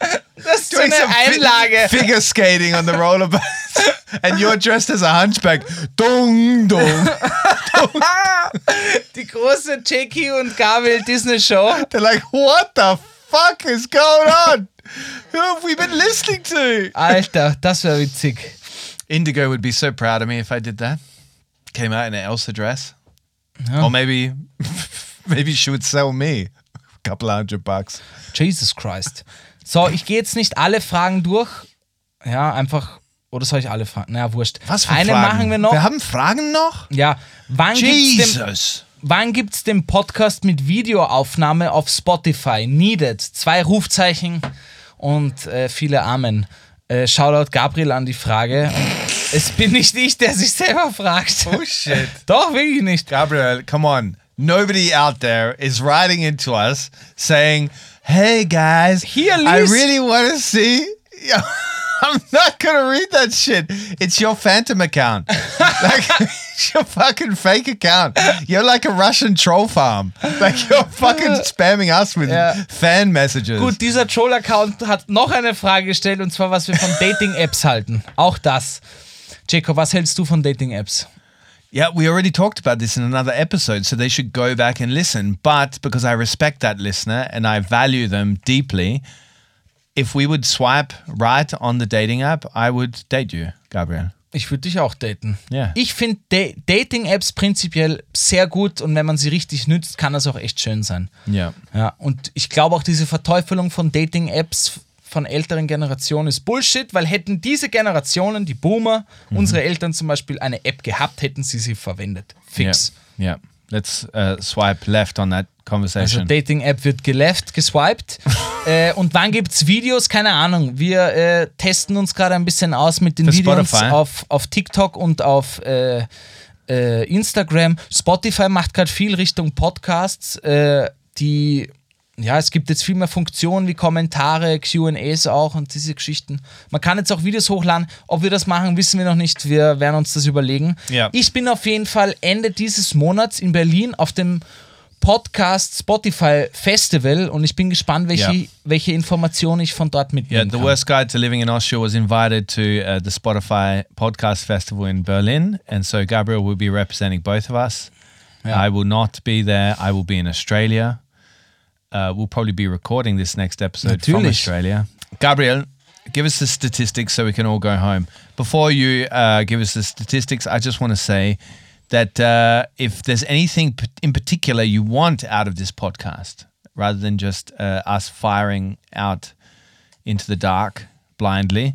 S6: Das ist so
S5: doing
S6: eine
S5: some fi-
S6: Einlage.
S5: figure skating on the rollerblades, and you're dressed as a hunchback. Dong dong.
S6: Die große Jackie und Gabriel Disney Show.
S5: They're like, what the fuck is going on? Who have we been listening to? Uh,
S6: Alter, das wäre witzig.
S5: Indigo would be so proud of me if I did that. Came out in an Elsa dress,
S6: Oh.
S5: or maybe, maybe she would sell me a couple hundred bucks.
S6: Jesus Christ. So, ich gehe jetzt nicht alle Fragen durch. Ja, einfach. Oder soll ich alle Fragen? Naja, wurscht.
S5: Was für
S6: Eine
S5: Fragen?
S6: machen wir noch.
S5: Wir haben Fragen noch.
S6: ja, wann gibt's den,
S5: Jesus.
S6: wann gibt's den Podcast mit Videoaufnahme auf Spotify? Needed. Zwei Rufzeichen und äh, viele Amen. Äh, Shoutout Gabriel an die Frage. es bin nicht ich, der sich selber fragt.
S5: Oh shit.
S6: Doch, wirklich nicht.
S5: Gabriel, come on. Nobody out there is writing into us saying, hey guys,
S6: Here,
S5: I
S6: Luis."
S5: really want to see. I'm not going to read that shit. It's your phantom account. like, it's your fucking fake account. You're like a Russian troll farm. Like, you're fucking spamming us with
S6: Yeah.
S5: fan messages.
S6: Gut, dieser Troll-Account hat noch eine Frage gestellt und zwar, was wir von Dating-Apps halten. Auch das. Jacob, was hältst du von Dating-Apps?
S5: Yeah, we already talked about this in another episode, so they should go back and listen. But because I respect that listener and I value them deeply, if we would swipe right on the dating app, I would date you, Gabriel.
S6: Ich würde dich auch daten.
S5: Ja.
S6: Ich finde Da- Dating-Apps prinzipiell sehr gut und wenn man sie richtig nützt, kann das auch echt schön sein.
S5: Yeah.
S6: Ja, und ich glaube auch diese Verteufelung von Dating-Apps von älteren Generationen ist Bullshit, weil hätten diese Generationen, die Boomer, unsere Eltern zum Beispiel eine App gehabt, hätten sie sie verwendet. Fix.
S5: Yeah. Let's uh, swipe left on that
S6: Also
S5: conversation.
S6: Dating-App wird geleft, geswiped. Äh, und wann gibt's Videos? Keine Ahnung. Wir äh, testen uns gerade ein bisschen aus mit den
S5: Für
S6: Videos
S5: Spotify.
S6: auf, auf TikTok und auf äh, äh, Instagram. Spotify macht gerade viel Richtung Podcasts. Äh, die, ja, es gibt jetzt viel mehr Funktionen wie Kommentare, QAs auch und diese Geschichten. Man kann jetzt auch Videos hochladen. Ob wir das machen, wissen wir noch nicht. Wir werden uns das überlegen.
S5: Ja.
S6: Ich bin auf jeden Fall Ende dieses Monats in Berlin auf dem Podcast Spotify Festival und ich bin gespannt, welche,
S5: Ja.
S6: welche Informationen ich von dort
S5: Yeah,
S6: mitnehmen
S5: the
S6: kann.
S5: worst guide to living in Austria was invited to uh, the Spotify podcast festival in Berlin, and so Gabriel will be representing both of us. I will not be there. I will be in Australia. Uh, we'll probably be recording this next episode from
S6: Natürlich.
S5: Australia. Gabriel, give us the statistics so we can all go home. Before you uh, give us the statistics, I just want to say that uh, if there's anything p- in particular you want out of this podcast, rather than just uh, us firing out into the dark blindly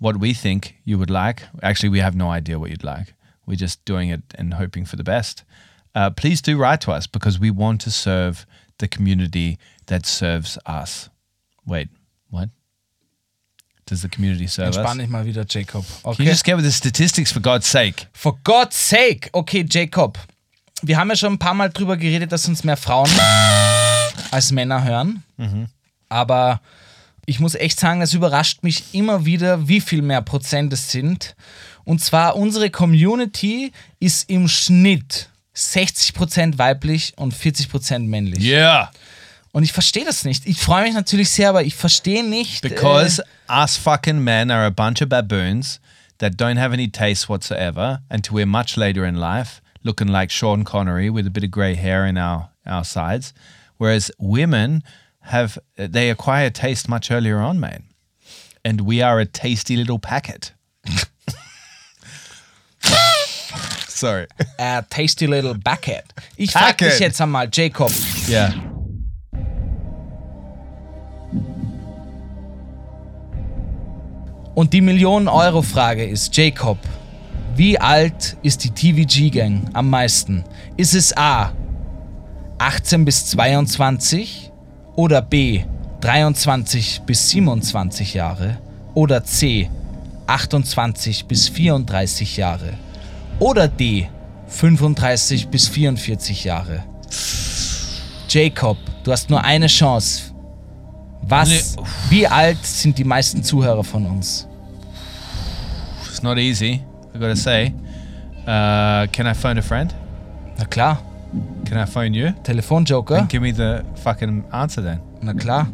S5: what we think you would like. Actually, we have no idea what you'd like. We're just doing it and hoping for the best. Uh, please do write to us because we want to serve the community that serves us. Wait, what? Does the community serve us?
S6: Entspann
S5: Can
S6: dich mal wieder, Jacob.
S5: you
S6: Okay.
S5: just get with the statistics for God's sake?
S6: For God's sake! Okay, Jacob. Wir haben ja schon ein paar Mal drüber geredet, dass uns mehr Frauen als Männer hören. Aber ich muss echt sagen, es überrascht mich immer wieder, wie viel mehr Prozent es sind. Und zwar unsere Community ist im Schnitt 60% weiblich und 40% männlich.
S5: Yeah,
S6: Und ich verstehe das nicht. Ich freue mich natürlich sehr, aber ich verstehe nicht.
S5: because
S6: äh,
S5: us fucking men are a bunch of baboons that don't have any taste whatsoever until we're much later in life, looking like Sean Connery with a bit of grey hair in our our sides, whereas women have they acquire taste much earlier on, mate, and we are a tasty little packet. Sorry.
S6: a äh, tasty little bucket. Ich frag
S5: Bucket.
S6: dich jetzt einmal, Jacob.
S5: Yeah.
S6: Und die Millionen-Euro-Frage ist, Jacob, wie alt ist die TVG-Gang am meisten? Ist es A, 18 bis 22 oder B, 23 bis 27 Jahre oder C, 28 bis 34 Jahre oder D, 35 bis 44 Jahre? Jacob, du hast nur eine Chance. Was, wie alt sind die meisten Zuhörer von uns?
S5: It's not easy, I gotta say. Uh, can I phone a friend?
S6: Na klar,
S5: Can I phone you?
S6: Telefonjoker.
S5: And give me the fucking answer then.
S6: Na klar.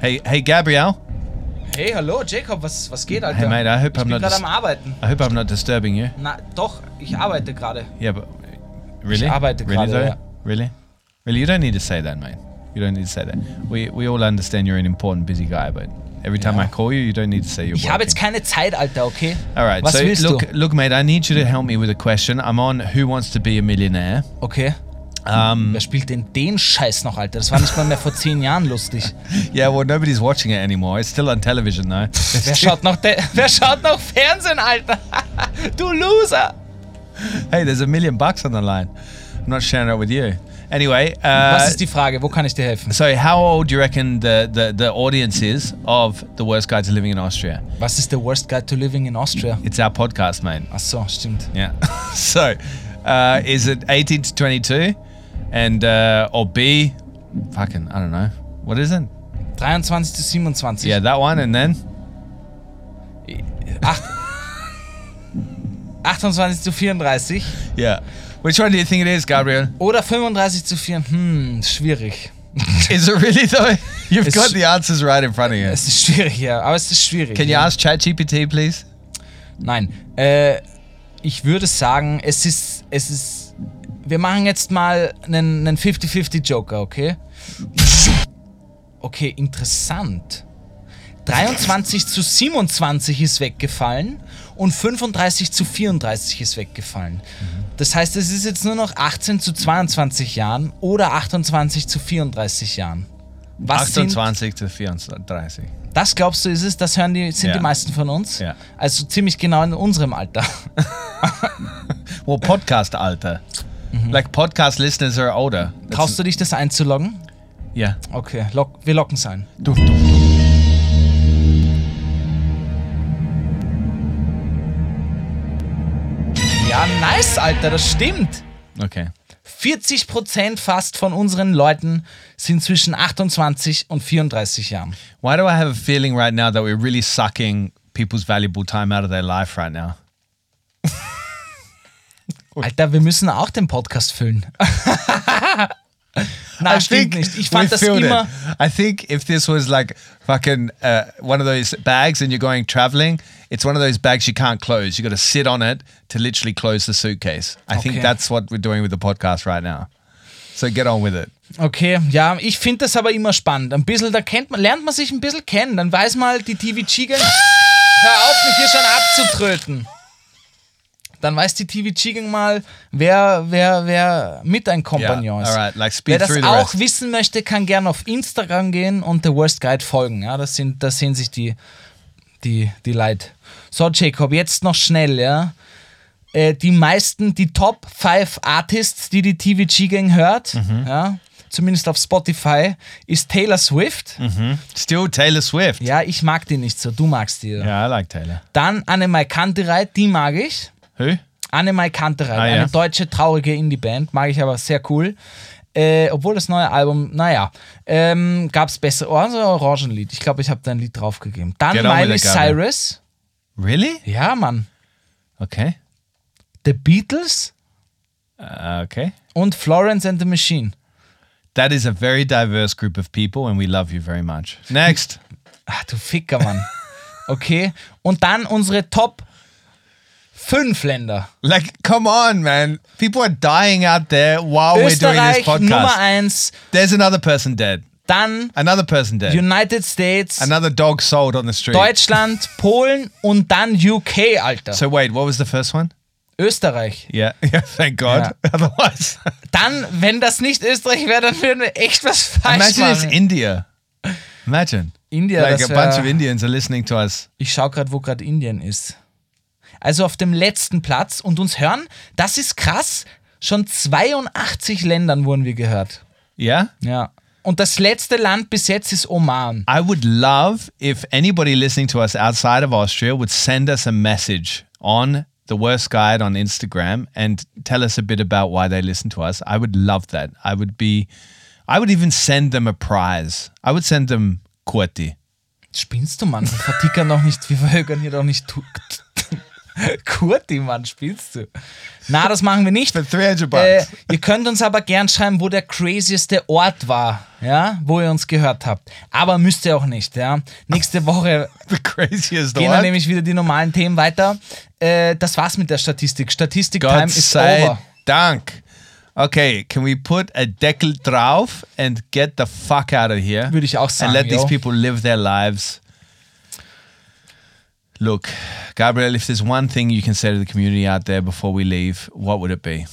S5: Hey, hey, Gabrielle.
S6: Hey, hallo, Jacob, was, was geht, Alter?
S5: Hey, mate, I hope
S6: ich
S5: I'm
S6: bin
S5: not
S6: gerade
S5: dis-
S6: am Arbeiten.
S5: I hope I'm not disturbing you.
S6: Na, doch, ich arbeite gerade.
S5: Yeah, but really,
S6: arbeite
S5: really
S6: gerade,
S5: though,
S6: ja.
S5: really, really, you don't need to say that, mate. You don't need to say that. We we all understand you're an important, busy guy, but every time I call you, you don't need to say you're.
S6: Ich habe
S5: working.
S6: jetzt keine Zeit, Alter, okay?
S5: All right,
S6: Was
S5: so
S6: willst
S5: look,
S6: du?
S5: look, mate. I need you to help me with a question. I'm on Who Wants to Be a Millionaire.
S6: Okay.
S5: ähm,
S6: Wer spielt denn den Scheiß noch, Alter? Das war nicht mal mehr vor zehn Jahren lustig.
S5: Yeah, well, nobody's watching it anymore. It's still on television though.
S6: Wer schaut noch, de- wer schaut noch Fernsehen, Alter? du Loser!
S5: hey, there's a million bucks on the line. I'm not sharing it with you. Anyway, uh,
S6: Was ist die Frage? Wo kann ich dir helfen?
S5: so how old do you reckon the, the, the audience is of The Worst Guide to Living in Austria?
S6: Was ist the worst guide to living in Austria?
S5: It's our podcast, mate.
S6: Ach so, stimmt.
S5: Yeah. so, uh, is it 18 to 22? And, uh, or B, fucking, I don't know. What is it?
S6: 23 zu 27.
S5: Yeah, that one. And then,
S6: Acht- 28 zu 34
S5: yeah. Which one do you think it is, Gabriel?
S6: oder 35 zu 4. Hm, schwierig.
S5: Is it really, though? You've
S6: It's-
S5: got the answers right in front of you.
S6: Es ist schwierig, ja, aber es ist schwierig.
S5: Can you
S6: ja.
S5: ask ChatGPT, please?
S6: Nein. Äh, ich würde sagen, es ist. Es ist. Wir machen jetzt mal einen, einen 50-50 Joker, okay? Okay, interessant. 23 zu 27 ist weggefallen und 35 zu 34 ist weggefallen. Das heißt, es ist jetzt nur noch 18 zu 22 Jahren oder 28 zu 34 Jahren. Was sind
S5: 28 to 34.
S6: das glaubst du, ist es? Das hören die, sind
S5: Ja.
S6: die meisten von uns?
S5: Ja.
S6: Also ziemlich genau in unserem Alter.
S5: Well, podcast alter. Like podcast listeners are older. That's-
S6: Traust du dich, das einzuloggen?
S5: yeah.
S6: Okay, lock, wir locken es ein.
S5: Dum, dum, dum.
S6: Ja, nice, Alter, das stimmt.
S5: Okay.
S6: 40% fast von unseren Leuten sind zwischen 28 und 34 Jahren.
S5: Why do I have a feeling right now that we're really sucking people's valuable time out of their life right now?
S6: Alter, wir müssen auch den Podcast füllen. Na, stimmt nicht. Ich fand
S5: we
S6: das
S5: filled it.
S6: immer.
S5: I think if this was like fucking uh, one of those bags and you're going traveling, it's one of those bags you can't close. You got to sit on it to literally close the suitcase. I
S6: Okay.
S5: think that's what we're doing with the podcast right now. So get on with it.
S6: Okay, ja, ich finde das aber immer spannend. Ein bisschen, da kennt man, lernt man sich ein bisschen kennen. Dann weiß man halt, die TVG Gang. Hör auf, mich hier schon abzutröten. Dann weiß die TVG Gang mal, wer, wer, wer mit ein Kompagnon
S5: Yeah,
S6: ist.
S5: alright, like speed
S6: Wer das
S5: through the
S6: auch
S5: rest.
S6: wissen möchte, kann gerne auf Instagram gehen und The Worst Guide folgen. Ja, das sind, das sehen sich die, die, die Leute. So, Jacob, jetzt noch schnell, ja. Äh, die meisten, die Top 5 Artists, die die TVG Gang hört,
S5: Mhm.
S6: ja, zumindest auf Spotify, ist Taylor Swift.
S5: Mhm. Still Taylor Swift.
S6: Ja, ich mag die nicht so, du magst die.
S5: Yeah, I like Taylor.
S6: Dann Annemai Kantereit, die mag ich.
S5: Who?
S6: Annemai Kantereit,
S5: Ah,
S6: eine
S5: ja.
S6: deutsche traurige Indie-Band, mag ich aber sehr cool. Äh, obwohl das neue Album, naja, ähm, gab es bessere. Oh, also Orangenlied. Ich glaube, ich habe da ein Lied draufgegeben. Dann
S5: Get on with
S6: Miley
S5: it, Gabriel.
S6: Cyrus.
S5: Really?
S6: Ja, Mann.
S5: Okay.
S6: The Beatles
S5: Uh, okay.
S6: und Florence and the Machine.
S5: That is a very diverse group of people, and we love you very much. Next.
S6: Ach, Ah, du Ficker, Mann. Okay. Und dann unsere Top 5 Länder.
S5: Like, come on, man. People are dying out there while Oh, we're doing this
S6: Österreich Nummer
S5: podcast.
S6: 1.
S5: There's another person dead.
S6: Dann
S5: Another person dead.
S6: United States,
S5: another dog sold on the street.
S6: Deutschland, Polen und dann UK, Alter.
S5: So wait, what was the first one?
S6: Österreich.
S5: Yeah. Yeah, thank God. Otherwise.
S6: Dann, wenn das nicht Österreich wäre, dann würden wir echt was falsch
S5: Imagine it's
S6: machen.
S5: India. Imagine.
S6: India,
S5: like
S6: das
S5: a bunch
S6: wär-
S5: of Indians are listening to us.
S6: Ich schaue gerade, wo gerade Indien ist. Also auf dem letzten Platz und uns hören, das ist krass, schon 82 Ländern wurden wir gehört.
S5: Yeah?
S6: Ja. Und das letzte Land bis jetzt ist Oman.
S5: I would love if anybody listening to us outside of Austria would send us a message on the worst guide on Instagram and tell us a bit about why they listen to us. I would love that. I would be I would even send them a prize. I would send them Kuati.
S6: Spinnst du, Mann? Wir vertickern doch nicht, wir verhökern hier doch nicht. tu- Kurti, Mann, spielst du? Na, das machen wir nicht.
S5: For 300
S6: Äh,
S5: bucks.
S6: ihr könnt uns aber gern schreiben, wo der crazieste Ort war, ja, wo ihr uns gehört habt. Aber müsst ihr auch nicht, ja. Nächste Woche
S5: the craziest
S6: gehen dann
S5: one.
S6: nämlich wieder die normalen Themen weiter. Äh, das war's mit der Statistik. Statistik Time
S5: God
S6: is
S5: sei
S6: over.
S5: Dank. Okay, can we put a Deckel drauf and get the fuck out of here?
S6: Würde ich auch sagen,
S5: And let
S6: yo.
S5: these people live their lives. Look, Gabriel, if there's one thing you can say to the community out there before we leave, what would it be?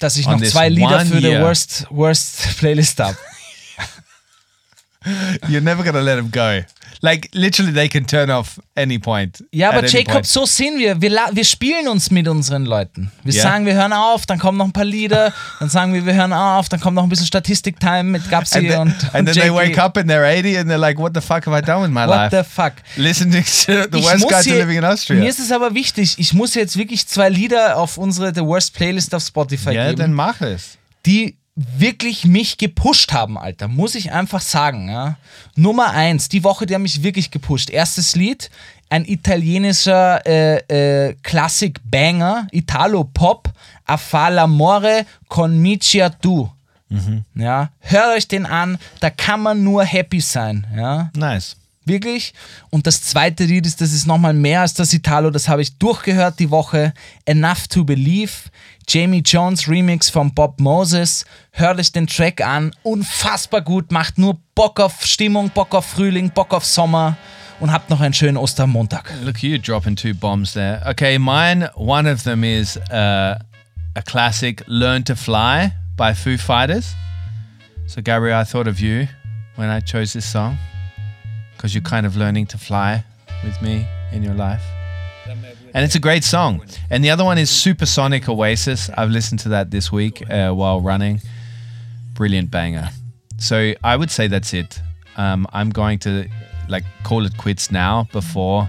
S6: Dass ich
S5: on
S6: noch
S5: this
S6: zwei Lieder
S5: one
S6: für die
S5: year.
S6: Worst, Worst Playlist habe.
S5: You're never going to let them go. Like, literally, they can turn off any point.
S6: Ja,
S5: at
S6: aber
S5: any
S6: Jacob,
S5: point.
S6: so sind wir. Wir, la- wir spielen uns mit unseren Leuten. Wir
S5: Ja.
S6: sagen, wir hören auf, dann kommen noch ein paar Lieder, dann sagen wir, wir hören auf, dann kommt noch ein bisschen Statistik-Time mit Gapsi
S5: And, then-
S6: und, und
S5: and then they
S6: Jakey.
S5: wake up and they're 80 and they're like, what the fuck have I done with my
S6: What
S5: life?
S6: the fuck?
S5: Listening to the
S6: Ich
S5: worst
S6: muss
S5: guy to
S6: hier-
S5: living in Austria.
S6: Mir ist es aber wichtig, ich muss jetzt wirklich zwei Lieder auf unsere The Worst Playlist auf Spotify
S5: ja, dann
S6: geben,
S5: mach es.
S6: die wirklich mich gepusht haben, Alter. Muss ich einfach sagen. Ja? Nummer eins, die Woche, die haben mich wirklich gepusht. Erstes Lied, ein italienischer äh, äh, Klassik-Banger, Italo-Pop, A fa l'amore con Micia tu. Ja, hört euch den an, da kann man nur happy sein. Ja.
S5: Nice.
S6: Wirklich. Und das zweite Lied ist, das ist nochmal mehr als das Italo, das habe ich durchgehört die Woche. Enough to Believe, Jamie Jones Remix von Bob Moses. Hört euch den Track an, unfassbar gut, macht nur Bock auf Stimmung, Bock auf Frühling, Bock auf Sommer und habt noch einen schönen Ostermontag.
S5: Look, you dropping two bombs there. Okay, mine, one of them is uh, a classic, Learn to Fly by Foo Fighters. So, Gabriel, I thought of you when I chose this song because you're kind of learning to fly with me in your life. and it's a great song. And the other one is Supersonic Oasis. I've listened to that this week uh, while running. Brilliant banger. So I would say that's it. Um, I'm going to like call it quits now before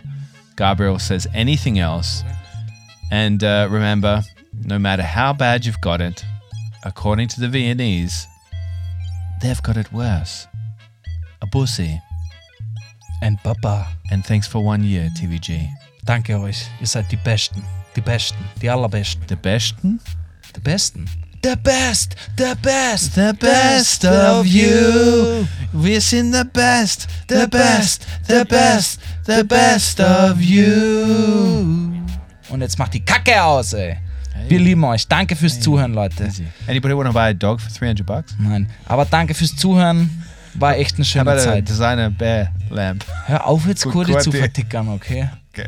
S5: Gabriel says anything else. And uh, remember, no matter how bad you've got it, according to the Viennese, they've got it worse. A bussy.
S6: And Baba.
S5: And thanks for one year, TVG.
S6: Danke euch. Ihr seid die Besten. Die Besten. Die Allerbesten.
S5: The besten?
S6: Die Besten. The best, the best,
S5: The best of you. Wishing the best, the best, the best, the best of you.
S6: Und jetzt macht die Kacke aus, ey. Wir lieben euch. Danke fürs Zuhören, Leute.
S5: Anybody want to buy a dog for 300 bucks?
S6: Nein, aber danke fürs Zuhören. War echt eine
S5: How
S6: schöne
S5: about a
S6: Zeit.
S5: designer bear lamp?
S6: Hör auf jetzt
S5: äh, Gut,
S6: Kurdi zu
S5: Kurdi.
S6: vertickern, okay?
S5: Okay.